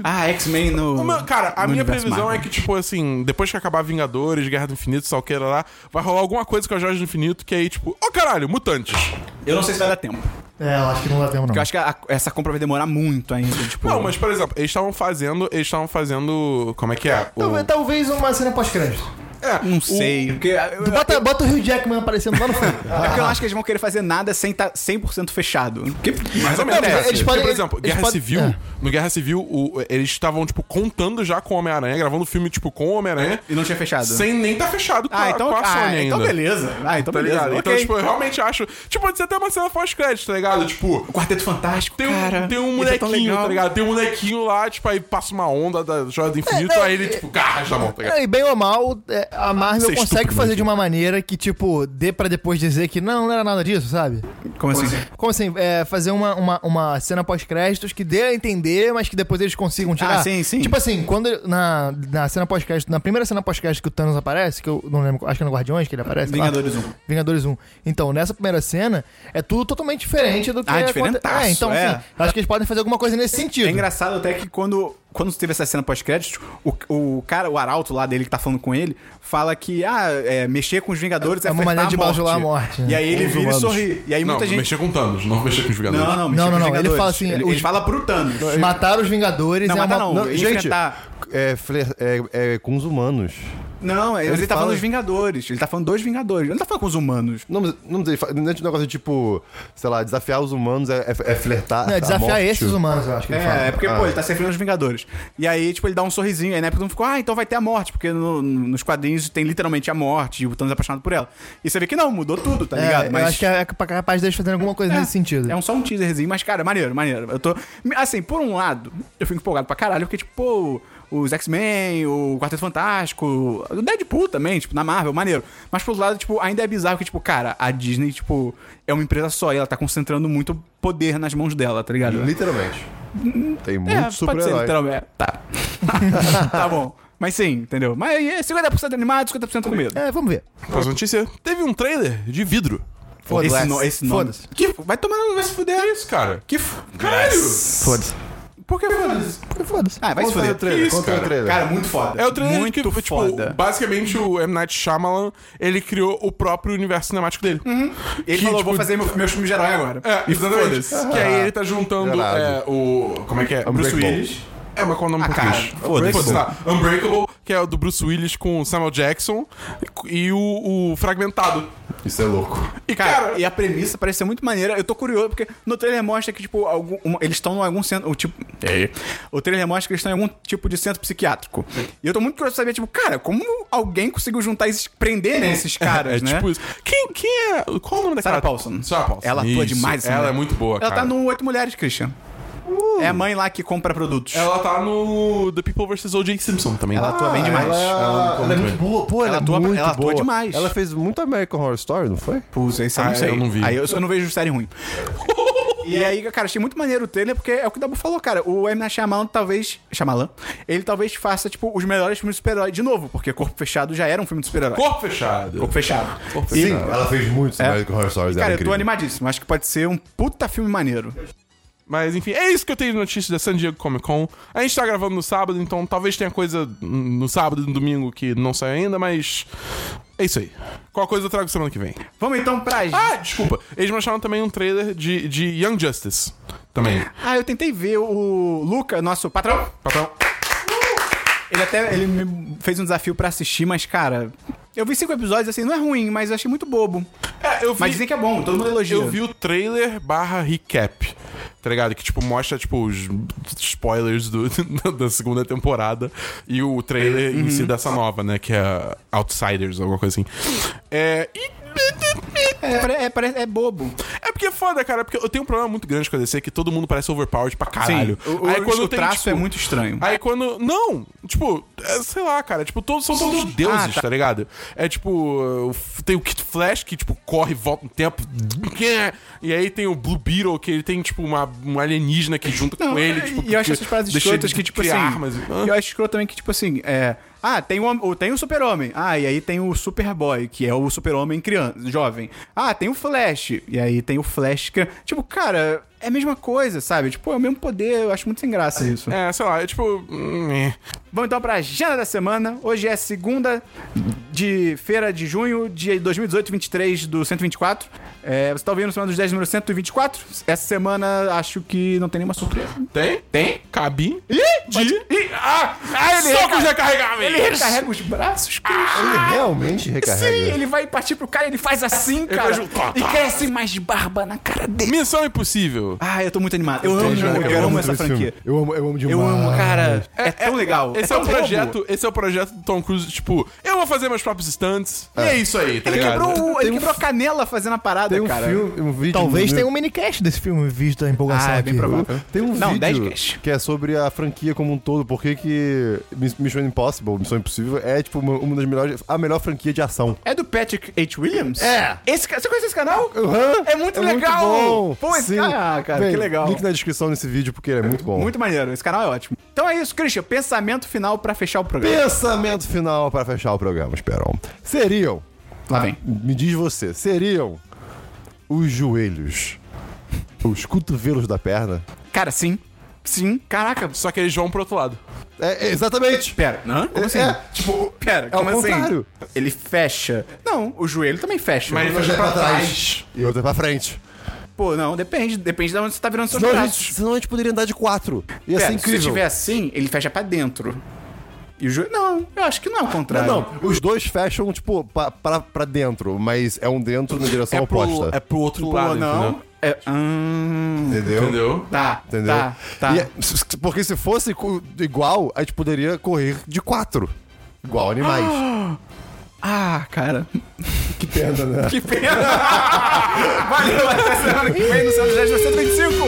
[SPEAKER 1] Ah, X-Men no.
[SPEAKER 3] O meu- cara, a
[SPEAKER 1] no
[SPEAKER 3] minha
[SPEAKER 1] universo
[SPEAKER 3] previsão é
[SPEAKER 1] Marvel.
[SPEAKER 3] que, tipo, assim, depois que acabar Vingadores, Guerra do Infinito, Salqueira lá, vai rolar alguma coisa com a Jorge do Infinito que aí, tipo, ô caralho, mutantes.
[SPEAKER 1] Eu não sei se vai dar tempo. Porque
[SPEAKER 4] É, eu acho que não dá tempo, não.
[SPEAKER 1] eu acho que a- essa compra vai demorar muito ainda. Tipo,
[SPEAKER 3] Não, mas, por exemplo, eles estavam fazendo. Eles estavam fazendo. Como é que é? O-
[SPEAKER 4] Talvez, talvez uma cena pós-crédito.
[SPEAKER 3] é,
[SPEAKER 1] Não
[SPEAKER 3] o- é,
[SPEAKER 1] sei. Porque, eu, eu-
[SPEAKER 4] Bota, bota o Hugh Jackman aparecendo lá no fundo.
[SPEAKER 1] é porque eu não acho que eles vão querer fazer nada sem tá estar 100% fechado. É, Porque, mais ou
[SPEAKER 3] Não,
[SPEAKER 1] menos.
[SPEAKER 3] porque
[SPEAKER 1] acontece.
[SPEAKER 4] eles podem-
[SPEAKER 3] por exemplo,
[SPEAKER 4] eles
[SPEAKER 3] Guerra
[SPEAKER 4] podem-
[SPEAKER 3] Civil,
[SPEAKER 4] é.
[SPEAKER 3] no Guerra Civil, o- eles estavam, tipo, contando já com o Homem-Aranha, gravando o filme, tipo, com o Homem-Aranha,
[SPEAKER 1] E não tinha fechado.
[SPEAKER 3] sem nem tá fechado com,
[SPEAKER 1] Ah,
[SPEAKER 3] a,
[SPEAKER 1] então,
[SPEAKER 3] com a Sony
[SPEAKER 1] ah,
[SPEAKER 3] ainda.
[SPEAKER 1] então beleza. Ah, então
[SPEAKER 3] Tá
[SPEAKER 1] beleza.
[SPEAKER 3] ligado? Então,
[SPEAKER 1] ok.
[SPEAKER 3] tipo, eu realmente acho. Tipo, pode ser até uma cena pós-crédito, tá ligado? Tipo,
[SPEAKER 1] o Quarteto Fantástico.
[SPEAKER 3] Tem um,
[SPEAKER 1] cara,
[SPEAKER 3] tem um
[SPEAKER 1] isso é tão
[SPEAKER 3] molequinho,
[SPEAKER 1] legal.
[SPEAKER 3] tá ligado? Tem um molequinho lá, tipo, aí passa uma onda da Joia do Infinito,
[SPEAKER 4] É, não,
[SPEAKER 3] aí ele, tipo, garras na mão, tá ligado?
[SPEAKER 4] É, E bem ou mal, é, a Marvel
[SPEAKER 3] Isso é
[SPEAKER 4] consegue
[SPEAKER 3] estúpido,
[SPEAKER 4] fazer
[SPEAKER 3] né?
[SPEAKER 4] de uma maneira que, tipo, dê pra depois dizer que não, não era nada disso, sabe?
[SPEAKER 1] Como assim?
[SPEAKER 4] Como assim? é, fazer uma, uma, uma cena pós-créditos que dê a entender, mas que depois eles consigam tirar.
[SPEAKER 1] Ah, sim, sim.
[SPEAKER 4] Tipo assim, quando na, na cena pós-crédito, na primeira cena pós-crédito que o Thanos aparece, que eu não lembro, acho que é no Guardiões que ele aparece. sei lá.
[SPEAKER 1] Vingadores 1.
[SPEAKER 4] Vingadores 1. Então, nessa primeira cena, é tudo totalmente diferente do que
[SPEAKER 1] Ah,
[SPEAKER 4] aconte-
[SPEAKER 1] diferentaço,
[SPEAKER 4] É, então,
[SPEAKER 1] é.
[SPEAKER 4] assim, acho que eles podem fazer alguma coisa nesse sentido.
[SPEAKER 1] É engraçado até que quando, quando teve essa cena pós-crédito, o, o cara, o arauto lá dele que tá falando com ele, fala que, ah, é, mexer com os Vingadores é,
[SPEAKER 4] É uma
[SPEAKER 1] afetar
[SPEAKER 4] maneira de
[SPEAKER 1] a morte.
[SPEAKER 4] bajular a morte, né?
[SPEAKER 1] E aí ele
[SPEAKER 4] Os
[SPEAKER 1] vira e
[SPEAKER 4] humanos.
[SPEAKER 1] sorri. É, E aí
[SPEAKER 3] não,
[SPEAKER 1] muita gente...
[SPEAKER 3] mexer com Thanos, não mexer com os Vingadores.
[SPEAKER 1] Não, não, mexer
[SPEAKER 4] Não,
[SPEAKER 1] com
[SPEAKER 4] não,
[SPEAKER 1] os
[SPEAKER 4] não, ele
[SPEAKER 1] Vingadores.
[SPEAKER 4] fala assim,
[SPEAKER 1] Ele,
[SPEAKER 4] os-
[SPEAKER 1] ele fala pro Thanos.
[SPEAKER 4] Matar os Vingadores
[SPEAKER 1] Não,
[SPEAKER 4] é
[SPEAKER 1] matar
[SPEAKER 4] uma...
[SPEAKER 1] não.
[SPEAKER 2] Não, gente,
[SPEAKER 1] enfrentar.
[SPEAKER 2] é, fler- é- é com os humanos.
[SPEAKER 1] Não, ele,
[SPEAKER 2] ele
[SPEAKER 1] tá falando
[SPEAKER 2] fala-
[SPEAKER 1] dos Vingadores. Ele tá falando dos Vingadores. Ele não tá falando com os humanos.
[SPEAKER 2] Não, mas não sei, fa- não é de negócio de tipo, sei lá, desafiar os humanos é, é- é flertar.
[SPEAKER 4] Não, é
[SPEAKER 2] a
[SPEAKER 4] desafiar
[SPEAKER 2] morte.
[SPEAKER 4] esses humanos, eu acho que ele fala.
[SPEAKER 1] É, é porque, pô,
[SPEAKER 2] Ah.
[SPEAKER 1] ele tá se referindo aos Vingadores. E aí, tipo, ele dá um sorrisinho. Aí na época todo mundo ficou, ah, então vai ter a morte, porque no- no- nos quadrinhos tem literalmente a morte e o Thanos é apaixonado por ela. E você vê que não, mudou tudo, tá
[SPEAKER 4] É,
[SPEAKER 1] ligado?
[SPEAKER 4] Eu acho que é capaz deles fazerem alguma coisa nesse sentido.
[SPEAKER 1] É um, só um teaserzinho, mas, cara, maneiro, maneiro. Eu tô. Assim, por um lado, eu fico empolgado pra caralho, porque, tipo, pô, os X-Men, o Quarteto Fantástico, o Deadpool também, tipo, na Marvel, maneiro. Mas por outro lado, tipo, ainda é bizarro que, tipo, cara, a Disney, tipo, é uma empresa só e ela tá concentrando muito poder nas mãos dela, tá ligado?
[SPEAKER 2] Literalmente. Tem muito
[SPEAKER 1] É, pode ser,
[SPEAKER 2] super-herói.
[SPEAKER 1] literalmente. Tá. tá bom. Mas sim, entendeu? Mas é 50% animado, 50% com medo.
[SPEAKER 4] É, vamos ver.
[SPEAKER 3] Mas notícia, teve um trailer de vidro.
[SPEAKER 1] Esse, no, esse nome.
[SPEAKER 4] Foda-se.
[SPEAKER 1] Que, vai tomando, vai se fuder.
[SPEAKER 3] isso, cara?
[SPEAKER 1] Que f...
[SPEAKER 3] Caralho!
[SPEAKER 4] Foda-se.
[SPEAKER 1] Por que foda-se?
[SPEAKER 4] Porque foda-se.
[SPEAKER 1] Ah, vai se fuder.
[SPEAKER 3] trailer,
[SPEAKER 2] Isso,
[SPEAKER 3] conta o
[SPEAKER 2] cara.
[SPEAKER 3] trailer.
[SPEAKER 1] Cara, muito foda.
[SPEAKER 3] É o trailer
[SPEAKER 1] muito
[SPEAKER 3] que, tipo,
[SPEAKER 1] foda.
[SPEAKER 3] basicamente o M. Night Shyamalan, ele criou o próprio universo cinemático dele.
[SPEAKER 1] Ele
[SPEAKER 3] que,
[SPEAKER 1] falou,
[SPEAKER 3] tipo,
[SPEAKER 1] vou fazer meu, meu filme de herói agora.
[SPEAKER 3] É,
[SPEAKER 1] e
[SPEAKER 3] exatamente.
[SPEAKER 1] foda-se.
[SPEAKER 3] Que aí ele tá juntando
[SPEAKER 2] Verdade.
[SPEAKER 3] é, o... Como é que é?
[SPEAKER 1] Bruce
[SPEAKER 2] Unbreakable.
[SPEAKER 1] Willis.
[SPEAKER 3] É, mas qual é o nome em
[SPEAKER 1] Ah, cara,
[SPEAKER 3] português?
[SPEAKER 1] foda-se.
[SPEAKER 3] Foda-se, tá. Unbreakable, que é o do Bruce Willis com o Samuel Jackson, e o, o Fragmentado.
[SPEAKER 2] Isso é louco.
[SPEAKER 3] E,
[SPEAKER 1] Cara,
[SPEAKER 3] cara,
[SPEAKER 1] e a premissa parece ser muito maneira. Eu tô curioso, porque no trailer mostra que, tipo, algum, uma- eles estão em algum centro. o Tipo, o trailer mostra que eles estão em algum tipo de centro psiquiátrico. E eu tô muito curioso pra saber, tipo, cara, como alguém conseguiu juntar esses. prender né, esses
[SPEAKER 3] é
[SPEAKER 1] caras, né?
[SPEAKER 3] tipo isso. Quem, quem é... Qual o nome daquela...
[SPEAKER 1] Sarah Paulson.
[SPEAKER 3] Sarah Paulson.
[SPEAKER 1] Ela atua
[SPEAKER 3] Isso.
[SPEAKER 1] demais. essa
[SPEAKER 3] Ela
[SPEAKER 1] mulher.
[SPEAKER 3] é muito boa,
[SPEAKER 1] Ela
[SPEAKER 3] cara.
[SPEAKER 1] tá no Oito Mulheres, Christian. É a mãe lá que compra produtos.
[SPEAKER 3] Ela tá no The People vs. O.J. Simpson também. né?
[SPEAKER 1] Ah, Ela atua bem demais.
[SPEAKER 2] Ela, ela é muito boa. Pô, ela,
[SPEAKER 1] Ela atua-
[SPEAKER 2] é muito
[SPEAKER 1] ela atua
[SPEAKER 2] boa.
[SPEAKER 1] demais.
[SPEAKER 2] Ela fez muito American Horror Story, não foi?
[SPEAKER 1] Putz, isso eu
[SPEAKER 3] Ah,
[SPEAKER 1] não sei.
[SPEAKER 3] eu não vi.
[SPEAKER 1] tá- Aí eu, eu não vejo série ruim. E aí, cara, achei muito maneiro o trailer, porque é o que o Dabu falou, cara. O M. Night Shyamalan talvez... Shyamalan? Ele talvez faça, tipo, os melhores filmes de super-herói de novo, porque Corpo Fechado já era um filme de super-herói.
[SPEAKER 3] Corpo fechado.
[SPEAKER 1] Corpo Fechado.
[SPEAKER 2] Sim, ela fez muito mais que o Horror Stories.
[SPEAKER 1] É. Cara,
[SPEAKER 2] era
[SPEAKER 1] eu tô
[SPEAKER 2] incrível.
[SPEAKER 1] animadíssimo. Acho que pode ser um puta filme maneiro.
[SPEAKER 3] Mas enfim, é isso que eu tenho de notícia da San Diego Comic Con. A gente tá gravando no sábado, então talvez tenha coisa hum, no sábado e no domingo que não saiu ainda, mas. É isso aí. Qual coisa eu trago semana que vem?
[SPEAKER 1] Vamos então pra...
[SPEAKER 3] Ah, desculpa. Eles mostraram também um trailer de, de Young Justice. Também.
[SPEAKER 1] Ah, eu tentei ver o Luca, nosso patrão.
[SPEAKER 3] Patrão.
[SPEAKER 1] Ele até ele me fez um desafio pra assistir, mas, cara... Eu vi cinco episódios, assim, não é ruim, mas eu achei muito bobo.
[SPEAKER 3] É, eu vi.
[SPEAKER 1] Mas dizem que é bom, todo mundo elogia.
[SPEAKER 3] Eu vi o trailer barra recap, tá ligado? Que, tipo, mostra, tipo, os spoilers do- da segunda temporada e o trailer em
[SPEAKER 1] Uhum.
[SPEAKER 3] si dessa nova, né? Que é Outsiders, alguma coisa assim. É... E...
[SPEAKER 1] É, pare- é, pare- é bobo.
[SPEAKER 3] É porque é foda, cara. Porque eu tenho um problema muito grande com a DC, que todo mundo parece overpowered pra caralho.
[SPEAKER 1] O,
[SPEAKER 3] Aí quando
[SPEAKER 1] o
[SPEAKER 3] tem,
[SPEAKER 1] traço
[SPEAKER 3] tipo,
[SPEAKER 1] é muito estranho.
[SPEAKER 3] Aí quando. Não! Tipo, é, sei lá, cara. Tipo, todos são todos deuses,
[SPEAKER 1] Ah,
[SPEAKER 3] tá.
[SPEAKER 1] tá.
[SPEAKER 3] ligado? É tipo. o F- Tem o Kid Flash que, tipo, corre e volta no tempo. E aí tem o Blue Beetle, que ele tem, tipo, uma, um alienígena que junta
[SPEAKER 1] Não, é,
[SPEAKER 3] com ele. Tipo,
[SPEAKER 1] e eu acho
[SPEAKER 3] que
[SPEAKER 1] essas paradas
[SPEAKER 3] deixa ele
[SPEAKER 1] escrotas que, tipo assim.
[SPEAKER 3] criar armas.
[SPEAKER 1] Eu acho escroto também que, tipo assim, é. Ah, tem o, hom- o- tem o Super-Homem. Ah, e aí tem o Superboy, que é o Super-Homem criança, jovem. Ah, tem o Flash. E aí tem o Flash. Que, tipo, cara, é a mesma coisa, sabe? Tipo, é o mesmo poder. Eu acho muito sem graça isso.
[SPEAKER 3] É, sei lá, é tipo. hum, é.
[SPEAKER 1] Vamos então pra agenda da semana. Hoje é segunda de feira de junho de 2018, 23 do 124. É, você tá ouvindo Semana dos 10, número 124. Essa semana acho que não tem nenhuma surpresa.
[SPEAKER 3] Tem?
[SPEAKER 1] Tem?
[SPEAKER 3] Cabine?
[SPEAKER 1] Ih, de... Ih, ah, ah, ele,
[SPEAKER 3] Só que eu
[SPEAKER 1] recarrega,
[SPEAKER 3] já carregava
[SPEAKER 1] ele recarrega os braços, cara.
[SPEAKER 2] Ele realmente
[SPEAKER 1] Sim,
[SPEAKER 2] recarrega.
[SPEAKER 1] ele vai partir pro cara, ele faz assim,
[SPEAKER 3] vai
[SPEAKER 1] cara.
[SPEAKER 3] junto, tá,
[SPEAKER 1] E
[SPEAKER 3] tá.
[SPEAKER 1] cresce mais barba na cara dele.
[SPEAKER 3] Missão Impossível.
[SPEAKER 1] Ah, eu tô muito animado. Eu, amo,
[SPEAKER 2] Cara,
[SPEAKER 1] eu, amo essa
[SPEAKER 2] esse
[SPEAKER 1] franquia.
[SPEAKER 2] filme. Eu amo, eu amo demais.
[SPEAKER 1] Eu amo, cara. É, tão legal.
[SPEAKER 3] Esse é,
[SPEAKER 1] tão
[SPEAKER 3] o
[SPEAKER 1] bobo.
[SPEAKER 3] projeto, esse é o projeto do Tom Cruise, tipo, eu vou fazer meus próprios stunts. E é isso aí, tá
[SPEAKER 1] Ele
[SPEAKER 3] ligado?
[SPEAKER 1] quebrou, ele
[SPEAKER 2] Tem um-
[SPEAKER 1] quebrou a canela fazendo a parada,
[SPEAKER 2] Tem um
[SPEAKER 1] cara.
[SPEAKER 2] filme, um vídeo.
[SPEAKER 4] Talvez
[SPEAKER 2] no-
[SPEAKER 4] tenha um minicast desse filme, visto a empolgação
[SPEAKER 1] Ah, é
[SPEAKER 4] aqui.
[SPEAKER 1] bem provável.
[SPEAKER 2] Tem um
[SPEAKER 1] Não,
[SPEAKER 2] vídeo
[SPEAKER 1] 10.
[SPEAKER 2] que é sobre a franquia como um todo. Por que que Miss- Mission Impossible, Missão Impossível, é tipo uma, uma das melhores... A melhor franquia de ação.
[SPEAKER 1] É do Patrick H. Williams?
[SPEAKER 2] É.
[SPEAKER 1] Esse, ca- você conhece esse canal?
[SPEAKER 2] Aham,
[SPEAKER 1] É muito legal!
[SPEAKER 2] bom.
[SPEAKER 1] Pô, esse
[SPEAKER 2] Sim.
[SPEAKER 1] cara, cara,
[SPEAKER 2] Bem,
[SPEAKER 1] que legal.
[SPEAKER 2] Link na descrição desse vídeo, porque ele é muito bom.
[SPEAKER 1] Muito maneiro, esse canal é ótimo. Então é isso, Christian. Pensamento final pra fechar o programa.
[SPEAKER 2] Pensamento final para fechar o programa, Esperon. Seriam,
[SPEAKER 1] Lá vem.
[SPEAKER 2] me diz você, seriam os joelhos, os cotovelos da perna?
[SPEAKER 1] Cara, sim. Sim. Caraca.
[SPEAKER 3] Só que eles vão pro outro lado.
[SPEAKER 2] É, é, exatamente.
[SPEAKER 1] Pera. Hã? Como assim?
[SPEAKER 2] É,
[SPEAKER 1] tipo, pera,
[SPEAKER 2] ao
[SPEAKER 1] como assim?
[SPEAKER 2] contrário.
[SPEAKER 1] Ele fecha. Não, o joelho também fecha.
[SPEAKER 3] Mas ele vai pra trás.
[SPEAKER 2] E outra é pra frente.
[SPEAKER 1] Pô, não, depende. Depende de onde você tá virando seus
[SPEAKER 2] Senão a,
[SPEAKER 1] braços.
[SPEAKER 2] gente, senão a gente poderia andar de quatro. Ia
[SPEAKER 1] Pera,
[SPEAKER 2] ser
[SPEAKER 1] se
[SPEAKER 2] incrível.
[SPEAKER 1] tiver assim, ele fecha pra dentro. E o joelho. Não, eu acho que não é o
[SPEAKER 2] Não,
[SPEAKER 1] contrário.
[SPEAKER 2] não, os dois fecham, tipo, pra, pra, pra dentro, mas é um dentro na direção
[SPEAKER 3] É pro,
[SPEAKER 2] oposta.
[SPEAKER 3] é pro outro
[SPEAKER 1] Pô,
[SPEAKER 3] lado,
[SPEAKER 1] não.
[SPEAKER 3] entendeu?
[SPEAKER 1] É. hum,
[SPEAKER 2] Entendeu?
[SPEAKER 3] Entendeu?
[SPEAKER 1] tá.
[SPEAKER 2] Entendeu?
[SPEAKER 1] Tá. Tá.
[SPEAKER 2] E é- s- s- porque se fosse cu- igual, a gente poderia correr de quatro. Igual animais.
[SPEAKER 1] Ah, cara.
[SPEAKER 2] que pena, né?
[SPEAKER 1] Que pena! Valeu, até semana que vem no Santos 10 125!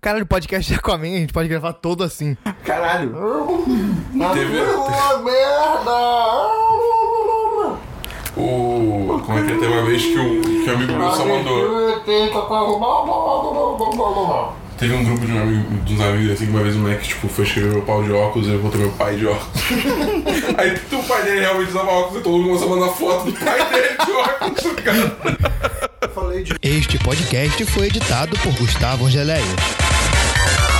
[SPEAKER 4] Caralho, o podcast é com a minha, a gente pode gravar todo assim.
[SPEAKER 1] Caralho!
[SPEAKER 3] Teve... O... Como é que é? Teve uma vez que o que um amigo meu só mandou. Teve um grupo de, um amigo, de uns amigos assim que uma vez o moleque tipo, foi escrever meu pau de óculos e eu botei meu pai de óculos. Aí o pai dele realmente usava óculos e todo mundo começou a mandar foto do pai dele de óculos, cara.
[SPEAKER 4] Este podcast foi editado por Gustavo Angeléia.